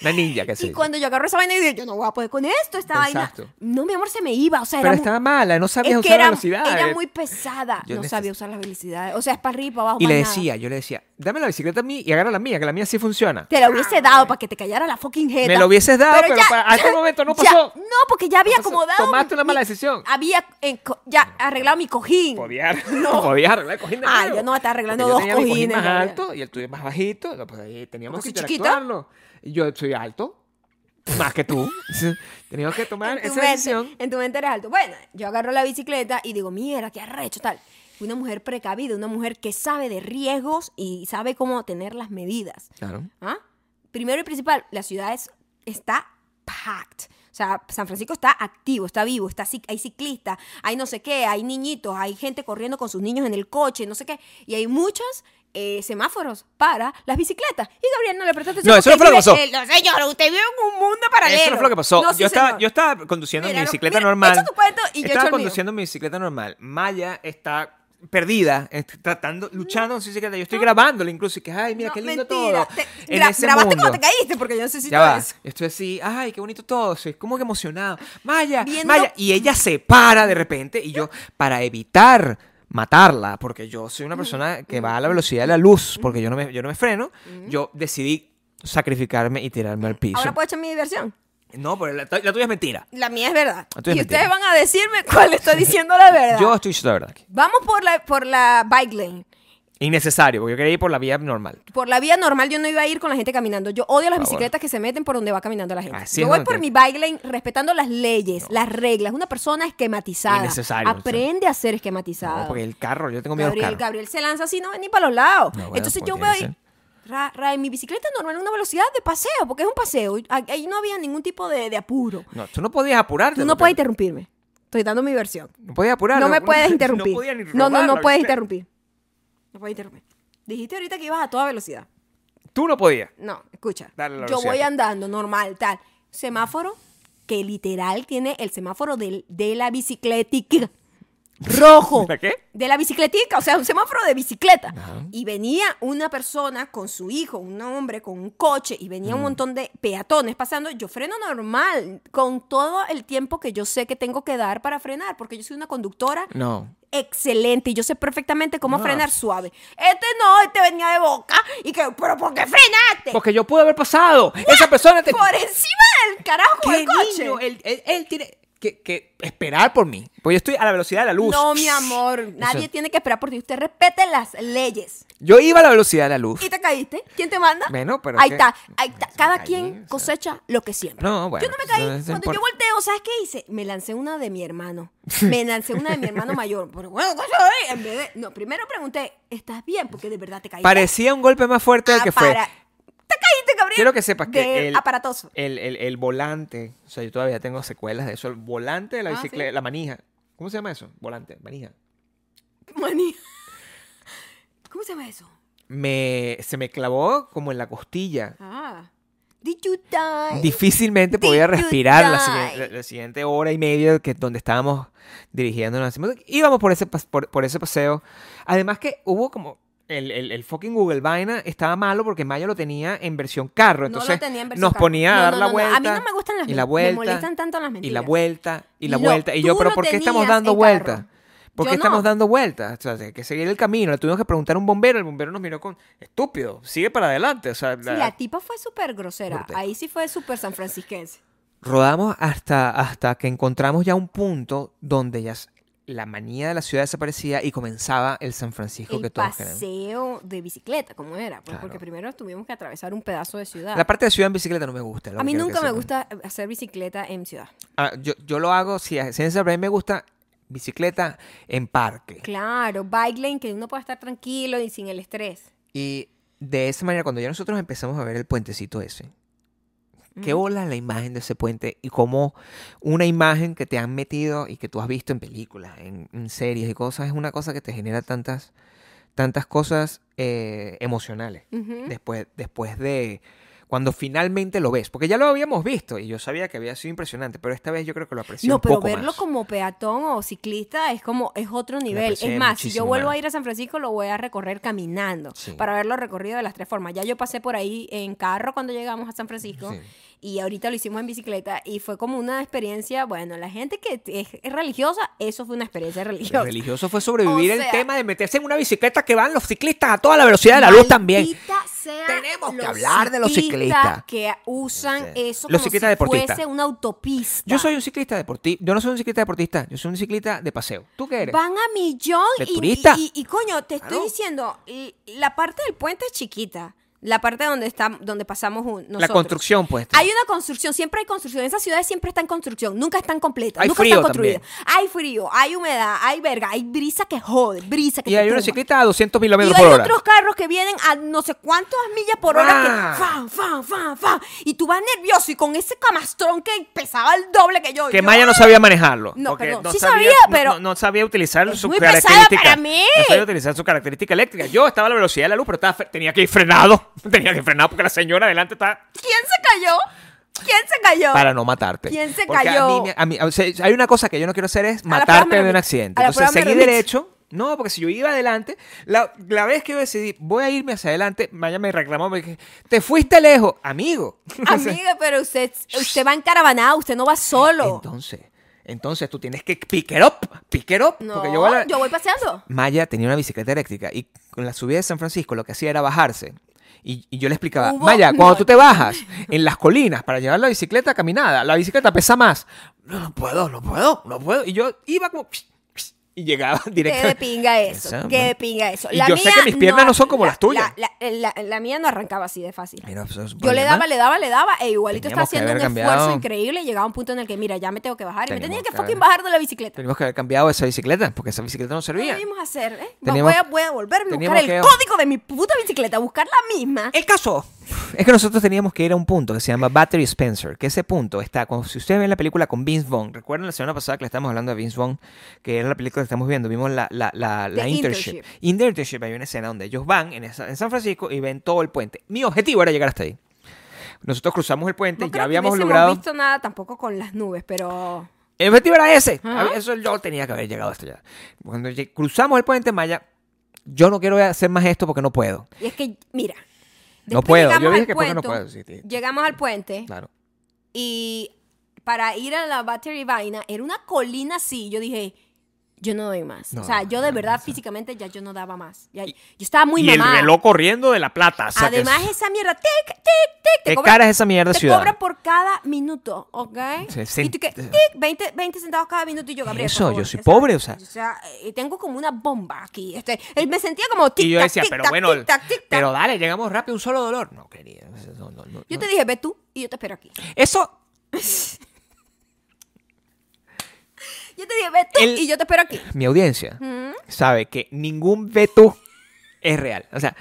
Speaker 2: Una ninja que sí.
Speaker 1: Y cuando yo agarro esa vaina y digo, yo no voy a poder con esto, esta
Speaker 2: Exacto.
Speaker 1: vaina. No, mi amor, se me iba, o sea,
Speaker 2: Pero
Speaker 1: era
Speaker 2: estaba mala, no
Speaker 1: muy,
Speaker 2: sabía
Speaker 1: es que
Speaker 2: usar la
Speaker 1: era,
Speaker 2: velocidad.
Speaker 1: era
Speaker 2: eh.
Speaker 1: muy pesada,
Speaker 2: Yo
Speaker 1: no
Speaker 2: neces-
Speaker 1: sabía usar las velocidades, o sea, es para arriba, para abajo,
Speaker 2: Y
Speaker 1: más
Speaker 2: le
Speaker 1: nada.
Speaker 2: decía, yo le decía, dame la bicicleta a mí y agarra la mía, que la mía sí funciona.
Speaker 1: Te la hubiese dado para que te callara la fucking jeta.
Speaker 2: Me lo hubieses dado, pero para- a este momento no
Speaker 1: ya-
Speaker 2: pasó.
Speaker 1: no, porque ya había
Speaker 2: pasó.
Speaker 1: acomodado.
Speaker 2: Tomaste una
Speaker 1: mi-
Speaker 2: mala decisión.
Speaker 1: Había eh, co- ya arreglado mi cojín.
Speaker 2: Podía,
Speaker 1: No.
Speaker 2: podía arreglar el cojín de
Speaker 1: Ay,
Speaker 2: nuevo.
Speaker 1: yo no, estaba arreglando dos
Speaker 2: Porque yo tenía mi cojín
Speaker 1: cojines,
Speaker 2: más
Speaker 1: María.
Speaker 2: alto y el tuyo más bajito. No, pues ahí teníamos que
Speaker 1: ¿Porque soy chiquita?
Speaker 2: interactuarlo. Y yo soy alto, más que tú. [LAUGHS] teníamos que
Speaker 1: en
Speaker 2: tomar
Speaker 1: tu
Speaker 2: esa
Speaker 1: mente,
Speaker 2: decisión.
Speaker 1: en tu mente eres alto. Bueno, yo agarro la bicicleta y digo, mira, qué arrecho, tal. Una mujer precavida, una mujer que sabe de riesgos y sabe cómo tener las medidas.
Speaker 2: Claro.
Speaker 1: ¿Ah? Primero y principal, la ciudad es- está packed. O sea, San Francisco está activo, está vivo, está, cic- hay ciclistas, hay no sé qué, hay niñitos, hay gente corriendo con sus niños en el coche, no sé qué. Y hay muchos eh, semáforos para las bicicletas. Y Gabriel no le prestó atención.
Speaker 2: No, eso
Speaker 1: porque
Speaker 2: no fue lo que
Speaker 1: vive- eh, no, señor, usted vive en un mundo paralelo.
Speaker 2: Eso no fue lo que pasó.
Speaker 1: No, sí,
Speaker 2: yo, estaba,
Speaker 1: señor.
Speaker 2: yo estaba conduciendo
Speaker 1: Mira,
Speaker 2: mi
Speaker 1: no-
Speaker 2: bicicleta
Speaker 1: mira,
Speaker 2: normal.
Speaker 1: echa tu cuento y yo
Speaker 2: estaba
Speaker 1: echo el mío.
Speaker 2: conduciendo mi bicicleta normal. Maya está perdida, est- tratando, luchando con su bicicleta. Yo estoy grabándola incluso y que, ay, mira,
Speaker 1: No,
Speaker 2: qué lindo
Speaker 1: mentira.
Speaker 2: todo.
Speaker 1: Te-
Speaker 2: en
Speaker 1: gra-
Speaker 2: ese
Speaker 1: grabaste
Speaker 2: mundo.
Speaker 1: cuando te caíste, porque yo necesito
Speaker 2: Ya va,
Speaker 1: eso.
Speaker 2: estoy así, ay, qué bonito todo, soy como que emocionado. Maya,
Speaker 1: Viendo-
Speaker 2: Maya. Y ella se para de repente y yo, para evitar matarla, porque yo soy una persona que va a la velocidad de la luz, porque yo no me, yo no me freno, yo decidí sacrificarme y tirarme al piso.
Speaker 1: Mm. Ahora puedo echar mi diversión.
Speaker 2: No, pero la, la tuya es mentira.
Speaker 1: La mía es verdad.
Speaker 2: La
Speaker 1: Y
Speaker 2: tuya es mentira.
Speaker 1: ustedes van a decirme [LAUGHS] cuál estoy diciendo la verdad.
Speaker 2: Yo estoy diciendo la verdad. aquí.
Speaker 1: Vamos por la, por la bike lane.
Speaker 2: Innecesario, porque yo quería ir por la vía normal.
Speaker 1: Por la vía normal yo no iba a ir con la gente caminando. Yo odio las
Speaker 2: Por favor.
Speaker 1: bicicletas que se meten por donde va caminando la gente.
Speaker 2: Así
Speaker 1: yo
Speaker 2: es
Speaker 1: voy
Speaker 2: donde
Speaker 1: por
Speaker 2: te-
Speaker 1: mi bike lane respetando las leyes, las reglas. Una persona esquematizada.
Speaker 2: Innecesario,
Speaker 1: Aprende a ser esquematizada.
Speaker 2: No, porque el carro, yo tengo miedo
Speaker 1: Gabriel,
Speaker 2: al carro.
Speaker 1: Gabriel se lanza así, no ve ni para los lados.
Speaker 2: No, bueno,
Speaker 1: Entonces yo
Speaker 2: como
Speaker 1: voy
Speaker 2: tiene que
Speaker 1: ra, ra, en mi bicicleta normal a una velocidad de paseo, porque es un paseo. y a- Ahí no había ningún tipo de, de apuro.
Speaker 2: No, tú no podías apurarte.
Speaker 1: Tú no
Speaker 2: porque-
Speaker 1: puedes interrumpirme. Estoy dando mi versión.
Speaker 2: No podías apurar.
Speaker 1: no me puedes interrumpir.
Speaker 2: [LAUGHS] No, podía ni
Speaker 1: no, no,
Speaker 2: robar
Speaker 1: no
Speaker 2: la
Speaker 1: puedes
Speaker 2: bicicleta.
Speaker 1: interrumpir. No puedes interrumpir. Dijiste ahorita que ibas a toda velocidad.
Speaker 2: Tú no podías.
Speaker 1: No, escucha.
Speaker 2: Dale la
Speaker 1: yo
Speaker 2: velocidad.
Speaker 1: voy andando normal, tal. Semáforo que literal tiene el semáforo del- de la bicicletica. Rojo.
Speaker 2: ¿De qué?
Speaker 1: De la bicicletica, o sea, un semáforo de bicicleta. Y venía una persona con su hijo, un hombre con un coche, y venía un montón de peatones pasando. Yo freno normal, con todo el tiempo que yo sé que tengo que dar para frenar, porque yo soy una conductora
Speaker 2: No.
Speaker 1: excelente y yo sé perfectamente cómo
Speaker 2: No.
Speaker 1: frenar suave. Este no, este venía de boca y que, pero ¿por qué frenaste?
Speaker 2: Porque yo pude haber pasado. Esa persona te.
Speaker 1: Por encima del carajo
Speaker 2: ¿Qué
Speaker 1: del coche.
Speaker 2: niño? Él, él- él tiene que, que esperar por mí. Porque yo estoy a la velocidad de la luz.
Speaker 1: No, mi amor, nadie
Speaker 2: Eso.
Speaker 1: tiene que esperar por ti. Usted respete las leyes.
Speaker 2: Yo iba a la velocidad de la luz.
Speaker 1: ¿Y te caíste? ¿Quién te manda?
Speaker 2: Bueno, pero
Speaker 1: Ahí
Speaker 2: es que-
Speaker 1: está, ahí está.
Speaker 2: Yo me
Speaker 1: Cada
Speaker 2: caí, o
Speaker 1: quien
Speaker 2: sea.
Speaker 1: cosecha lo que siembra.
Speaker 2: No, bueno,
Speaker 1: Yo no me caí.
Speaker 2: eso no
Speaker 1: Cuando yo
Speaker 2: importa.
Speaker 1: volteo, ¿sabes qué hice? Me lancé una de mi
Speaker 2: [LAUGHS]
Speaker 1: hermano. Me lancé una de mi hermano mayor. Pero bueno, ¿qué soy? En vez de- No, primero pregunté, ¿estás bien? Porque de verdad te caíste.
Speaker 2: Parecía un golpe más fuerte
Speaker 1: Ah,
Speaker 2: del que fue.
Speaker 1: Apara- Te caíste, Gabriel.
Speaker 2: Quiero que sepas
Speaker 1: De
Speaker 2: que el,
Speaker 1: aparatoso.
Speaker 2: El, el- el volante, o sea, yo todavía tengo secuelas de eso. El volante de la
Speaker 1: Ah,
Speaker 2: bicicleta,
Speaker 1: ¿sí?
Speaker 2: la manija. ¿Cómo se llama eso? Volante, manija.
Speaker 1: Manía. [LAUGHS] ¿Cómo se llama eso?
Speaker 2: Me, se me clavó como en la costilla.
Speaker 1: Ah. Did you die?
Speaker 2: Difícilmente
Speaker 1: Did
Speaker 2: podía
Speaker 1: you
Speaker 2: respirar la,
Speaker 1: die?
Speaker 2: siguiente- la- la siguiente hora y media que, donde estábamos dirigiéndonos. Íbamos por ese, pas- por, por ese paseo. Además que hubo como... El, el- el fucking Google Vaina estaba malo porque Maya lo tenía en versión
Speaker 1: No
Speaker 2: carro.
Speaker 1: lo
Speaker 2: Entonces
Speaker 1: tenía en versión
Speaker 2: nos
Speaker 1: carro.
Speaker 2: ponía
Speaker 1: No,
Speaker 2: a dar
Speaker 1: no,
Speaker 2: la
Speaker 1: no, no. A
Speaker 2: vuelta.
Speaker 1: mí no me gustan las
Speaker 2: y
Speaker 1: men-
Speaker 2: la
Speaker 1: me
Speaker 2: vuelta,
Speaker 1: molestan tanto las
Speaker 2: Y la
Speaker 1: mentiras.
Speaker 2: vuelta, y la
Speaker 1: No,
Speaker 2: vuelta. Y
Speaker 1: tú
Speaker 2: yo, pero
Speaker 1: lo
Speaker 2: ¿por qué estamos
Speaker 1: tenías
Speaker 2: dando
Speaker 1: en
Speaker 2: vueltas?
Speaker 1: carro.
Speaker 2: ¿Por
Speaker 1: Yo
Speaker 2: qué estamos
Speaker 1: no.
Speaker 2: dando vueltas? O sea, hay que seguir el camino. Le tuvimos que preguntar a un bombero. El bombero nos miró con, estúpido, sigue para adelante. O sea,
Speaker 1: Sí,
Speaker 2: la-
Speaker 1: la tipa fue súper grosera.
Speaker 2: Grotesco.
Speaker 1: Ahí sí fue súper sanfrancisquense.
Speaker 2: rodamos hasta, hasta que encontramos ya un punto donde ya s- la manía de la ciudad desaparecía y comenzaba el San Francisco
Speaker 1: El
Speaker 2: que todos queremos.
Speaker 1: paseo de bicicleta, ¿cómo era? Pues
Speaker 2: Claro.
Speaker 1: porque primero tuvimos que atravesar un pedazo de ciudad.
Speaker 2: La parte de ciudad en bicicleta no me gusta. lo
Speaker 1: a
Speaker 2: que
Speaker 1: mí
Speaker 2: quiero que
Speaker 1: nunca me
Speaker 2: sepan.
Speaker 1: gusta hacer bicicleta en ciudad.
Speaker 2: Ah, yo, yo lo hago, si a ciencia para mí me gusta bicicleta en parque.
Speaker 1: Claro, bike lane, que uno pueda estar tranquilo y sin el estrés.
Speaker 2: Y de esa manera, cuando ya nosotros empezamos a ver el puentecito ese, qué bola la imagen de ese puente y cómo una imagen que te han metido y que tú has visto en películas, en, en series y cosas, es una cosa que te genera tantas, tantas cosas eh, emocionales
Speaker 1: Ujú.
Speaker 2: después, después de cuando finalmente lo ves. Porque ya lo habíamos visto y yo sabía que había sido impresionante, pero esta vez yo creo que lo aprecié
Speaker 1: No,
Speaker 2: un
Speaker 1: pero
Speaker 2: poco
Speaker 1: verlo
Speaker 2: más.
Speaker 1: como peatón o ciclista es como, es otro nivel.
Speaker 2: aprecié
Speaker 1: Es más, si yo
Speaker 2: muchísimo
Speaker 1: vuelvo
Speaker 2: más.
Speaker 1: a ir a San Francisco, lo voy a recorrer caminando
Speaker 2: Sí.
Speaker 1: para verlo recorrido de las tres formas. Ya yo pasé por ahí en carro cuando llegamos a San Francisco
Speaker 2: Sí.
Speaker 1: y ahorita lo hicimos en bicicleta y fue como una experiencia, bueno, la gente que es, es religiosa, eso fue una experiencia religiosa.
Speaker 2: El religioso fue sobrevivir
Speaker 1: O
Speaker 2: el
Speaker 1: sea-
Speaker 2: tema de meterse en una bicicleta que van los ciclistas a toda la velocidad de la luz también.
Speaker 1: Maldita sea
Speaker 2: Tenemos que
Speaker 1: los
Speaker 2: hablar de los ciclistas.
Speaker 1: que usan
Speaker 2: Sí.
Speaker 1: eso
Speaker 2: Los
Speaker 1: como
Speaker 2: ciclistas
Speaker 1: si
Speaker 2: deportistas.
Speaker 1: fuese una autopista.
Speaker 2: Yo soy un ciclista deportista. Yo no soy un ciclista deportista. Yo soy un ciclista de paseo. ¿Tú qué eres?
Speaker 1: Van a millón
Speaker 2: De
Speaker 1: y,
Speaker 2: turista.
Speaker 1: y- y- y, coño, te
Speaker 2: Claro.
Speaker 1: estoy diciendo, y- la parte del puente es chiquita. La parte donde está, donde pasamos un- nosotros.
Speaker 2: La construcción, pues.
Speaker 1: Hay una construcción, siempre hay construcción. Esas ciudades siempre están en construcción, nunca están completas,
Speaker 2: Hay
Speaker 1: nunca
Speaker 2: frío
Speaker 1: están construidas. Hay frío, hay humedad, hay verga, hay brisa que jode, brisa que
Speaker 2: y
Speaker 1: te
Speaker 2: hay unos
Speaker 1: tumba.
Speaker 2: ciclistas a 200
Speaker 1: Y
Speaker 2: kilómetros
Speaker 1: hay
Speaker 2: por hora.
Speaker 1: otros carros que vienen a no sé cuántas millas por hora
Speaker 2: Ah.
Speaker 1: que fan, fan, fan, fan. Y tú vas nervioso y con ese camastrón que pesaba el doble que yo.
Speaker 2: Que
Speaker 1: yo,
Speaker 2: Maya no sabía manejarlo.
Speaker 1: No,
Speaker 2: porque
Speaker 1: perdón,
Speaker 2: no
Speaker 1: sí
Speaker 2: sabía,
Speaker 1: sabía,
Speaker 2: no-
Speaker 1: pero-
Speaker 2: No, no sabía utilizar
Speaker 1: Es
Speaker 2: su
Speaker 1: muy pesada
Speaker 2: característica.
Speaker 1: para mí.
Speaker 2: No sabía utilizar su característica eléctrica. Yo estaba a la velocidad de la luz, pero estaba, fre- tenía que ir frenado. [LAUGHS] Tenía que ir frenado porque la señora adelante estaba.
Speaker 1: ¿Quién se cayó? ¿Quién se cayó?
Speaker 2: Para no matarte.
Speaker 1: ¿Quién se
Speaker 2: Porque
Speaker 1: cayó?
Speaker 2: A mí, me- a mí- o sea, hay una cosa que yo no quiero hacer es
Speaker 1: A la
Speaker 2: matarte
Speaker 1: prueba me
Speaker 2: de un
Speaker 1: remito.
Speaker 2: accidente.
Speaker 1: A la
Speaker 2: Entonces
Speaker 1: prueba me
Speaker 2: seguí
Speaker 1: remito.
Speaker 2: derecho. No, porque si yo iba adelante, la, la vez que yo decidí, voy a irme hacia adelante, Maya me reclamó, me dije, te fuiste lejos, amigo. [LAUGHS] O sea,
Speaker 1: Amiga, pero usted, usted va encaravanado, usted no va solo.
Speaker 2: entonces, entonces tú tienes que pick it up, pick it up.
Speaker 1: no,
Speaker 2: porque
Speaker 1: yo
Speaker 2: yo voy a la-
Speaker 1: voy, paseando.
Speaker 2: Maya tenía una bicicleta eléctrica y con la subida de San Francisco lo que hacía era bajarse. Y, y yo le explicaba,
Speaker 1: Hubo-
Speaker 2: Maya, cuando
Speaker 1: no.
Speaker 2: tú te bajas en las colinas para llevar la bicicleta caminada, la bicicleta pesa más. No, no puedo, no puedo, no puedo. Y yo iba como... Y llegaba
Speaker 1: Qué de
Speaker 2: directamente.
Speaker 1: pinga eso,
Speaker 2: Esa,
Speaker 1: qué
Speaker 2: man.
Speaker 1: de pinga eso.
Speaker 2: Y yo sé que mis piernas no son como
Speaker 1: la-
Speaker 2: las tuyas.
Speaker 1: La, la- la- la mía no arrancaba así de fácil.
Speaker 2: Mira, eso es un
Speaker 1: Yo le
Speaker 2: problema.
Speaker 1: daba, le daba, le daba, e igualito
Speaker 2: Teníamos que
Speaker 1: estaba haciendo un
Speaker 2: haber cambiado.
Speaker 1: esfuerzo increíble y llegaba un punto en el que, mira, ya me tengo que bajar y me
Speaker 2: Teníamos
Speaker 1: tenía que
Speaker 2: que
Speaker 1: fucking
Speaker 2: haber-
Speaker 1: bajar de la bicicleta.
Speaker 2: Teníamos que haber cambiado esa bicicleta porque esa bicicleta no
Speaker 1: ¿Qué
Speaker 2: servía.
Speaker 1: debimos hacer? eh?
Speaker 2: Teníamos-
Speaker 1: voy, a, voy a volverme a buscar
Speaker 2: teníamos
Speaker 1: el
Speaker 2: que- Este,
Speaker 1: código de mi puta bicicleta, buscar la misma.
Speaker 2: El caso es que nosotros teníamos que ir a un punto que se llama Battery Spencer, que ese punto está, cuando, si ustedes ven la película con Vince Vaughn, recuerden la semana pasada que le estamos hablando de Vince Vaughn, que era la película que estamos viendo, vimos la, la, la, la
Speaker 1: The
Speaker 2: internship. Internship, hay una escena donde ellos van en, esa- en San Francisco y ven todo el puente. Mi objetivo era llegar hasta ahí. Nosotros cruzamos el puente,
Speaker 1: No
Speaker 2: ya
Speaker 1: creo
Speaker 2: habíamos
Speaker 1: que hubiésemos
Speaker 2: logrado...
Speaker 1: visto nada tampoco con las nubes, pero...
Speaker 2: El objetivo era ese.
Speaker 1: Ajá.
Speaker 2: Había- Eso yo tenía que haber llegado hasta allá. Cuando lleg- cruzamos el puente Maya, yo no quiero hacer más esto porque no puedo.
Speaker 1: Y es que, mira.
Speaker 2: No
Speaker 1: después
Speaker 2: puedo,
Speaker 1: llegamos
Speaker 2: yo dije
Speaker 1: al
Speaker 2: que porque no
Speaker 1: puente,
Speaker 2: puedo, sí, sí.
Speaker 1: Llegamos al puente
Speaker 2: Claro.
Speaker 1: y para ir a la Battery Vaina era una colina así. Yo dije, yo no doy más.
Speaker 2: No,
Speaker 1: o sea, yo de
Speaker 2: no,
Speaker 1: verdad
Speaker 2: no.
Speaker 1: físicamente ya yo no daba más. Ya- yo estaba muy
Speaker 2: y
Speaker 1: mamada.
Speaker 2: el reloj corriendo de la plata. o sea, que
Speaker 1: Además,
Speaker 2: es-
Speaker 1: esa mierda, tic, tic, tic.
Speaker 2: ¿Qué cara es esa mierda
Speaker 1: te
Speaker 2: ciudad?
Speaker 1: cobran por cada minuto, ¿ok?
Speaker 2: Se
Speaker 1: y tú
Speaker 2: sent- eh.
Speaker 1: que, tic, 20, 20 centavos cada minuto y yo, Gabriel. por
Speaker 2: Eso,
Speaker 1: favor,
Speaker 2: yo soy
Speaker 1: o sea,
Speaker 2: pobre, o sea.
Speaker 1: O sea, eh, tengo como una bomba aquí. Este, eh, me sentía como tic,
Speaker 2: Y yo
Speaker 1: tac,
Speaker 2: decía,
Speaker 1: tic,
Speaker 2: pero
Speaker 1: tac,
Speaker 2: bueno,
Speaker 1: tic, tac, tic, tac.
Speaker 2: pero dale, llegamos rápido, un solo dolor. No, querida. no, no, no,
Speaker 1: Yo
Speaker 2: no.
Speaker 1: te dije, ve tú y yo te espero aquí.
Speaker 2: Eso,
Speaker 1: Yo te dije, ve tú
Speaker 2: El-
Speaker 1: y yo te espero aquí.
Speaker 2: mi audiencia sabe que ningún ve tú es real. O sea,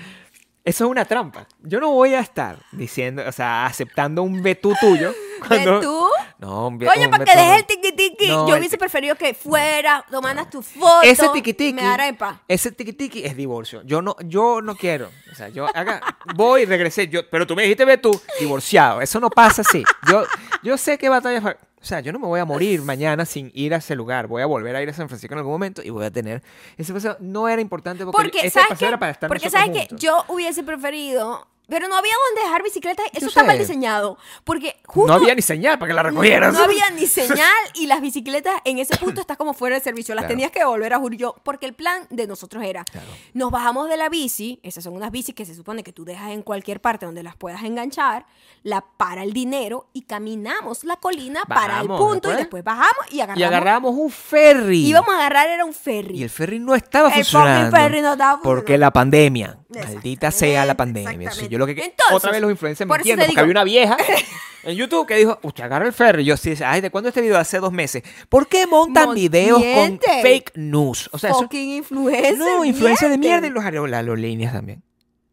Speaker 2: eso es una trampa. Yo no voy a estar diciendo, o sea, aceptando un ve tú
Speaker 1: [LAUGHS]
Speaker 2: tuyo. [LAUGHS] Cuando...
Speaker 1: ¿Ve tú?
Speaker 2: No, un ve-
Speaker 1: Oye,
Speaker 2: un
Speaker 1: para
Speaker 2: ve
Speaker 1: que
Speaker 2: tú no.
Speaker 1: dejes el tiqui tiqui.
Speaker 2: No,
Speaker 1: yo
Speaker 2: el
Speaker 1: hubiese
Speaker 2: tiqui-
Speaker 1: preferido que fuera, tomaras tu foto.
Speaker 2: ese tiqui tiqui,
Speaker 1: Me dará en paz.
Speaker 2: ese tiqui tiqui es divorcio. Yo no, yo no quiero. O sea, yo acá voy, regresé. Yo, pero tú me dijiste, ve tú, divorciado. Eso no pasa así. Yo, yo sé que batalla. fa- O sea, yo no me voy a morir mañana sin ir a ese lugar. Voy a volver a ir a San Francisco en algún momento y voy a tener. Ese paseo no era importante porque,
Speaker 1: Porque,
Speaker 2: yo- ese
Speaker 1: ¿sabes
Speaker 2: paseo
Speaker 1: qué?
Speaker 2: era para estar
Speaker 1: Porque
Speaker 2: nosotros
Speaker 1: sabes que
Speaker 2: juntos.
Speaker 1: yo hubiese preferido Pero no había donde dejar bicicletas. Eso
Speaker 2: Yo
Speaker 1: está
Speaker 2: sé.
Speaker 1: mal diseñado. Porque justo
Speaker 2: No había ni señal para que la recogieran.
Speaker 1: no había ni señal y las bicicletas en ese punto estás como fuera de servicio. Las
Speaker 2: Claro.
Speaker 1: tenías que volver a Julio porque el plan de nosotros era, nos bajamos de la bici, esas son unas bicis que se supone que tú dejas en cualquier parte donde las puedas enganchar, la para el dinero y caminamos la colina para el
Speaker 2: Bajamos,
Speaker 1: punto y después
Speaker 2: ¿después?
Speaker 1: bajamos y agarramos.
Speaker 2: Y agarramos un ferry.
Speaker 1: Íbamos a agarrar era un ferry.
Speaker 2: Y el ferry no estaba
Speaker 1: El fucking
Speaker 2: funcionando.
Speaker 1: ferry no estaba
Speaker 2: Porque
Speaker 1: funcionando.
Speaker 2: la pandemia.
Speaker 1: Exactamente,
Speaker 2: Maldita sea la pandemia. O sea, yo lo que
Speaker 1: exactamente.
Speaker 2: otra vez los influencers
Speaker 1: Por eso te
Speaker 2: mintiendo. Porque
Speaker 1: digo-
Speaker 2: había una vieja
Speaker 1: [LAUGHS]
Speaker 2: en YouTube que dijo, usted agarra el ferry. Yo sí, ay, ¿de cuándo este video? Hace dos meses. ¿Por qué montan
Speaker 1: Mon-
Speaker 2: videos con
Speaker 1: miente.
Speaker 2: fake news? O sea, eso,
Speaker 1: fucking influencer.
Speaker 2: no, influencia de mierda y
Speaker 1: mienten.
Speaker 2: los aerol- las aerolíneas también.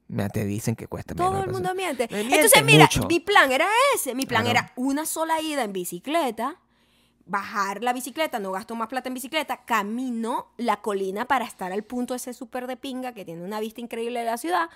Speaker 2: Mira, te dicen pues, que cuesta. mira,
Speaker 1: Todo
Speaker 2: no
Speaker 1: el
Speaker 2: pasa.
Speaker 1: mundo miente.
Speaker 2: Me
Speaker 1: Entonces,
Speaker 2: mienten
Speaker 1: mira,
Speaker 2: mucho.
Speaker 1: mi plan era ese. Mi plan
Speaker 2: Claro.
Speaker 1: era una sola ida en bicicleta, bajar la bicicleta, no gasto más plata en bicicleta, camino la colina para estar al punto ese súper de pinga que tiene una vista increíble de la ciudad,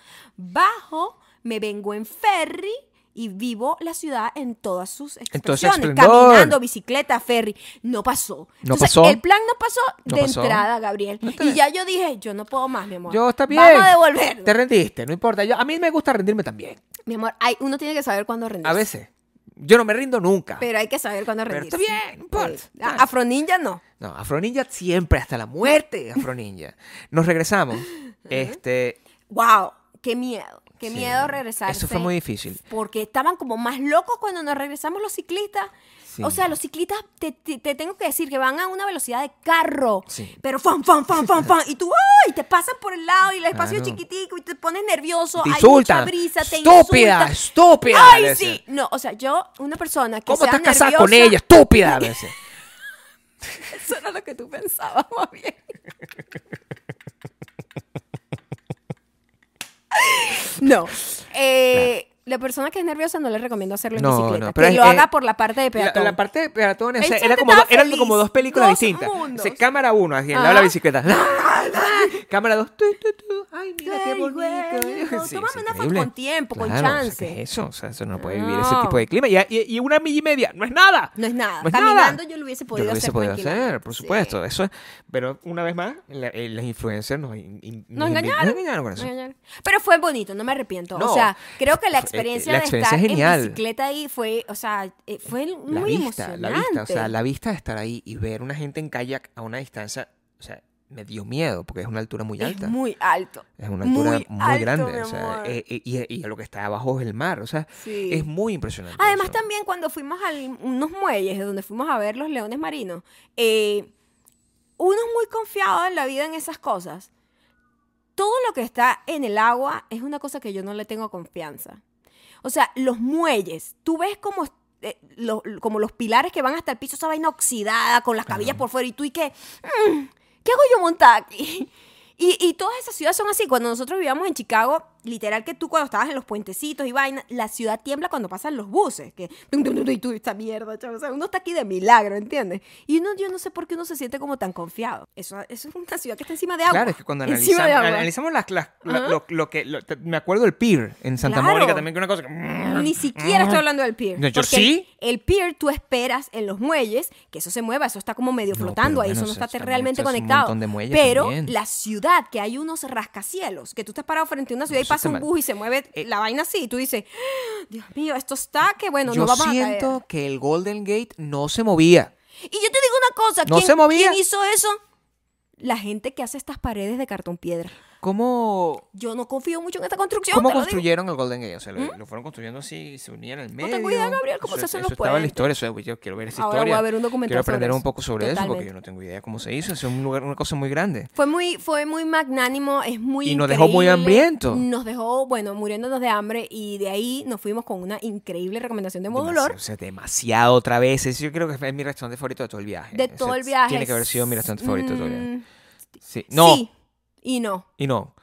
Speaker 1: bajo, me vengo en ferry. Y vivo la ciudad en todas sus
Speaker 2: todo su
Speaker 1: expresiones,
Speaker 2: esplendor.
Speaker 1: caminando, bicicleta, ferry. No pasó.
Speaker 2: No
Speaker 1: Entonces,
Speaker 2: pasó.
Speaker 1: el plan no pasó
Speaker 2: No
Speaker 1: de
Speaker 2: pasó.
Speaker 1: entrada, Gabriel.
Speaker 2: No está
Speaker 1: y
Speaker 2: bien.
Speaker 1: ya yo dije, yo no puedo más, mi amor.
Speaker 2: Yo está bien.
Speaker 1: Vamos a devolverlo.
Speaker 2: Te rendiste, no importa. Yo, a mí me gusta rendirme también.
Speaker 1: Mi amor, hay, uno tiene que saber cuándo rendirse.
Speaker 2: A veces. Yo no me rindo nunca.
Speaker 1: Pero hay que saber cuándo
Speaker 2: Pero
Speaker 1: rendirse.
Speaker 2: está bien, no importa.
Speaker 1: Eh, a- Afro Ninja no.
Speaker 2: No, Afro Ninja siempre, hasta la muerte, Afro Ninja.
Speaker 1: [LAUGHS]
Speaker 2: Nos regresamos. Este,
Speaker 1: ¡Wow! ¡Qué miedo! ¡Qué
Speaker 2: Sí.
Speaker 1: miedo regresar!
Speaker 2: Eso fue muy difícil.
Speaker 1: Porque estaban como más locos cuando nos regresamos los ciclistas.
Speaker 2: Sí.
Speaker 1: O sea, los ciclistas, te, te- te tengo que decir que van a una velocidad de carro.
Speaker 2: Sí.
Speaker 1: Pero fan, fan, fan, fan, fan. Y tú, ¡ay! Te pasan por el lado y el espacio es
Speaker 2: Claro.
Speaker 1: chiquitico y te pones nervioso.
Speaker 2: te
Speaker 1: hay
Speaker 2: insultan.
Speaker 1: mucha brisa, te
Speaker 2: estúpida,
Speaker 1: insultan.
Speaker 2: estúpida. le
Speaker 1: ¡Ay,
Speaker 2: decía.
Speaker 1: sí! No, o sea, yo, una persona que
Speaker 2: ¿Cómo
Speaker 1: sea
Speaker 2: estás casada
Speaker 1: nerviosa-
Speaker 2: con ella? Estúpida, a veces.
Speaker 1: Eso era lo que tú pensabas, más bien. No. eh, La persona que es nerviosa no le recomiendo hacerlo en
Speaker 2: No,
Speaker 1: bicicleta.
Speaker 2: no, pero
Speaker 1: que
Speaker 2: es-
Speaker 1: lo
Speaker 2: es-
Speaker 1: haga por la parte de
Speaker 2: La,
Speaker 1: peatón.
Speaker 2: la parte de peatón, o
Speaker 1: El
Speaker 2: sea,
Speaker 1: chante
Speaker 2: era como,
Speaker 1: estaba
Speaker 2: do- eran
Speaker 1: feliz.
Speaker 2: como dos películas
Speaker 1: Dos
Speaker 2: distintas.
Speaker 1: mundos.
Speaker 2: Se- cámara uno, así, al lado de la
Speaker 1: Ajá.
Speaker 2: bicicleta. cámara dos. tu, tu, tu. Ay, mira qué
Speaker 1: Ay,
Speaker 2: bonito.
Speaker 1: güey, no, tómame
Speaker 2: Sí, sí,
Speaker 1: una foto
Speaker 2: increíble.
Speaker 1: con tiempo, con
Speaker 2: Claro, o sea,
Speaker 1: chance.
Speaker 2: ¿qué es eso, o sea, eso no puede vivir ese
Speaker 1: No.
Speaker 2: tipo de clima. Y, y- y una milla y media, no es nada.
Speaker 1: No es nada.
Speaker 2: No es nada.
Speaker 1: Caminando yo lo hubiese
Speaker 2: Yo
Speaker 1: podido
Speaker 2: lo hubiese
Speaker 1: hacer.
Speaker 2: podido
Speaker 1: tranquilamente.
Speaker 2: hacer, por
Speaker 1: Sí.
Speaker 2: supuesto. Eso es- Pero una vez más, la- eh, las influencers nos, in- in-
Speaker 1: Nos
Speaker 2: invi-
Speaker 1: engañaron.
Speaker 2: Nos engañaron con eso.
Speaker 1: Nos engañaron. Pero fue bonito, no me arrepiento.
Speaker 2: No,
Speaker 1: o sea, creo que la
Speaker 2: fue- eh,
Speaker 1: experiencia,
Speaker 2: la
Speaker 1: de
Speaker 2: experiencia
Speaker 1: estar
Speaker 2: es genial.
Speaker 1: en bicicleta ahí fue, o sea, eh, fue
Speaker 2: La
Speaker 1: muy
Speaker 2: vista,
Speaker 1: emocionante.
Speaker 2: la vista, o sea, la vista de estar ahí y ver una gente en kayak a una distancia, o sea, me dio miedo porque es una altura muy alta.
Speaker 1: Es muy alto.
Speaker 2: Es una altura
Speaker 1: muy
Speaker 2: muy,
Speaker 1: alto, mi
Speaker 2: grande, o sea,
Speaker 1: amor.
Speaker 2: eh, eh, y, y lo que está abajo es el mar, o sea,
Speaker 1: Sí.
Speaker 2: es muy impresionante.
Speaker 1: Además,
Speaker 2: eso.
Speaker 1: también cuando fuimos a unos muelles donde fuimos a ver los leones marinos, eh, uno es muy confiado en la vida en esas cosas. Todo lo que está en el agua es una cosa que yo no le tengo confianza. O sea, los muelles, tú ves como, eh, lo- como los pilares que van hasta el piso, esa vaina oxidada, con las cabillas por fuera, y tú y que, "Mm, ¿qué hago yo montada aquí? Y, y todas esas ciudades son así. Cuando nosotros vivíamos en Chicago, literal que tú cuando estabas en los puentecitos y vaina, la ciudad tiembla cuando pasan los buses. Que tum, tum, tum, tum, y tú, esta mierda, chavo. O sea, uno está aquí de milagro, ¿entiendes? Y uno, yo no sé por qué uno se siente como tan confiado. Eso, eso es una ciudad que está encima de agua.
Speaker 2: Claro, es que cuando
Speaker 1: Encima
Speaker 2: analizamos,
Speaker 1: de agua.
Speaker 2: analizamos las, las- la- lo, lo que... lo- te- me acuerdo del pier en Santa
Speaker 1: Claro.
Speaker 2: Mónica también, que una cosa que...
Speaker 1: Ni siquiera estoy hablando del pier.
Speaker 2: No, yo
Speaker 1: Porque
Speaker 2: sí.
Speaker 1: El, el pier tú esperas en los muelles que eso se mueva, eso está como medio
Speaker 2: No,
Speaker 1: flotando
Speaker 2: pero
Speaker 1: ahí,
Speaker 2: bueno,
Speaker 1: eso no
Speaker 2: eso
Speaker 1: está
Speaker 2: es-
Speaker 1: realmente
Speaker 2: eso es un
Speaker 1: conectado.
Speaker 2: montón de muelles
Speaker 1: pero
Speaker 2: también.
Speaker 1: la ciudad, que hay unos rascacielos, que tú estás parado frente a una ciudad y
Speaker 2: Eso
Speaker 1: pasa
Speaker 2: está
Speaker 1: un
Speaker 2: mal.
Speaker 1: bus y se mueve
Speaker 2: Eh,
Speaker 1: la vaina así, y tú dices, "Ah, Dios mío, esto está que bueno,
Speaker 2: Yo
Speaker 1: no vamos a
Speaker 2: siento
Speaker 1: caer.
Speaker 2: que el Golden Gate no se movía.
Speaker 1: Y yo te digo una cosa,
Speaker 2: No
Speaker 1: ¿quién,
Speaker 2: se movía.
Speaker 1: quién hizo eso? La gente que hace estas paredes de cartón piedra.
Speaker 2: ¿Cómo,
Speaker 1: Yo no confío mucho en esta construcción.
Speaker 2: cómo
Speaker 1: te lo digo. ¿Mm?
Speaker 2: construyeron el Golden Gate? O sea, lo, lo fueron construyendo así, se unían al medio.
Speaker 1: tengo idea, Gabriel, cómo
Speaker 2: Eso-
Speaker 1: se hacen
Speaker 2: eso
Speaker 1: los
Speaker 2: estaba en la
Speaker 1: puentes.
Speaker 2: historia, eso, yo quiero ver esa
Speaker 1: Ahora voy a
Speaker 2: historia.
Speaker 1: ver un documental
Speaker 2: Quiero aprender
Speaker 1: sobre
Speaker 2: un poco sobre eso, porque
Speaker 1: Totalmente.
Speaker 2: yo no tengo idea de cómo se hizo. Es un lugar, una cosa muy grande.
Speaker 1: Fue muy, fue muy magnánimo, es muy
Speaker 2: Y nos dejó muy
Speaker 1: increíble.
Speaker 2: hambriento.
Speaker 1: Nos dejó, bueno, muriéndonos de hambre y de ahí nos fuimos con una increíble recomendación de
Speaker 2: Demasiado,
Speaker 1: Modulor.
Speaker 2: o sea, demasiado otra vez. Es- yo creo que es mi restaurante favorito de todo el viaje.
Speaker 1: De
Speaker 2: O sea,
Speaker 1: todo el viaje.
Speaker 2: Tiene que haber sido mi restaurante favorito de todo el viaje.
Speaker 1: Mm,
Speaker 2: Sí. No,
Speaker 1: Sí y no.
Speaker 2: y no.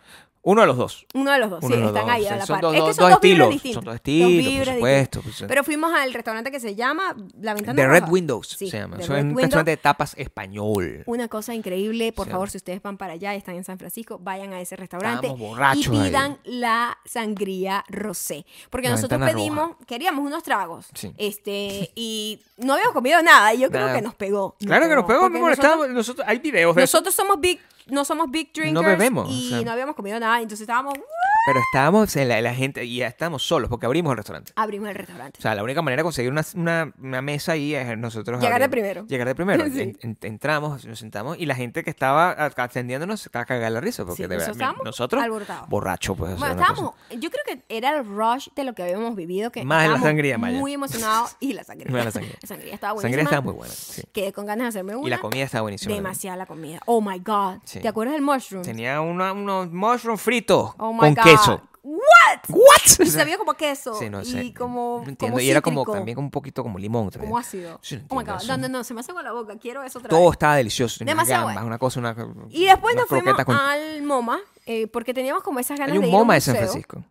Speaker 2: Uno de los dos.
Speaker 1: Uno de los dos,
Speaker 2: Uno
Speaker 1: sí,
Speaker 2: de los
Speaker 1: están
Speaker 2: dos.
Speaker 1: ahí
Speaker 2: O
Speaker 1: a
Speaker 2: sea,
Speaker 1: la
Speaker 2: son
Speaker 1: par.
Speaker 2: dos-
Speaker 1: es que
Speaker 2: dos-
Speaker 1: son dos,
Speaker 2: dos
Speaker 1: vibras
Speaker 2: estilos,
Speaker 1: distintas.
Speaker 2: son dos estilos, por
Speaker 1: vibras
Speaker 2: supuesto,
Speaker 1: distintas.
Speaker 2: pues,
Speaker 1: Pero fuimos al restaurante que se llama La Ventana
Speaker 2: The
Speaker 1: Roja.
Speaker 2: Red Windows
Speaker 1: Sí,
Speaker 2: se llama.
Speaker 1: The
Speaker 2: Es
Speaker 1: Red
Speaker 2: un
Speaker 1: Window.
Speaker 2: restaurante de tapas español.
Speaker 1: Una cosa increíble, por
Speaker 2: Sí.
Speaker 1: favor, si ustedes van para allá, están en San Francisco, vayan a ese restaurante
Speaker 2: Estábamos borrachos
Speaker 1: y pidan la sangría rosé, porque
Speaker 2: La
Speaker 1: nosotros
Speaker 2: ventana
Speaker 1: pedimos, queríamos unos tragos,
Speaker 2: Sí. [LAUGHS]
Speaker 1: este, y no habíamos comido nada, y yo creo
Speaker 2: Nada.
Speaker 1: que nos pegó.
Speaker 2: Claro que nos pegó,
Speaker 1: porque
Speaker 2: mi amor,
Speaker 1: Nosotros,
Speaker 2: estábamos- nosotros, hay videos de eso.
Speaker 1: nosotros somos big, no somos big drinkers
Speaker 2: bebemos, o
Speaker 1: y
Speaker 2: sea.
Speaker 1: no habíamos comido nada, entonces estábamos uh, "Woo",
Speaker 2: Pero estábamos en la, la gente y ya estábamos solos porque abrimos el restaurante.
Speaker 1: Abrimos el restaurante.
Speaker 2: O sea, la única manera de conseguir una, una, una mesa ahí es nosotros.
Speaker 1: Llegar de
Speaker 2: abrir-
Speaker 1: primero.
Speaker 2: Llegar de primero.
Speaker 1: [LAUGHS] Sí.
Speaker 2: En- en- entramos, nos sentamos y la gente que estaba a- atendiéndonos se acaba de cagar la risa. Porque
Speaker 1: Sí,
Speaker 2: de verdad,
Speaker 1: nosotros estábamos
Speaker 2: nosotros
Speaker 1: alborotados.
Speaker 2: borrachos, pues. o sea,
Speaker 1: Bueno,
Speaker 2: una cosa- [LAUGHS]
Speaker 1: estábamos, yo creo que era el rush de lo que habíamos vivido. Que
Speaker 2: Más la
Speaker 1: estábamos
Speaker 2: sangría, Maya.
Speaker 1: Muy emocionados y la
Speaker 2: [LAUGHS]
Speaker 1: sangría.
Speaker 2: Más la sangría.
Speaker 1: La sangría estaba buenísima.
Speaker 2: Sangría estaba muy buena. sí.
Speaker 1: Quedé con ganas de hacerme una.
Speaker 2: Y la comida estaba buenísima. también.
Speaker 1: Demasiada la comida. Oh my God.
Speaker 2: Sí.
Speaker 1: ¿Te acuerdas del mushroom?
Speaker 2: Tenía una- unos mushroom fritos
Speaker 1: Oh my
Speaker 2: con
Speaker 1: God.
Speaker 2: queso.
Speaker 1: ¿What?
Speaker 2: ¿What? [LAUGHS]
Speaker 1: Y sabía como a queso.
Speaker 2: Sí, no sé.
Speaker 1: Y como.
Speaker 2: No entiendo.
Speaker 1: como
Speaker 2: y era como
Speaker 1: cítrico,
Speaker 2: también como un poquito como limón. también.
Speaker 1: Como ácido.
Speaker 2: Sí, no
Speaker 1: oh my
Speaker 2: entiendo
Speaker 1: God. No,
Speaker 2: eso.
Speaker 1: no, no, se me hace agua la boca. Quiero eso otra
Speaker 2: Todo
Speaker 1: vez.
Speaker 2: estaba delicioso. tenía unas
Speaker 1: Demasiado
Speaker 2: gambas,
Speaker 1: bueno.
Speaker 2: una cosa, una.
Speaker 1: Y después nos
Speaker 2: unas
Speaker 1: fuimos
Speaker 2: croquetas con-
Speaker 1: al MoMA. eh, porque teníamos como esas ganas de
Speaker 2: Hay un
Speaker 1: ir a
Speaker 2: MoMA de San
Speaker 1: museo,
Speaker 2: Francisco.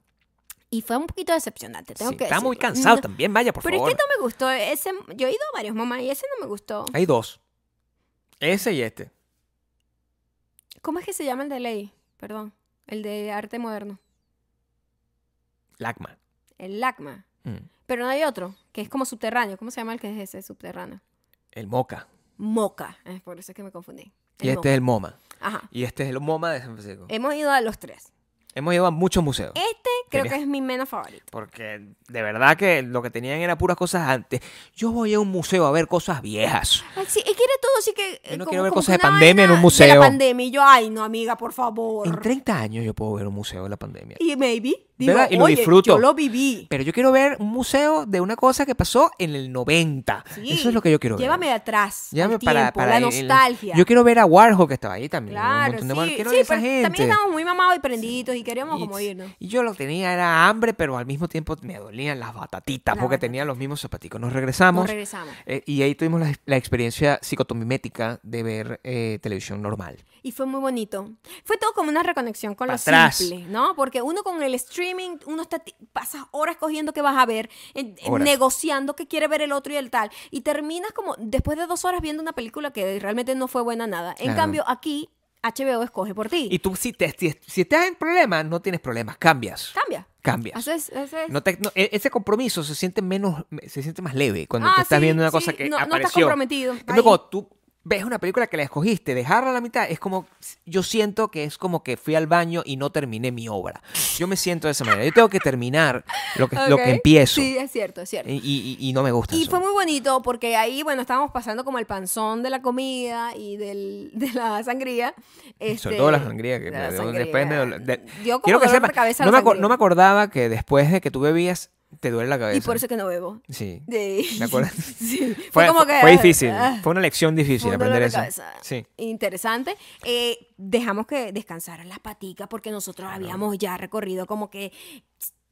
Speaker 1: Y fue un poquito decepcionante, tengo
Speaker 2: Sí,
Speaker 1: que
Speaker 2: estaba muy
Speaker 1: decirlo.
Speaker 2: cansado
Speaker 1: No-
Speaker 2: también, vaya, por
Speaker 1: Pero
Speaker 2: favor.
Speaker 1: es que no me gustó. Ese, yo he ido a varios mamás y ese no me gustó.
Speaker 2: Hay dos. Ese y este.
Speaker 1: ¿Cómo es que se llama el de ley? Perdón. El de arte moderno.
Speaker 2: Lacma.
Speaker 1: El LACMA.
Speaker 2: Mm.
Speaker 1: Pero no hay otro, que es como subterráneo. ¿Cómo se llama el que es ese subterráneo?
Speaker 2: El Moca.
Speaker 1: Moca. Es por eso es que me confundí. El
Speaker 2: Y este
Speaker 1: Moca.
Speaker 2: es el MoMA.
Speaker 1: Ajá.
Speaker 2: Y este es el MoMA de San Francisco.
Speaker 1: Hemos ido a los tres.
Speaker 2: Hemos ido a muchos museos.
Speaker 1: Este creo
Speaker 2: Genial.
Speaker 1: que es mi menos favorito.
Speaker 2: Porque de verdad que lo que tenían era puras cosas antes. Yo voy a un museo a ver cosas viejas.
Speaker 1: Ay, sí, es que era todo así que... eh,
Speaker 2: Yo no
Speaker 1: como-
Speaker 2: quiero ver
Speaker 1: como
Speaker 2: cosas de
Speaker 1: una
Speaker 2: pandemia en
Speaker 1: vaina
Speaker 2: un museo.
Speaker 1: De la pandemia. Y yo, ay, no, amiga, por favor.
Speaker 2: En 30 años yo puedo ver un museo de la pandemia.
Speaker 1: Y maybe. Digo,
Speaker 2: ¿Verdad? Y lo
Speaker 1: oye,
Speaker 2: disfruto.
Speaker 1: yo lo viví.
Speaker 2: Pero yo quiero ver un museo de una cosa que pasó en el 90.
Speaker 1: Sí.
Speaker 2: Eso es lo que yo quiero ver.
Speaker 1: Llévame atrás.
Speaker 2: Llévame
Speaker 1: al tiempo, la
Speaker 2: el-
Speaker 1: nostalgia.
Speaker 2: yo quiero ver a Warhol que estaba ahí también. un
Speaker 1: Claro,
Speaker 2: montón
Speaker 1: sí,
Speaker 2: de Warhol. Quiero
Speaker 1: sí,
Speaker 2: ver esa
Speaker 1: pero
Speaker 2: gente.
Speaker 1: también estábamos muy mamados y prendidos y queríamos como
Speaker 2: Y-
Speaker 1: irnos.
Speaker 2: Y yo lo que tenía era hambre, pero al mismo tiempo me dolían las batatitas
Speaker 1: Las
Speaker 2: porque
Speaker 1: batatitas.
Speaker 2: tenía los mismos zapaticos. Nos regresamos.
Speaker 1: Nos regresamos.
Speaker 2: eh, y ahí tuvimos la, la experiencia psicotomimética de ver eh, televisión normal.
Speaker 1: Y fue muy bonito. Fue todo como una reconexión con
Speaker 2: Pa'
Speaker 1: lo
Speaker 2: atrás.
Speaker 1: simple, ¿no? Porque uno con el streaming, uno está ti- pasas horas cogiendo qué vas a ver, en- en
Speaker 2: Horas.
Speaker 1: negociando qué quiere ver el otro y el tal. Y terminas como después de dos horas viendo una película que realmente no fue buena nada. En
Speaker 2: Claro.
Speaker 1: cambio, aquí HBO escoge por ti.
Speaker 2: Y tú, si, te, si, si estás en problemas, no tienes problemas, cambias.
Speaker 1: Cambia.
Speaker 2: Cambias.
Speaker 1: Haces, haces-
Speaker 2: No te- no, e- ese compromiso se siente menos se siente más leve cuando
Speaker 1: Ah,
Speaker 2: tú estás
Speaker 1: sí,
Speaker 2: viendo una
Speaker 1: sí,
Speaker 2: cosa que
Speaker 1: no- no estás
Speaker 2: apareció.
Speaker 1: comprometido.
Speaker 2: En cambio,
Speaker 1: Ahí.
Speaker 2: cuando tú ves una película que la escogiste, dejarla a la mitad es como yo siento que es como que fui al baño y no terminé mi obra. Yo me siento de esa manera. Yo tengo que terminar lo que lo
Speaker 1: Ok.
Speaker 2: que empiezo
Speaker 1: Sí, es cierto, es cierto.
Speaker 2: y, y- y no me gusta.
Speaker 1: Y
Speaker 2: eso.
Speaker 1: fue muy bonito porque ahí, bueno, estábamos pasando como el panzón de la comida y del, [LAUGHS] de la sangría.
Speaker 2: Sobre
Speaker 1: este,
Speaker 2: todo la sangría, que
Speaker 1: de
Speaker 2: me
Speaker 1: la
Speaker 2: dio-
Speaker 1: sangría.
Speaker 2: después me dolo- de-
Speaker 1: Dio como
Speaker 2: Quiero que
Speaker 1: dolor
Speaker 2: sepas,
Speaker 1: de cabeza
Speaker 2: no,
Speaker 1: la
Speaker 2: me acor-
Speaker 1: sangría.
Speaker 2: no me acordaba que después de que tú bebías te duele la cabeza.
Speaker 1: Y por eso que no bebo.
Speaker 2: Sí.
Speaker 1: [LAUGHS] De-
Speaker 2: ¿Me acuerdas?
Speaker 1: Sí.
Speaker 2: Fue,
Speaker 1: Fue, como
Speaker 2: fue-
Speaker 1: que,
Speaker 2: fue difícil.
Speaker 1: ah,
Speaker 2: Fue una lección difícil
Speaker 1: fue un dolor
Speaker 2: aprender
Speaker 1: de
Speaker 2: eso.
Speaker 1: cabeza.
Speaker 2: Sí.
Speaker 1: Interesante. Eh, dejamos que descansaran las paticas porque
Speaker 2: Ah,
Speaker 1: nosotros habíamos ya recorrido como que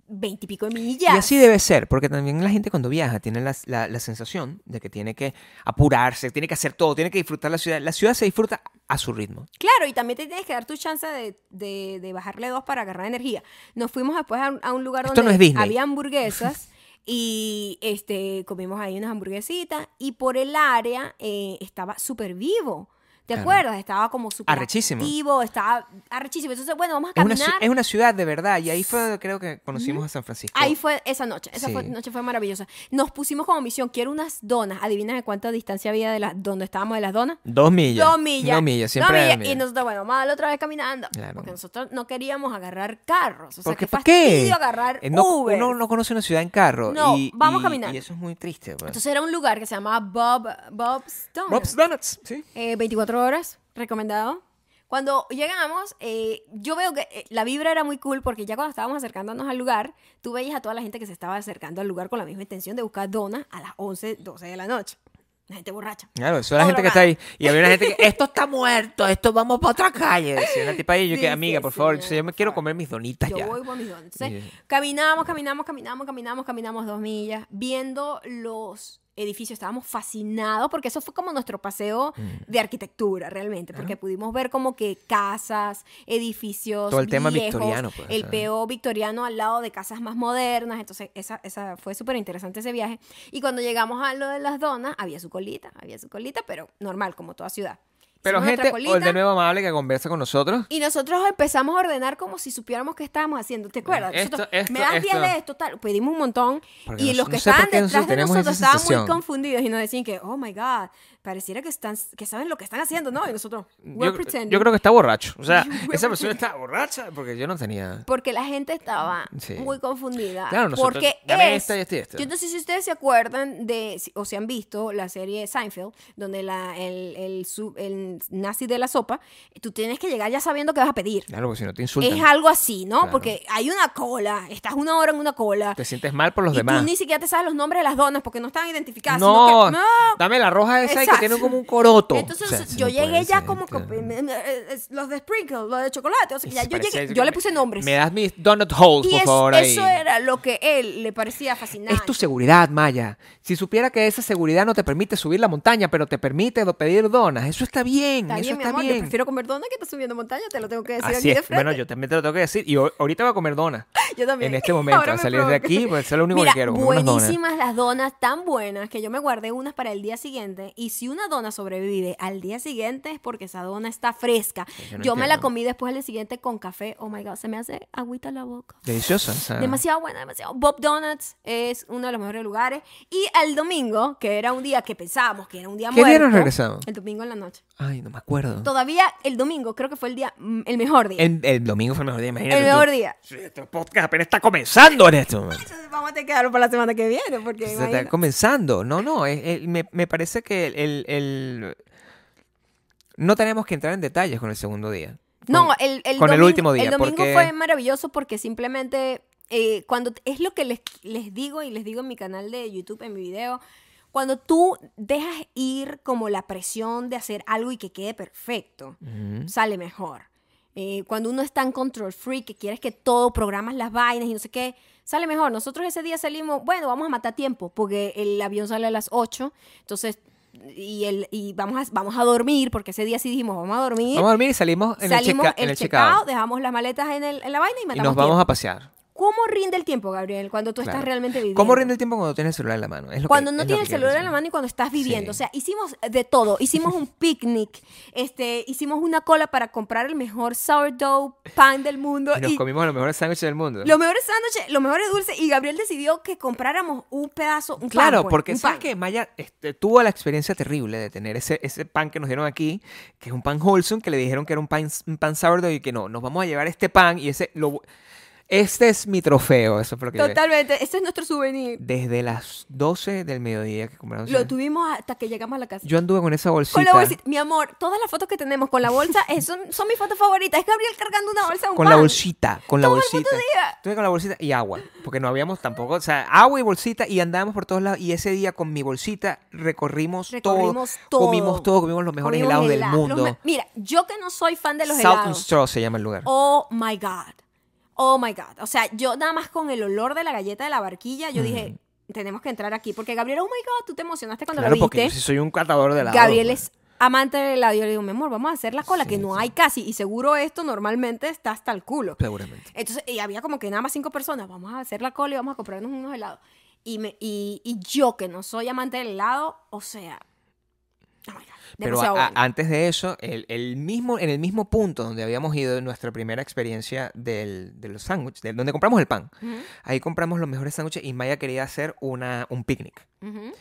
Speaker 1: veintipico de millas.
Speaker 2: Y así debe ser, porque también la gente cuando viaja tiene la, la- la sensación de que tiene que apurarse, tiene que hacer todo, tiene que disfrutar la ciudad. La ciudad se disfruta a su ritmo.
Speaker 1: Claro, y también te tienes que dar tu chance de, de- de bajarle dos para agarrar energía. Nos fuimos después a, un- a un lugar
Speaker 2: Esto
Speaker 1: donde
Speaker 2: no es Disney.
Speaker 1: había
Speaker 2: [LAUGHS]
Speaker 1: hamburguesas y este comimos ahí unas hamburguesitas y por el área eh, estaba súper vivo. ¿Te
Speaker 2: Claro.
Speaker 1: acuerdas? Estaba como súper
Speaker 2: Arrechísimo.
Speaker 1: activo, estaba arrechísimo. Entonces, bueno, vamos a
Speaker 2: Es una,
Speaker 1: caminar.
Speaker 2: ci- es una ciudad de verdad, y ahí fue donde creo que conocimos a San Francisco.
Speaker 1: Ahí fue esa noche, esa
Speaker 2: Oh. Sí.
Speaker 1: fue- noche fue maravillosa. Nos pusimos como misión, quiero unas donas. Adivina de cuánta distancia había de las donde estábamos de las donas.
Speaker 2: Dos millas.
Speaker 1: Dos millas.
Speaker 2: Dos millas, siempre
Speaker 1: Dos
Speaker 2: dos
Speaker 1: millas.
Speaker 2: millas.
Speaker 1: Y nosotros, bueno, vamos a darle otra vez caminando.
Speaker 2: Claro.
Speaker 1: Porque nosotros no queríamos agarrar carros. O sea, qué
Speaker 2: Porque, ¿para qué?
Speaker 1: fastidio agarrar
Speaker 2: Eh, no,
Speaker 1: Uber.
Speaker 2: Uno no conoce una ciudad en carro.
Speaker 1: No,
Speaker 2: y-
Speaker 1: vamos
Speaker 2: y-
Speaker 1: caminando.
Speaker 2: Y eso es muy triste. pues.
Speaker 1: Entonces era un lugar que se llamaba Bob, Bob's Donuts.
Speaker 2: Bob's Donuts. Sí.
Speaker 1: Eh, 24 horas, recomendado. Cuando llegamos, eh, yo veo que eh, la vibra era muy cool porque ya cuando estábamos acercándonos al lugar, tú veías a toda la gente que se estaba acercando al lugar con la misma intención de buscar donas a las 11, 12 de la noche. La gente borracha.
Speaker 2: Claro, eso es la
Speaker 1: O
Speaker 2: gente que está
Speaker 1: drogada.
Speaker 2: ahí. Y había una gente que, esto está muerto, esto vamos para otra calle. Decía una tipa ahí, yo
Speaker 1: Sí,
Speaker 2: que,
Speaker 1: sí,
Speaker 2: amiga, por
Speaker 1: sí,
Speaker 2: favor,
Speaker 1: no,
Speaker 2: yo, yo me
Speaker 1: por
Speaker 2: quiero
Speaker 1: favor.
Speaker 2: comer mis donitas
Speaker 1: Yo
Speaker 2: ya.
Speaker 1: voy por mis dones. Entonces,
Speaker 2: Sí.
Speaker 1: caminamos, caminamos, caminamos, caminamos, caminamos dos millas, viendo los edificios. Estábamos fascinados porque eso fue como nuestro paseo
Speaker 2: Mm.
Speaker 1: de arquitectura realmente, porque pudimos ver como que casas, edificios.
Speaker 2: Todo el tema
Speaker 1: viejos,
Speaker 2: victoriano, pues,
Speaker 1: El
Speaker 2: ¿sabes?
Speaker 1: peo victoriano al lado de casas más modernas. Entonces, esa, esa fue súper interesante ese viaje. Y cuando llegamos a lo de las donas, había su colita, había su colita, pero normal, como toda ciudad.
Speaker 2: Pero
Speaker 1: hicimos nuestra
Speaker 2: gente, o el
Speaker 1: colita.
Speaker 2: de nuevo amable que conversa con nosotros.
Speaker 1: Y nosotros empezamos a ordenar como si supiéramos qué estábamos haciendo. ¿Te acuerdas?
Speaker 2: Esto,
Speaker 1: Nosotros,
Speaker 2: esto,
Speaker 1: me das 10
Speaker 2: esto.
Speaker 1: de esto, tal. Pedimos un montón.
Speaker 2: Porque
Speaker 1: Y
Speaker 2: no-
Speaker 1: los
Speaker 2: no
Speaker 1: que
Speaker 2: sé por
Speaker 1: estaban
Speaker 2: qué
Speaker 1: detrás
Speaker 2: nosotros
Speaker 1: de
Speaker 2: tenemos esa
Speaker 1: nosotros estaban muy
Speaker 2: sensación.
Speaker 1: confundidos y nos decían que, oh my God, pareciera que están que saben lo que están haciendo, ¿no? Y nosotros, we're
Speaker 2: Yo,
Speaker 1: pretending.
Speaker 2: yo creo que está borracho.
Speaker 1: [LAUGHS]
Speaker 2: O sea,
Speaker 1: We're
Speaker 2: esa persona está borracha porque yo no tenía.
Speaker 1: Porque la gente estaba
Speaker 2: Sí.
Speaker 1: muy confundida.
Speaker 2: Claro, nosotros-
Speaker 1: porque
Speaker 2: dame
Speaker 1: es-
Speaker 2: esta y esta y esta.
Speaker 1: Yo no sé si ustedes se acuerdan de, si- o si han visto la serie Seinfeld, donde la, el, el, su- el nazi de la sopa, tú tienes que llegar ya sabiendo qué vas a pedir.
Speaker 2: Claro, porque si no te insultan.
Speaker 1: Es algo así, ¿no?
Speaker 2: Claro.
Speaker 1: Porque hay una cola, estás una hora en una cola.
Speaker 2: Te sientes mal por los
Speaker 1: y
Speaker 2: demás.
Speaker 1: tú ni siquiera te sabes los nombres de las donas porque no están identificadas. sino
Speaker 2: No,
Speaker 1: que- no.
Speaker 2: dame la roja esa y que
Speaker 1: Exacto.
Speaker 2: tiene como un coroto.
Speaker 1: Entonces
Speaker 2: O sea, eso
Speaker 1: yo
Speaker 2: no
Speaker 1: llegué
Speaker 2: puede
Speaker 1: ya
Speaker 2: ser,
Speaker 1: como que,
Speaker 2: claro.
Speaker 1: eh, eh, eh, los de Sprinkle, los de chocolate. O sea, ya
Speaker 2: Sí,
Speaker 1: yo
Speaker 2: parecía
Speaker 1: llegué,
Speaker 2: eso
Speaker 1: yo
Speaker 2: que
Speaker 1: le
Speaker 2: me-
Speaker 1: puse nombres.
Speaker 2: Me das mis donut holes,
Speaker 1: y
Speaker 2: por
Speaker 1: es-
Speaker 2: favor. ahí.
Speaker 1: eso era lo que él le parecía fascinante.
Speaker 2: Es tu seguridad, Maya. Si supiera que esa seguridad no te permite subir la montaña, pero te permite do- pedir donas, eso está bien,
Speaker 1: Está
Speaker 2: eso
Speaker 1: bien, mi
Speaker 2: está
Speaker 1: amor, yo
Speaker 2: bien.
Speaker 1: prefiero comer dona que estar subiendo montaña, te lo tengo que decir
Speaker 2: Así
Speaker 1: aquí de
Speaker 2: es.
Speaker 1: frente.
Speaker 2: Bueno, yo también te lo tengo que decir. Y ho- ahorita voy a comer donas.
Speaker 1: [LAUGHS] Yo también.
Speaker 2: En este momento,
Speaker 1: Ahora
Speaker 2: al
Speaker 1: me
Speaker 2: salir de
Speaker 1: provoca.
Speaker 2: aquí, pues eso es lo único
Speaker 1: Mira,
Speaker 2: que quiero. unas donas.
Speaker 1: Buenísimas las donas, tan buenas que yo me guardé unas para el día siguiente. Y si una dona sobrevive al día siguiente es porque esa dona está fresca. Yo,
Speaker 2: Yo no
Speaker 1: me la
Speaker 2: entiendo.
Speaker 1: comí después del siguiente con café. Oh my god, se me hace agüita la boca.
Speaker 2: Deliciosa. o sea,
Speaker 1: Demasiado buena, demasiado. Bob Donuts es uno de los mejores lugares. Y al domingo, que era un día que pensábamos que era un día
Speaker 2: ¿Qué
Speaker 1: muerto.
Speaker 2: día nos regresamos?
Speaker 1: El domingo en la noche.
Speaker 2: Ay, no me acuerdo.
Speaker 1: Todavía el domingo creo que fue el día, mm, el mejor día.
Speaker 2: El, el domingo fue el mejor día, imagínate.
Speaker 1: el
Speaker 2: tú.
Speaker 1: mejor día.
Speaker 2: Sí, Este podcast apenas está comenzando en
Speaker 1: [LAUGHS]
Speaker 2: este momento.
Speaker 1: Entonces, Vamos a tener que dejarlo para la semana que viene, porque
Speaker 2: Se
Speaker 1: imagínate.
Speaker 2: está comenzando. No, no, es- es- me, me parece que el, el- el- No tenemos que entrar en detalles con el segundo día.
Speaker 1: No,
Speaker 2: Con-
Speaker 1: el, el
Speaker 2: con el
Speaker 1: domingo-
Speaker 2: último día,
Speaker 1: El domingo
Speaker 2: porque-
Speaker 1: fue maravilloso porque simplemente eh, cuando es lo que les, les digo y les digo en mi canal de YouTube, en mi video, cuando tú dejas ir como la presión de hacer algo y que quede perfecto,
Speaker 2: Ujú.
Speaker 1: sale mejor. Eh, cuando uno está en control free, que quieres que todo, programas las vainas y no sé qué, sale mejor. Nosotros ese día salimos, bueno, vamos a matar tiempo, porque el avión sale a las 8, entonces, y, el, y vamos, a, vamos a dormir, porque ese día sí dijimos, vamos a dormir
Speaker 2: Vamos a dormir y salimos en
Speaker 1: salimos
Speaker 2: el, checa- en el check-out.
Speaker 1: dejamos las maletas en, el- en la vaina y
Speaker 2: y
Speaker 1: matamos
Speaker 2: nos vamos
Speaker 1: tiempo.
Speaker 2: a pasear.
Speaker 1: ¿Cómo rinde el tiempo, Gabriel, cuando tú estás
Speaker 2: Claro.
Speaker 1: realmente viviendo?
Speaker 2: ¿Cómo rinde el tiempo cuando tienes el celular en la mano? Es lo que-
Speaker 1: Cuando
Speaker 2: es
Speaker 1: no
Speaker 2: lo
Speaker 1: tienes el
Speaker 2: que quiero
Speaker 1: celular en la
Speaker 2: decir.
Speaker 1: mano y cuando estás viviendo.
Speaker 2: Sí.
Speaker 1: O sea, hicimos de todo. Hicimos
Speaker 2: [LAUGHS]
Speaker 1: un picnic, este, hicimos una cola para comprar el mejor sourdough pan del mundo.
Speaker 2: Y nos
Speaker 1: y
Speaker 2: comimos los mejores sándwiches del mundo.
Speaker 1: los mejores sándwiches, los mejores dulces. Y Gabriel decidió que compráramos un pedazo, un pan,
Speaker 2: Claro,
Speaker 1: pues,
Speaker 2: porque
Speaker 1: un
Speaker 2: sabes
Speaker 1: pan.
Speaker 2: que Maya este, tuvo la experiencia terrible de tener ese, ese pan que nos dieron aquí, que es un pan wholesome, que le dijeron que era un pan, un pan sourdough y que no, nos vamos a llevar este pan y ese lo, este es mi trofeo, eso fue lo que yo le-
Speaker 1: Totalmente. Este es nuestro souvenir.
Speaker 2: Desde las 12 del mediodía que compramos.
Speaker 1: Lo tuvimos hasta que llegamos a la casa.
Speaker 2: yo anduve con esa bolsita.
Speaker 1: Con la bolsita. Mi amor, todas las fotos que tenemos con la bolsa eh, son, son mis fotos favoritas. Es Gabriel cargando una bolsa de un
Speaker 2: Con la
Speaker 1: pan.
Speaker 2: bolsita, con la
Speaker 1: Todo el
Speaker 2: bolsita.
Speaker 1: puto día.
Speaker 2: Estuve con la bolsita y agua, porque no habíamos tampoco, o sea, agua y bolsita y andábamos por todos lados y ese día con mi bolsita recorrimos,
Speaker 1: Recorrimos todo.
Speaker 2: comimos todo, comimos los mejores
Speaker 1: Comimos
Speaker 2: helados
Speaker 1: helado-
Speaker 2: del
Speaker 1: los
Speaker 2: mundo.
Speaker 1: me- Mira, yo que no soy fan de los
Speaker 2: South and
Speaker 1: helados.
Speaker 2: Straw se llama el lugar.
Speaker 1: Oh my God. Oh my God. O sea, yo nada más con el olor de la galleta de la barquilla,
Speaker 2: Mm.
Speaker 1: yo dije, tenemos que entrar aquí. Porque Gabriel, oh my God, tú te emocionaste cuando
Speaker 2: claro,
Speaker 1: lo
Speaker 2: porque
Speaker 1: viste.
Speaker 2: yo sí soy un catador de helado.
Speaker 1: Gabriel
Speaker 2: pues.
Speaker 1: es amante del helado. Yo le digo, mi amor, vamos a hacer la cola,
Speaker 2: Sí,
Speaker 1: que no
Speaker 2: sí.
Speaker 1: hay casi. Y seguro esto normalmente está hasta el culo.
Speaker 2: Seguramente.
Speaker 1: Entonces, y había como que nada más cinco personas, vamos a hacer la cola y vamos a comprarnos unos helados. Y, me, y, y yo, que no soy amante del helado, o sea, oh my God,
Speaker 2: Pero
Speaker 1: demasiado
Speaker 2: a- a-
Speaker 1: bueno.
Speaker 2: antes de eso, el, el mismo, en el mismo punto donde habíamos ido en nuestra primera experiencia del, de los sándwiches, del- donde compramos el pan,
Speaker 1: Ujú,
Speaker 2: ahí compramos los mejores sándwiches y Maya quería hacer una, un picnic.
Speaker 1: ujú.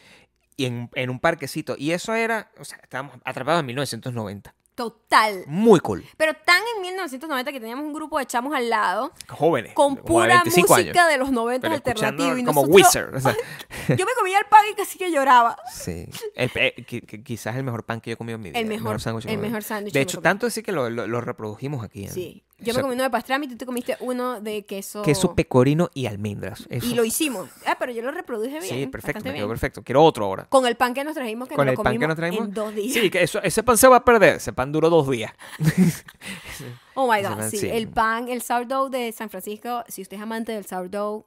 Speaker 2: Y en, en un parquecito. Y eso era, o sea, estábamos atrapados en 1990.
Speaker 1: Total.
Speaker 2: Muy cool.
Speaker 1: Pero tan en 1990 que teníamos un grupo de chamos al lado
Speaker 2: Jóvenes.
Speaker 1: con
Speaker 2: como de
Speaker 1: pura
Speaker 2: 25
Speaker 1: música
Speaker 2: años,
Speaker 1: de los 90
Speaker 2: pero escuchando
Speaker 1: alternativa. Y
Speaker 2: como
Speaker 1: nosotros-
Speaker 2: Wizard. o
Speaker 1: [LAUGHS]
Speaker 2: sea,
Speaker 1: Yo me comía el pan y casi que lloraba.
Speaker 2: Sí. El pe- eh, qui- qui- quizás el mejor pan que yo he comido en mi vida.
Speaker 1: El mejor-
Speaker 2: sándwich que
Speaker 1: el
Speaker 2: comí.
Speaker 1: mejor sándwich
Speaker 2: De
Speaker 1: que me
Speaker 2: hecho,
Speaker 1: comí.
Speaker 2: tanto así que lo, lo- lo reprodujimos aquí. ¿eh?
Speaker 1: Sí.
Speaker 2: O
Speaker 1: Yo me
Speaker 2: sea,
Speaker 1: comí uno de pastrami y tú te comiste uno de queso.
Speaker 2: Queso pecorino y almendras. Eso-
Speaker 1: Y lo hicimos. Ah, pero yo lo reproduje bien.
Speaker 2: Sí, perfecto,
Speaker 1: bastante
Speaker 2: me quedó
Speaker 1: bien.
Speaker 2: perfecto. Quiero otro ahora.
Speaker 1: Con el pan que nos trajimos, que
Speaker 2: Con
Speaker 1: nos
Speaker 2: el
Speaker 1: lo
Speaker 2: pan que
Speaker 1: comimos
Speaker 2: nos traemos.
Speaker 1: en dos días.
Speaker 2: Sí, que eso- ese pan se va a perder. Ese pan duró dos días. [LAUGHS]
Speaker 1: Oh my
Speaker 2: Ese
Speaker 1: God,
Speaker 2: pan,
Speaker 1: sí.
Speaker 2: sí.
Speaker 1: El pan, el sourdough de San Francisco, si usted es amante del sourdough,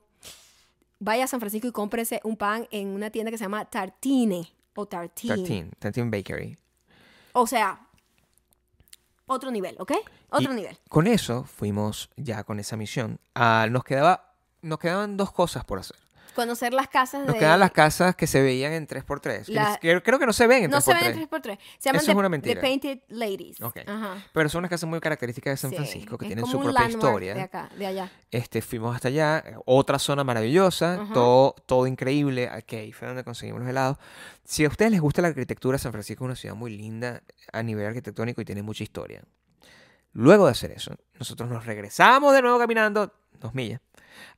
Speaker 1: vaya a San Francisco y cómprese un pan en una tienda que se llama Tartine o Tartine.
Speaker 2: 13, 13 Bakery.
Speaker 1: O sea, otro nivel, ¿ok? Otro
Speaker 2: Y
Speaker 1: nivel.
Speaker 2: Con eso fuimos ya con esa misión. Ah, nos, quedaba, nos quedaban dos cosas por hacer.
Speaker 1: Conocer las casas
Speaker 2: Nos
Speaker 1: de...
Speaker 2: quedan las casas que se veían en 3x3. que ni
Speaker 1: Eh, La-
Speaker 2: siquiera- creo que no se ven en
Speaker 1: No
Speaker 2: 3x3.
Speaker 1: se ven en 3x3. Se llaman
Speaker 2: Eso
Speaker 1: The,
Speaker 2: es una
Speaker 1: The
Speaker 2: mentira.
Speaker 1: Painted Ladies.
Speaker 2: Ok.
Speaker 1: Ajá.
Speaker 2: Pero son unas casas muy características de San
Speaker 1: Sí.
Speaker 2: Francisco que
Speaker 1: Es
Speaker 2: tienen
Speaker 1: como
Speaker 2: su
Speaker 1: un
Speaker 2: propia
Speaker 1: landmark
Speaker 2: historia.
Speaker 1: De acá, de allá.
Speaker 2: Este, fuimos hasta allá, eh, otra zona maravillosa,
Speaker 1: Ajá.
Speaker 2: todo, todo increíble. Aquí ahí fue donde conseguimos los helados. Si a ustedes les gusta la arquitectura, San Francisco es una ciudad muy linda a nivel arquitectónico y tiene mucha historia. Luego de hacer eso, nosotros nos regresamos de nuevo caminando, dos millas,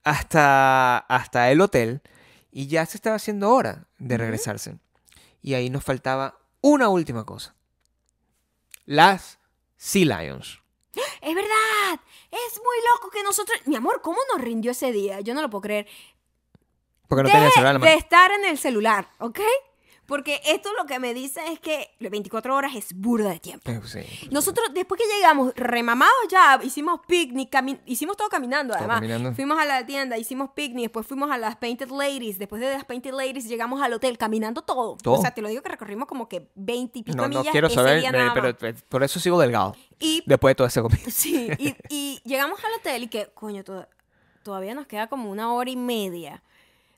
Speaker 2: hasta, hasta el hotel y ya se estaba haciendo hora de regresarse. Y ahí nos faltaba una última cosa. Las Sea Lions.
Speaker 1: Es verdad. Es muy loco que nosotros... Mi amor, ¿cómo nos rindió ese día? Yo no lo puedo creer.
Speaker 2: Porque no tenía celular en la mano.
Speaker 1: De estar en el celular, ¿ok? Porque esto lo que me dice es que las 24 horas es burda de tiempo.
Speaker 2: Eh, sí.
Speaker 1: Nosotros, después que llegamos remamados ya, hicimos picnic, cami- hicimos todo caminando
Speaker 2: Todo
Speaker 1: además.
Speaker 2: caminando.
Speaker 1: Fuimos a la tienda, hicimos picnic, después fuimos a las Painted Ladies, después de las Painted Ladies llegamos al hotel caminando todo.
Speaker 2: Todo.
Speaker 1: O sea, te lo digo que recorrimos como que 20 y pico
Speaker 2: No, no
Speaker 1: millas
Speaker 2: quiero
Speaker 1: ese
Speaker 2: saber,
Speaker 1: día
Speaker 2: me-
Speaker 1: nada
Speaker 2: pero
Speaker 1: más.
Speaker 2: eh, por eso sigo delgado.
Speaker 1: Y,
Speaker 2: Después de toda esa comida. [LAUGHS]
Speaker 1: sí, y, y llegamos al hotel y que, coño, to- todavía nos queda como una hora y media.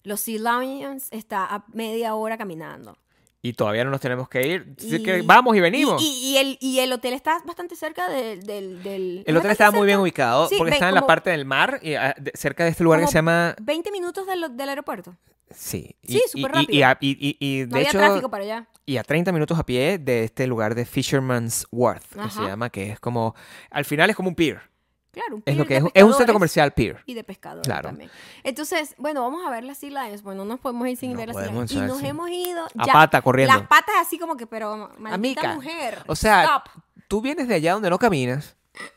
Speaker 1: Los Sea Lions está a media hora caminando.
Speaker 2: Y todavía no nos tenemos que ir. Así que
Speaker 1: Y-
Speaker 2: vamos y venimos.
Speaker 1: Y, y- y el, y el hotel está bastante cerca del... del, del-
Speaker 2: el hotel
Speaker 1: bastante
Speaker 2: estaba muy bien
Speaker 1: cerca.
Speaker 2: ubicado
Speaker 1: Sí,
Speaker 2: porque
Speaker 1: ve,
Speaker 2: estaba en la
Speaker 1: como-
Speaker 2: parte del mar, y, ah, de- cerca de este lugar que
Speaker 1: como
Speaker 2: se llama...
Speaker 1: 20 minutos del, del aeropuerto.
Speaker 2: Sí,
Speaker 1: Sí,
Speaker 2: y,
Speaker 1: súper
Speaker 2: y- y- y a- y- y- y
Speaker 1: No
Speaker 2: de
Speaker 1: había
Speaker 2: hecho,
Speaker 1: tráfico para allá.
Speaker 2: y a 30 minutos a pie de este lugar de Fisherman's Worth, que se
Speaker 1: Ajá.
Speaker 2: llama, que es como... Al final es como un pier.
Speaker 1: Claro, un
Speaker 2: Es lo
Speaker 1: pier
Speaker 2: que
Speaker 1: de
Speaker 2: es. Es un centro
Speaker 1: pescadores
Speaker 2: comercial pier.
Speaker 1: Y de pescadores
Speaker 2: Claro.
Speaker 1: también. Entonces, bueno, vamos a ver las Sea Lions. Bueno, no nos podemos ir sin
Speaker 2: No
Speaker 1: ver las Sea
Speaker 2: podemos
Speaker 1: Lions. Y
Speaker 2: entrar
Speaker 1: nos
Speaker 2: sin-
Speaker 1: hemos ido.
Speaker 2: A
Speaker 1: ya.
Speaker 2: pata, corriendo.
Speaker 1: Las patas así como que, pero maldita
Speaker 2: Amiga,
Speaker 1: mujer.
Speaker 2: O sea,
Speaker 1: stop.
Speaker 2: tú vienes de allá donde no caminas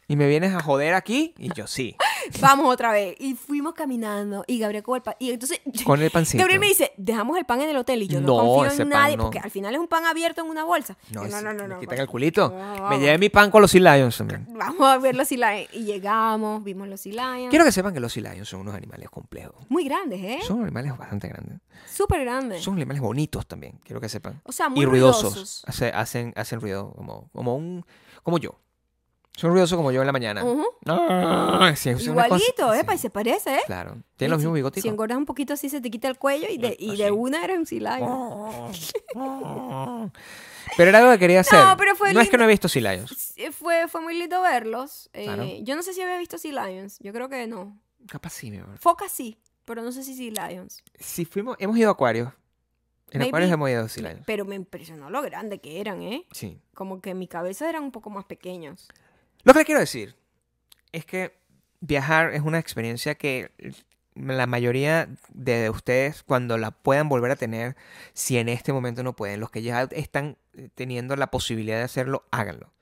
Speaker 2: y me vienes a joder aquí y yo sí,
Speaker 1: Vamos otra vez. Y fuimos caminando. Y Gabriel con el pan. Y entonces.
Speaker 2: con el pancito.
Speaker 1: Gabriel me dice, dejamos el pan en el hotel y yo no,
Speaker 2: No,
Speaker 1: confío
Speaker 2: ese
Speaker 1: en
Speaker 2: pan
Speaker 1: nadie
Speaker 2: no.
Speaker 1: porque al final es un pan abierto en una bolsa.
Speaker 2: No,
Speaker 1: Yo,
Speaker 2: no, no, Me quitan
Speaker 1: vamos-
Speaker 2: el culito.
Speaker 1: No,
Speaker 2: me
Speaker 1: vamos.
Speaker 2: llevé mi pan con los Sea Lions también.
Speaker 1: Vamos a ver los Sea Lions. Y llegamos, vimos los Sea Lions.
Speaker 2: Quiero que sepan que los Sea Lions son unos animales complejos.
Speaker 1: Muy grandes, ¿eh?
Speaker 2: Son animales bastante grandes.
Speaker 1: Súper grandes.
Speaker 2: Son animales bonitos también, quiero que sepan.
Speaker 1: O sea, muy
Speaker 2: Y ruidosos.
Speaker 1: ruidosos.
Speaker 2: Hace- hacen, hacen ruido como, como un... como yo. Son ruidosos como yo en la mañana.
Speaker 1: Ujú.
Speaker 2: Ah, sí, es una cosa-
Speaker 1: Uh. Igualito, ¿eh?
Speaker 2: sí,
Speaker 1: Pa, y se parece, ¿eh?
Speaker 2: Claro.
Speaker 1: Y
Speaker 2: Tienen los
Speaker 1: si-
Speaker 2: mismos Ah, bigotes.
Speaker 1: Si engordas un poquito así, se te quita el cuello y de, y
Speaker 2: Así.
Speaker 1: de una eres un
Speaker 2: Oh,
Speaker 1: silayo.
Speaker 2: Pero era algo que quería hacer.
Speaker 1: pero fue
Speaker 2: no es que
Speaker 1: lindo.
Speaker 2: no he visto Sea Lions.
Speaker 1: Fue, fue muy lindo verlos. Eh,
Speaker 2: Claro.
Speaker 1: Yo no sé si había visto Sea Lions. Yo creo que no.
Speaker 2: Capaz sí, mi amor.
Speaker 1: Foca sí, pero no sé si Sea Lions.
Speaker 2: Si fuimos... Hemos ido a acuarios. En
Speaker 1: Maybe.
Speaker 2: acuarios hemos ido a Sea Lions.
Speaker 1: Pero me impresionó lo grande que eran, ¿eh?
Speaker 2: Sí.
Speaker 1: Como que en mi cabeza eran un poco más pequeños.
Speaker 2: Lo que le quiero decir es que viajar es una experiencia que la mayoría de ustedes, cuando la puedan volver a tener, si en este momento no pueden, los que ya están teniendo la posibilidad de hacerlo, háganlo.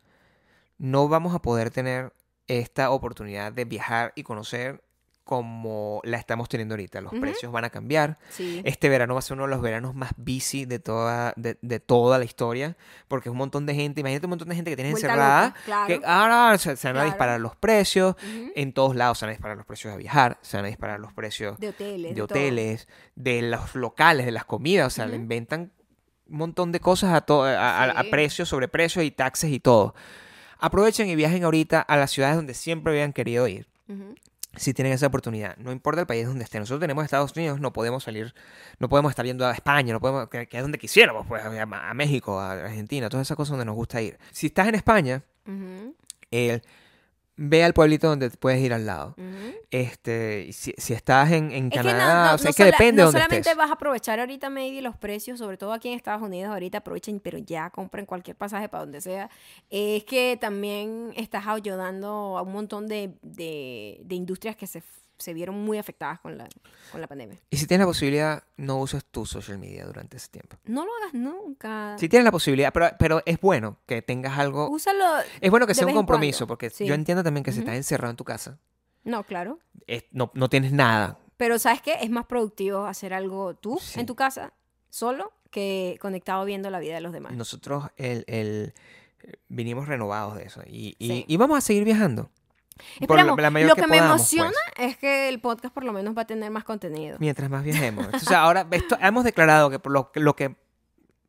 Speaker 2: No vamos a poder tener esta oportunidad de viajar y conocer como la estamos teniendo ahorita. Los
Speaker 1: Ujú.
Speaker 2: precios van a cambiar.
Speaker 1: Sí.
Speaker 2: Este verano va a ser uno de los veranos más busy de toda, de, de toda la historia, porque es un montón de gente, imagínate un montón de gente que tiene
Speaker 1: Vuelta
Speaker 2: encerrada,
Speaker 1: loca, claro.
Speaker 2: que ah, eh, ahora se, se van a
Speaker 1: Claro.
Speaker 2: disparar los precios,
Speaker 1: Ujú.
Speaker 2: en todos lados se van a disparar los precios de viajar, se van a disparar los precios de,
Speaker 1: De hoteles. todo.
Speaker 2: hoteles, de los locales, de las comidas, o sea, le
Speaker 1: Ujú.
Speaker 2: inventan un montón de cosas a, todo, a, a- a
Speaker 1: Sí.
Speaker 2: precios, sobre precios y taxes y todo. Aprovechen y viajen ahorita a las ciudades donde siempre habían querido ir
Speaker 1: Ujú.
Speaker 2: si tienen esa oportunidad. No importa el país donde estén. Nosotros tenemos Estados Unidos, no podemos salir, no podemos estar yendo a España, no podemos, que, que es donde quisiéramos, pues a, a México, a Argentina, todas esas cosas donde nos gusta ir. Si estás en España,
Speaker 1: Ujú.
Speaker 2: el, ve al pueblito donde puedes ir al lado.
Speaker 1: Ujú.
Speaker 2: Este, y si, si estás en, en
Speaker 1: Es que no-
Speaker 2: Canadá,
Speaker 1: no-
Speaker 2: o sea,
Speaker 1: no
Speaker 2: es que
Speaker 1: sola-
Speaker 2: depende
Speaker 1: no
Speaker 2: de donde
Speaker 1: solamente
Speaker 2: estés.
Speaker 1: vas a aprovechar ahorita maybe los precios, sobre todo aquí en Estados Unidos, ahorita aprovechen, pero ya compren cualquier pasaje para donde sea. Es que también estás ayudando a un montón de, de- de industrias que se, se vieron muy afectadas con la, con la pandemia.
Speaker 2: Y si tienes la posibilidad, no uses tu social media durante ese tiempo.
Speaker 1: No lo hagas nunca.
Speaker 2: Si tienes la posibilidad, pero, pero es bueno que tengas algo.
Speaker 1: Úsalo.
Speaker 2: Es bueno que
Speaker 1: Uh, de
Speaker 2: sea un
Speaker 1: vez en
Speaker 2: compromiso,
Speaker 1: cuando,
Speaker 2: porque
Speaker 1: sí.
Speaker 2: yo entiendo también que si
Speaker 1: Ujú.
Speaker 2: estás encerrado en tu casa,
Speaker 1: No, claro.
Speaker 2: es- no, no tienes nada.
Speaker 1: Pero ¿sabes qué? Es más productivo hacer algo tú
Speaker 2: Sí.
Speaker 1: en tu casa, solo, que conectado viendo la vida de los demás.
Speaker 2: Nosotros el, el- vinimos renovados de eso y, y-
Speaker 1: Sí.
Speaker 2: y vamos a seguir viajando. Por la-
Speaker 1: Esperamos,
Speaker 2: la mayor
Speaker 1: lo
Speaker 2: que
Speaker 1: que, me
Speaker 2: podamos, pues.
Speaker 1: emociona es que el podcast por lo menos va a tener más contenido.
Speaker 2: Mientras más viajemos. Entonces ahora esto, hemos declarado que por lo, lo que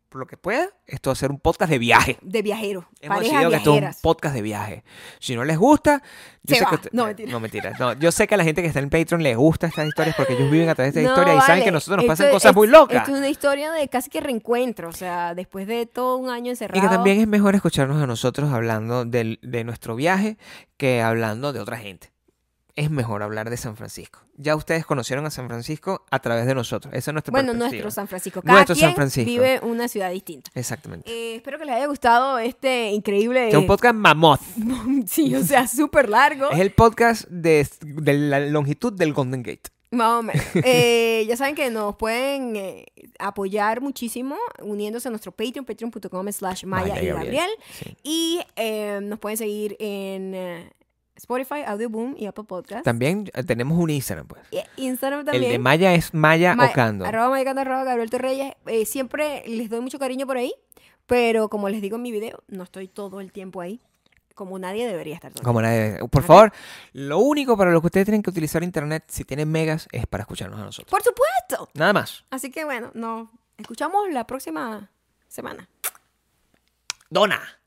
Speaker 2: por lo que pueda, esto va a ser un podcast de viaje.
Speaker 1: De viajero.
Speaker 2: Hemos
Speaker 1: parejas
Speaker 2: decidido que esto es un
Speaker 1: viajeras.
Speaker 2: podcast de viaje. Si no les gusta, yo
Speaker 1: Se
Speaker 2: sé
Speaker 1: va.
Speaker 2: que usted-
Speaker 1: No,
Speaker 2: eh,
Speaker 1: mentira.
Speaker 2: no mentira. No, yo sé que a la gente que está en Patreon les gusta estas historias porque ellos viven a través de
Speaker 1: No,
Speaker 2: estas historias y saben
Speaker 1: vale.
Speaker 2: que a nosotros nos
Speaker 1: Esto
Speaker 2: pasan
Speaker 1: es-
Speaker 2: cosas muy
Speaker 1: esto-
Speaker 2: locas.
Speaker 1: Esto es una historia de casi que reencuentro, o sea, después de todo un año encerrado.
Speaker 2: Y que también es mejor escucharnos a nosotros hablando del- de nuestro viaje que hablando de otra gente. Es mejor hablar de San Francisco. Ya ustedes conocieron a San Francisco a través de nosotros. Esa es nuestra
Speaker 1: Bueno,
Speaker 2: perspectiva.
Speaker 1: nuestro San Francisco. Cada
Speaker 2: Nuestro San
Speaker 1: quien
Speaker 2: Francisco.
Speaker 1: vive una ciudad distinta.
Speaker 2: Exactamente.
Speaker 1: Eh, espero que les haya gustado este increíble...
Speaker 2: Este es un podcast mamot.
Speaker 1: [LAUGHS] sí, o sea, súper largo.
Speaker 2: Es el podcast de, de la longitud del Golden Gate.
Speaker 1: Más o
Speaker 2: [LAUGHS]
Speaker 1: menos. Eh, ya saben que nos pueden eh, apoyar muchísimo uniéndose a nuestro Patreon, patreon.com slash Maya y Gabriel.
Speaker 2: Sí.
Speaker 1: Y eh, nos pueden seguir en eh, Spotify, Audioboom y Apple Podcast.
Speaker 2: También eh, tenemos un Instagram, pues.
Speaker 1: Y Instagram
Speaker 2: El de
Speaker 1: también.
Speaker 2: Maya es Maya
Speaker 1: Ma-
Speaker 2: Ocando.
Speaker 1: Arroba mayacando, arroba Gabriel Torreyes. Eh, siempre les doy mucho cariño por ahí, pero como les digo en mi video, no estoy todo el tiempo ahí, como nadie debería estar todo el
Speaker 2: Como nadie- Por
Speaker 1: Ok.
Speaker 2: favor, lo único para lo que ustedes tienen que utilizar internet, si tienen megas, es para escucharnos a
Speaker 1: tiempo.
Speaker 2: nosotros.
Speaker 1: Por supuesto.
Speaker 2: Nada más.
Speaker 1: Así que bueno, nos escuchamos la próxima semana.
Speaker 2: Dona.